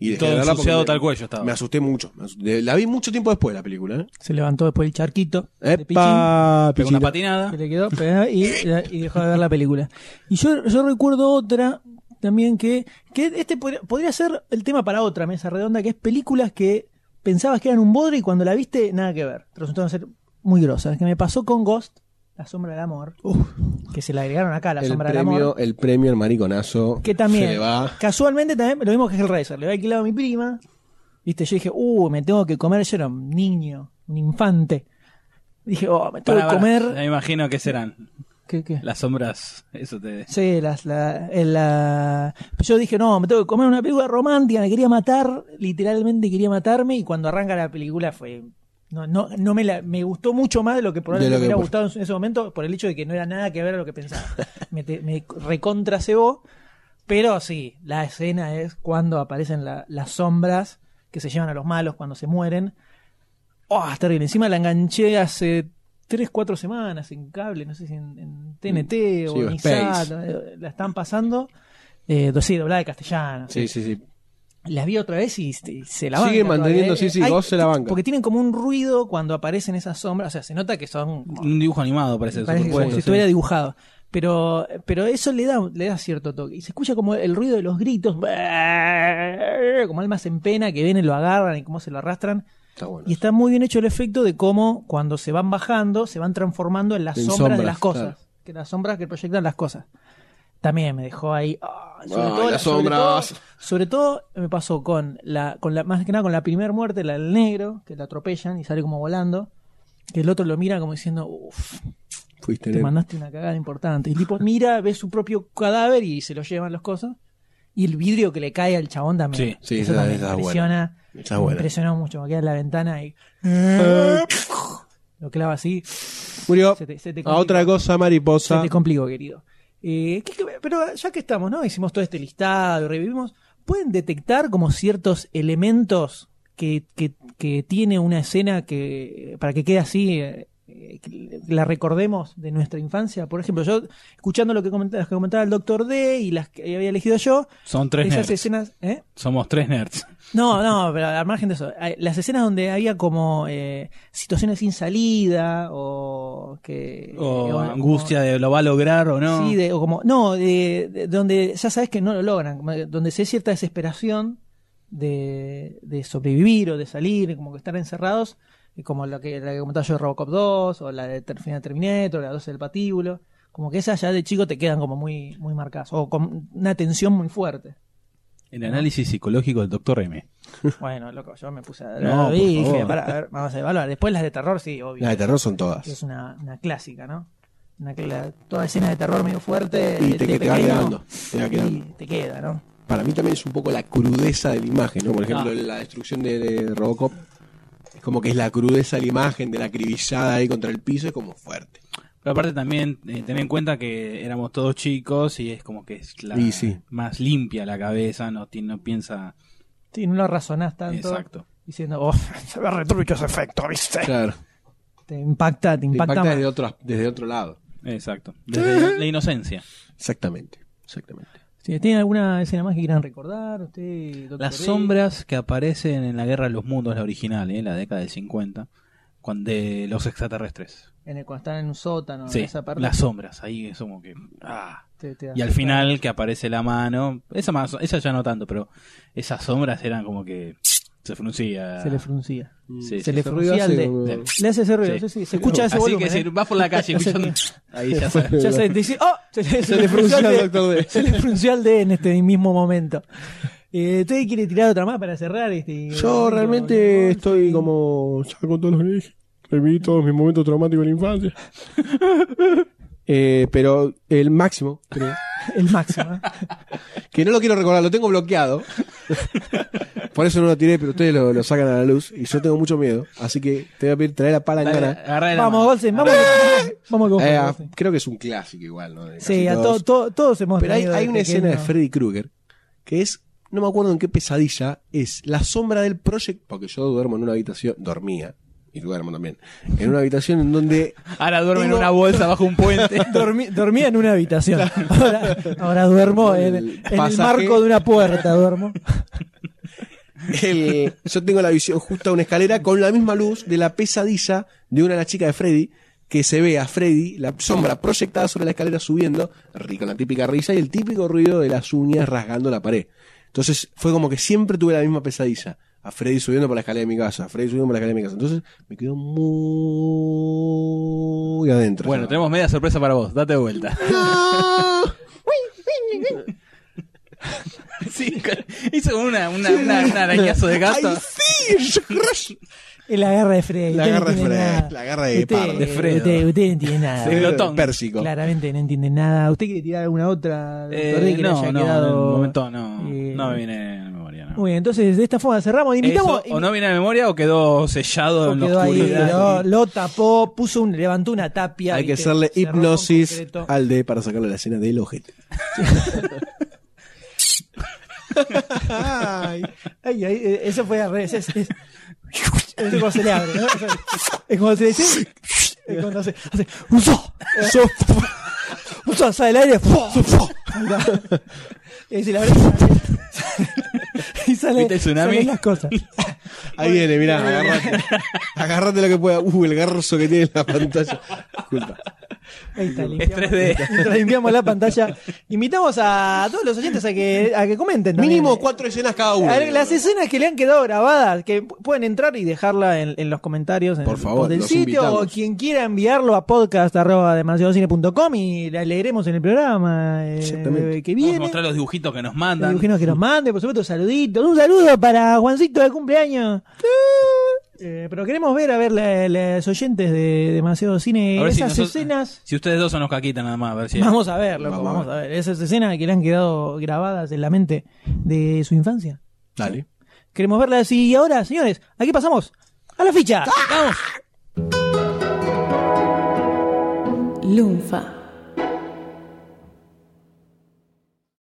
J: Y dejé
C: Todo
J: de verla porque
C: ensuciado
J: me-
C: tal cuello estaba.
J: Me asusté mucho. me asusté. La vi mucho tiempo después la película. ¿eh?
B: Se levantó después el charquito. de
J: Epa,
B: Pichín,
J: Pichín.
B: Ah. que le quedó pegada y, y dejó de ver la película. Y yo, yo recuerdo otra también que, que este podría, podría ser el tema para otra mesa redonda, que es películas que pensabas que eran un bodre y cuando la viste, nada que ver. Resultaron ser muy grosas. Que me pasó con Ghost, La Sombra del Amor, que se la agregaron acá, La
J: El
B: Sombra del Amor.
J: premio, el premio al mariconazo.
B: Que también,
J: Se le va.
B: casualmente también, lo mismo que Hellraiser, le había alquilado a mi prima. Viste, yo dije, uh, me tengo que comer, yo era un niño, un infante. Dije, oh, me tengo
C: Para
B: que comer.
J: Eh,
C: Me imagino que serán.
B: ¿Qué, qué?
C: Las sombras. Eso te.
B: Sí, las, la, el, la- pues yo dije, no, me tengo que comer una película romántica, me quería matar, literalmente quería matarme, y cuando arranca la película fue... No, no, no me, la, me gustó mucho más de lo que probablemente
J: De lo que
B: me hubiera
J: por-
B: gustado en su- en ese momento por el hecho de que no era nada que ver a lo que pensaba. me, te- me recontra cebó, pero sí, la escena es cuando aparecen la- las sombras que se llevan a los malos cuando se mueren. ¡Oh, es terrible! Encima la enganché hace 3, 4 semanas en cable, no sé si en, en TNT o
J: Mm. Sí, o
B: en
J: Space.
B: ISAT, eh, la están pasando. Eh, do- sí, doblada de castellano.
J: Sí, sí, sí.
B: Las vi otra vez y, y se la van.
J: Sigue manteniendo, sí, sí, vos se la banca.
B: Porque tienen como un ruido cuando aparecen esas sombras. O sea, se nota que son.
J: Mm.
C: Un dibujo animado parece.
B: parece que
C: superpuesto,
B: como si
C: sí.
B: estuviera dibujado. Pero, pero eso le da, le da cierto toque. Y se escucha como el ruido de los gritos. Como almas en pena que vienen, lo agarran y cómo se lo arrastran.
J: Está bueno.
B: Y está muy bien hecho el efecto de cómo cuando se van bajando, se van transformando en las
J: En
B: sombras, de
J: sombras,
B: las cosas.
J: claro.
B: Que las sombras que proyectan las cosas. También me dejó ahí. ah, sobre
J: Ay,
B: todo
J: las
B: sobre
J: sombras.
B: todo- Sobre todo, me pasó con la, con la, más que nada con la primera muerte, la del negro, que la atropellan y sale como volando. Que el otro lo mira como diciendo, uff,
J: Fuiste
B: te
J: nene.
B: mandaste una cagada importante. Y el tipo mira, ve su propio cadáver y se lo llevan las cosas. Y el vidrio que le cae al chabón también.
J: Sí, sí,
B: Eso
J: esa-
B: también
J: esa
B: me
J: es buena.
B: impresiona.
J: Esa es
B: me
J: buena. Eh.
B: impresionó mucho. Me queda en la ventana y. Lo clava así.
J: Murió.
B: Se te- se te
J: a
B: complica.
J: otra cosa, mariposa.
B: Se te complicó, querido. Eh, ¿qué- qué- pero ya que estamos, ¿no? Hicimos todo este listado y revivimos. ¿Pueden detectar como ciertos elementos que, que- que tiene una escena que para que quede así, eh, eh, que la recordemos de nuestra infancia? Por ejemplo, yo escuchando lo que comentaba, las que comentaba el doctor D y las que había elegido yo,
C: Son tres
B: esas
C: nerds.
B: escenas... ¿eh?
C: Somos tres nerds.
B: No, no, pero al margen de eso, hay- las escenas donde había como eh, situaciones sin salida o que...
C: O
B: o-
C: angustia de lo va a lograr o no.
B: Sí, de- o como, no, de, de- donde ya sabes que no lo logran, como de- donde se hay cierta desesperación de, de sobrevivir o de salir, como que estar encerrados, y como lo que, la que comentaba yo de Robocop 2, o la de Ter- final de Terminator, la 12 del Patíbulo, como que esas ya de chico te quedan como muy, muy marcadas, o con una tensión muy fuerte.
C: El análisis psicológico del doctor M.
B: Bueno, loco, yo me puse a...
C: No, por
B: dije,
C: favor.
B: "Pará, a ver, vamos a evaluar. Después las de terror, sí, obvio.
J: Las de terror son todas.
B: Es una, una clásica, ¿no? Una, cla- toda escena de terror medio fuerte.
J: Y
B: de-
J: te,
B: de
J: te va
B: pequeño,
J: quedando. Te va quedando.
B: y te queda, ¿no?
J: Para mí también es un poco la crudeza de la imagen, ¿no? Por ejemplo,
B: Ah.
J: la destrucción de, de Robocop. Es como que es la crudeza de la imagen, de la acribillada ahí contra el piso, es como fuerte.
C: Pero aparte también eh, tener en cuenta que éramos todos chicos y es como que es la
J: Y sí.
C: más limpia la cabeza, no, ti- no piensa
B: Sí, no lo razonás tanto.
C: exacto.
B: Diciendo, oh, se ve retrucho ese efecto, ¿viste?
J: Claro.
B: Te impacta, te
J: Te
B: impacta,
J: impacta,
B: más.
J: desde otro, desde otro lado.
C: Exacto. Desde la- la inocencia.
J: Exactamente. Exactamente.
B: Sí, ¿Tienen alguna escena más que quieran recordar? Usted, doctor
C: Las
B: D?
C: sombras que aparecen en la Guerra de los Mundos, la original, ¿eh? la década del 50, cuando, de los extraterrestres.
B: En el, cuando están en un sótano,
C: sí,
B: en Ah, esa parte.
C: las sombras, ahí es como que... ah.
B: te- te
C: Y al
B: asusta.
C: final que aparece la mano, esa, más, esa ya no tanto, pero esas sombras eran como que se fruncía.
B: Se le fruncía.
C: Sí,
B: se
C: sí.
B: le
J: Ese
B: fruncía
J: ruido
B: al
J: hace
B: de-
J: como-
B: Le hace ese ruido,
C: Sí.
B: sí, sí. Se escucha ese
C: Así
B: volumen.
C: que
B: ¿eh?
C: si vas por la calle escuchando... Ahí ya sabes.
B: Ya se dice, ¡oh! Se le,
J: Se le frunció al Dr. D.
B: Se le frunció al D en este mismo momento. Eh, ¿Usted quiere tirar otra más para cerrar? Este,
J: Yo realmente estoy como. Ya con todos los que dije. Reviví todos mis momentos traumáticos de la infancia. Eh, pero el máximo, creo.
B: El máximo. ¿eh?
J: Que no lo quiero recordar, lo tengo bloqueado. Por eso no lo tiré, pero ustedes lo, lo sacan a la luz. Y yo tengo mucho miedo. Así que te voy a pedir traer la
C: Dale,
J: palangana.
C: agarrá de la
B: Vamos,
C: mano.
B: Golsen, vamos. Vamos, Golsen.
J: Eh, ah, creo que es un clásico igual, ¿no? De
B: Sí,
J: casi
B: a to-
J: todos.
B: to- todos hemos
J: Pero hay,
B: tenido de
J: hay una escena de
B: pequeño.
J: Freddy Krueger que es, no me acuerdo en qué pesadilla, es la sombra del proyecto, porque yo duermo en una habitación, dormía, y duermo también, en una habitación en donde
C: Ahora duerme en
J: Tengo-
C: una bolsa bajo un puente.
B: Dormí- dormía en una habitación. Ahora, ahora duermo en,
J: El
B: en el
J: pasaje.
B: marco de una puerta. Duermo.
J: el- eh, yo tengo la visión justa de una escalera con la misma luz de la pesadilla de una de las chicas de Freddy, que se ve a Freddy, la sombra proyectada sobre la escalera subiendo, ri- con la típica risa y el típico ruido de las uñas rasgando la pared. Entonces fue como que siempre tuve la misma pesadilla. A Freddy subiendo por la escalera de mi casa, a Freddy subiendo por la escalera de mi casa. Entonces me quedo muy adentro.
C: Bueno, tenemos media sorpresa para vos. Date vuelta. sí, hizo una, una, una, un arañazo de gato.
J: ¡Ay, sí!
B: Es la garra de Freddy.
J: La
B: Usted no
J: garra de
B: entiende
J: Freddy,
B: nada.
J: la garra de
B: Usted-
J: Pardo.
C: De Fredo.
B: Usted, usted no entiende nada.
C: Sí. Glotón.
J: Pérsico.
B: Claramente no entiende nada. ¿Usted quiere tirar alguna otra?
C: Eh,
B: doctor D, que le
C: no,
B: haya
C: no,
B: quedado?
C: en el momento no.
B: Eh,
C: No me viene en la memoria, no.
B: Muy bien, entonces de esta forma cerramos. Invitamos.
C: Eso, o no viene a la memoria o quedó sellado en la
B: quedó ahí,
C: oscuridad.
B: lo, lo tapó, puso un, levantó una tapia.
J: Hay que
B: ¿viste?
J: hacerle
B: Cerró con
J: hipnosis
B: concreto.
J: al D para sacarle la escena del ojete.
B: Ay, ay, ay, eh, eso fue al revés. Es, es- es cuando se le abre, ¿no? Es, es cuando se le dice. Es cuando se hace. ¡Uso!
J: So-
B: ¡Uso! Sale el aire. ¡fua! Ahí va. Y ahí se le abre. Y sale,
C: ¿Viste el tsunami?
B: salen las cosas.
J: Ahí viene, mirá, agarrate. Agarrate lo que pueda. Uh, el garzo que tiene en la pantalla. Disculpa.
B: Ahí está,
C: Es
B: limpiamos,
C: 3D.
B: mientras limpiamos la pantalla. Invitamos a todos los oyentes a que, a que comenten. también. eh.
J: Mínimo cuatro escenas cada uno.
B: A ver, las escenas que le han quedado grabadas, que pu- pueden entrar y dejarla en, en los comentarios en
J: Por
B: el
J: favor,
B: post del
J: los
B: sitio
J: invitamos.
B: o quien quiera enviarlo a podcast@demasiadocine.com y la leeremos en el programa eh,
J: Exactamente.
B: que
C: Vamos a
B: viene.
C: mostrar los dibujitos que nos
B: Los
C: mandan.
B: dibujinos que nos mande, por supuesto, saluditos. Un saludo para Juancito de cumpleaños. Eh, pero queremos ver a ver la- las oyentes de Demasiado Cine
C: A ver si
B: esas
C: nosotros-
B: escenas.
C: Si ustedes dos son los caquitas nada más, a ver si.
B: Vamos a ver, loco,
J: Vamos a
B: vamos a ver. Esas escenas que le han quedado grabadas en la mente de su infancia.
J: Dale.
B: Queremos verlas y ahora, señores, aquí pasamos a la ficha.
R: Lunfa.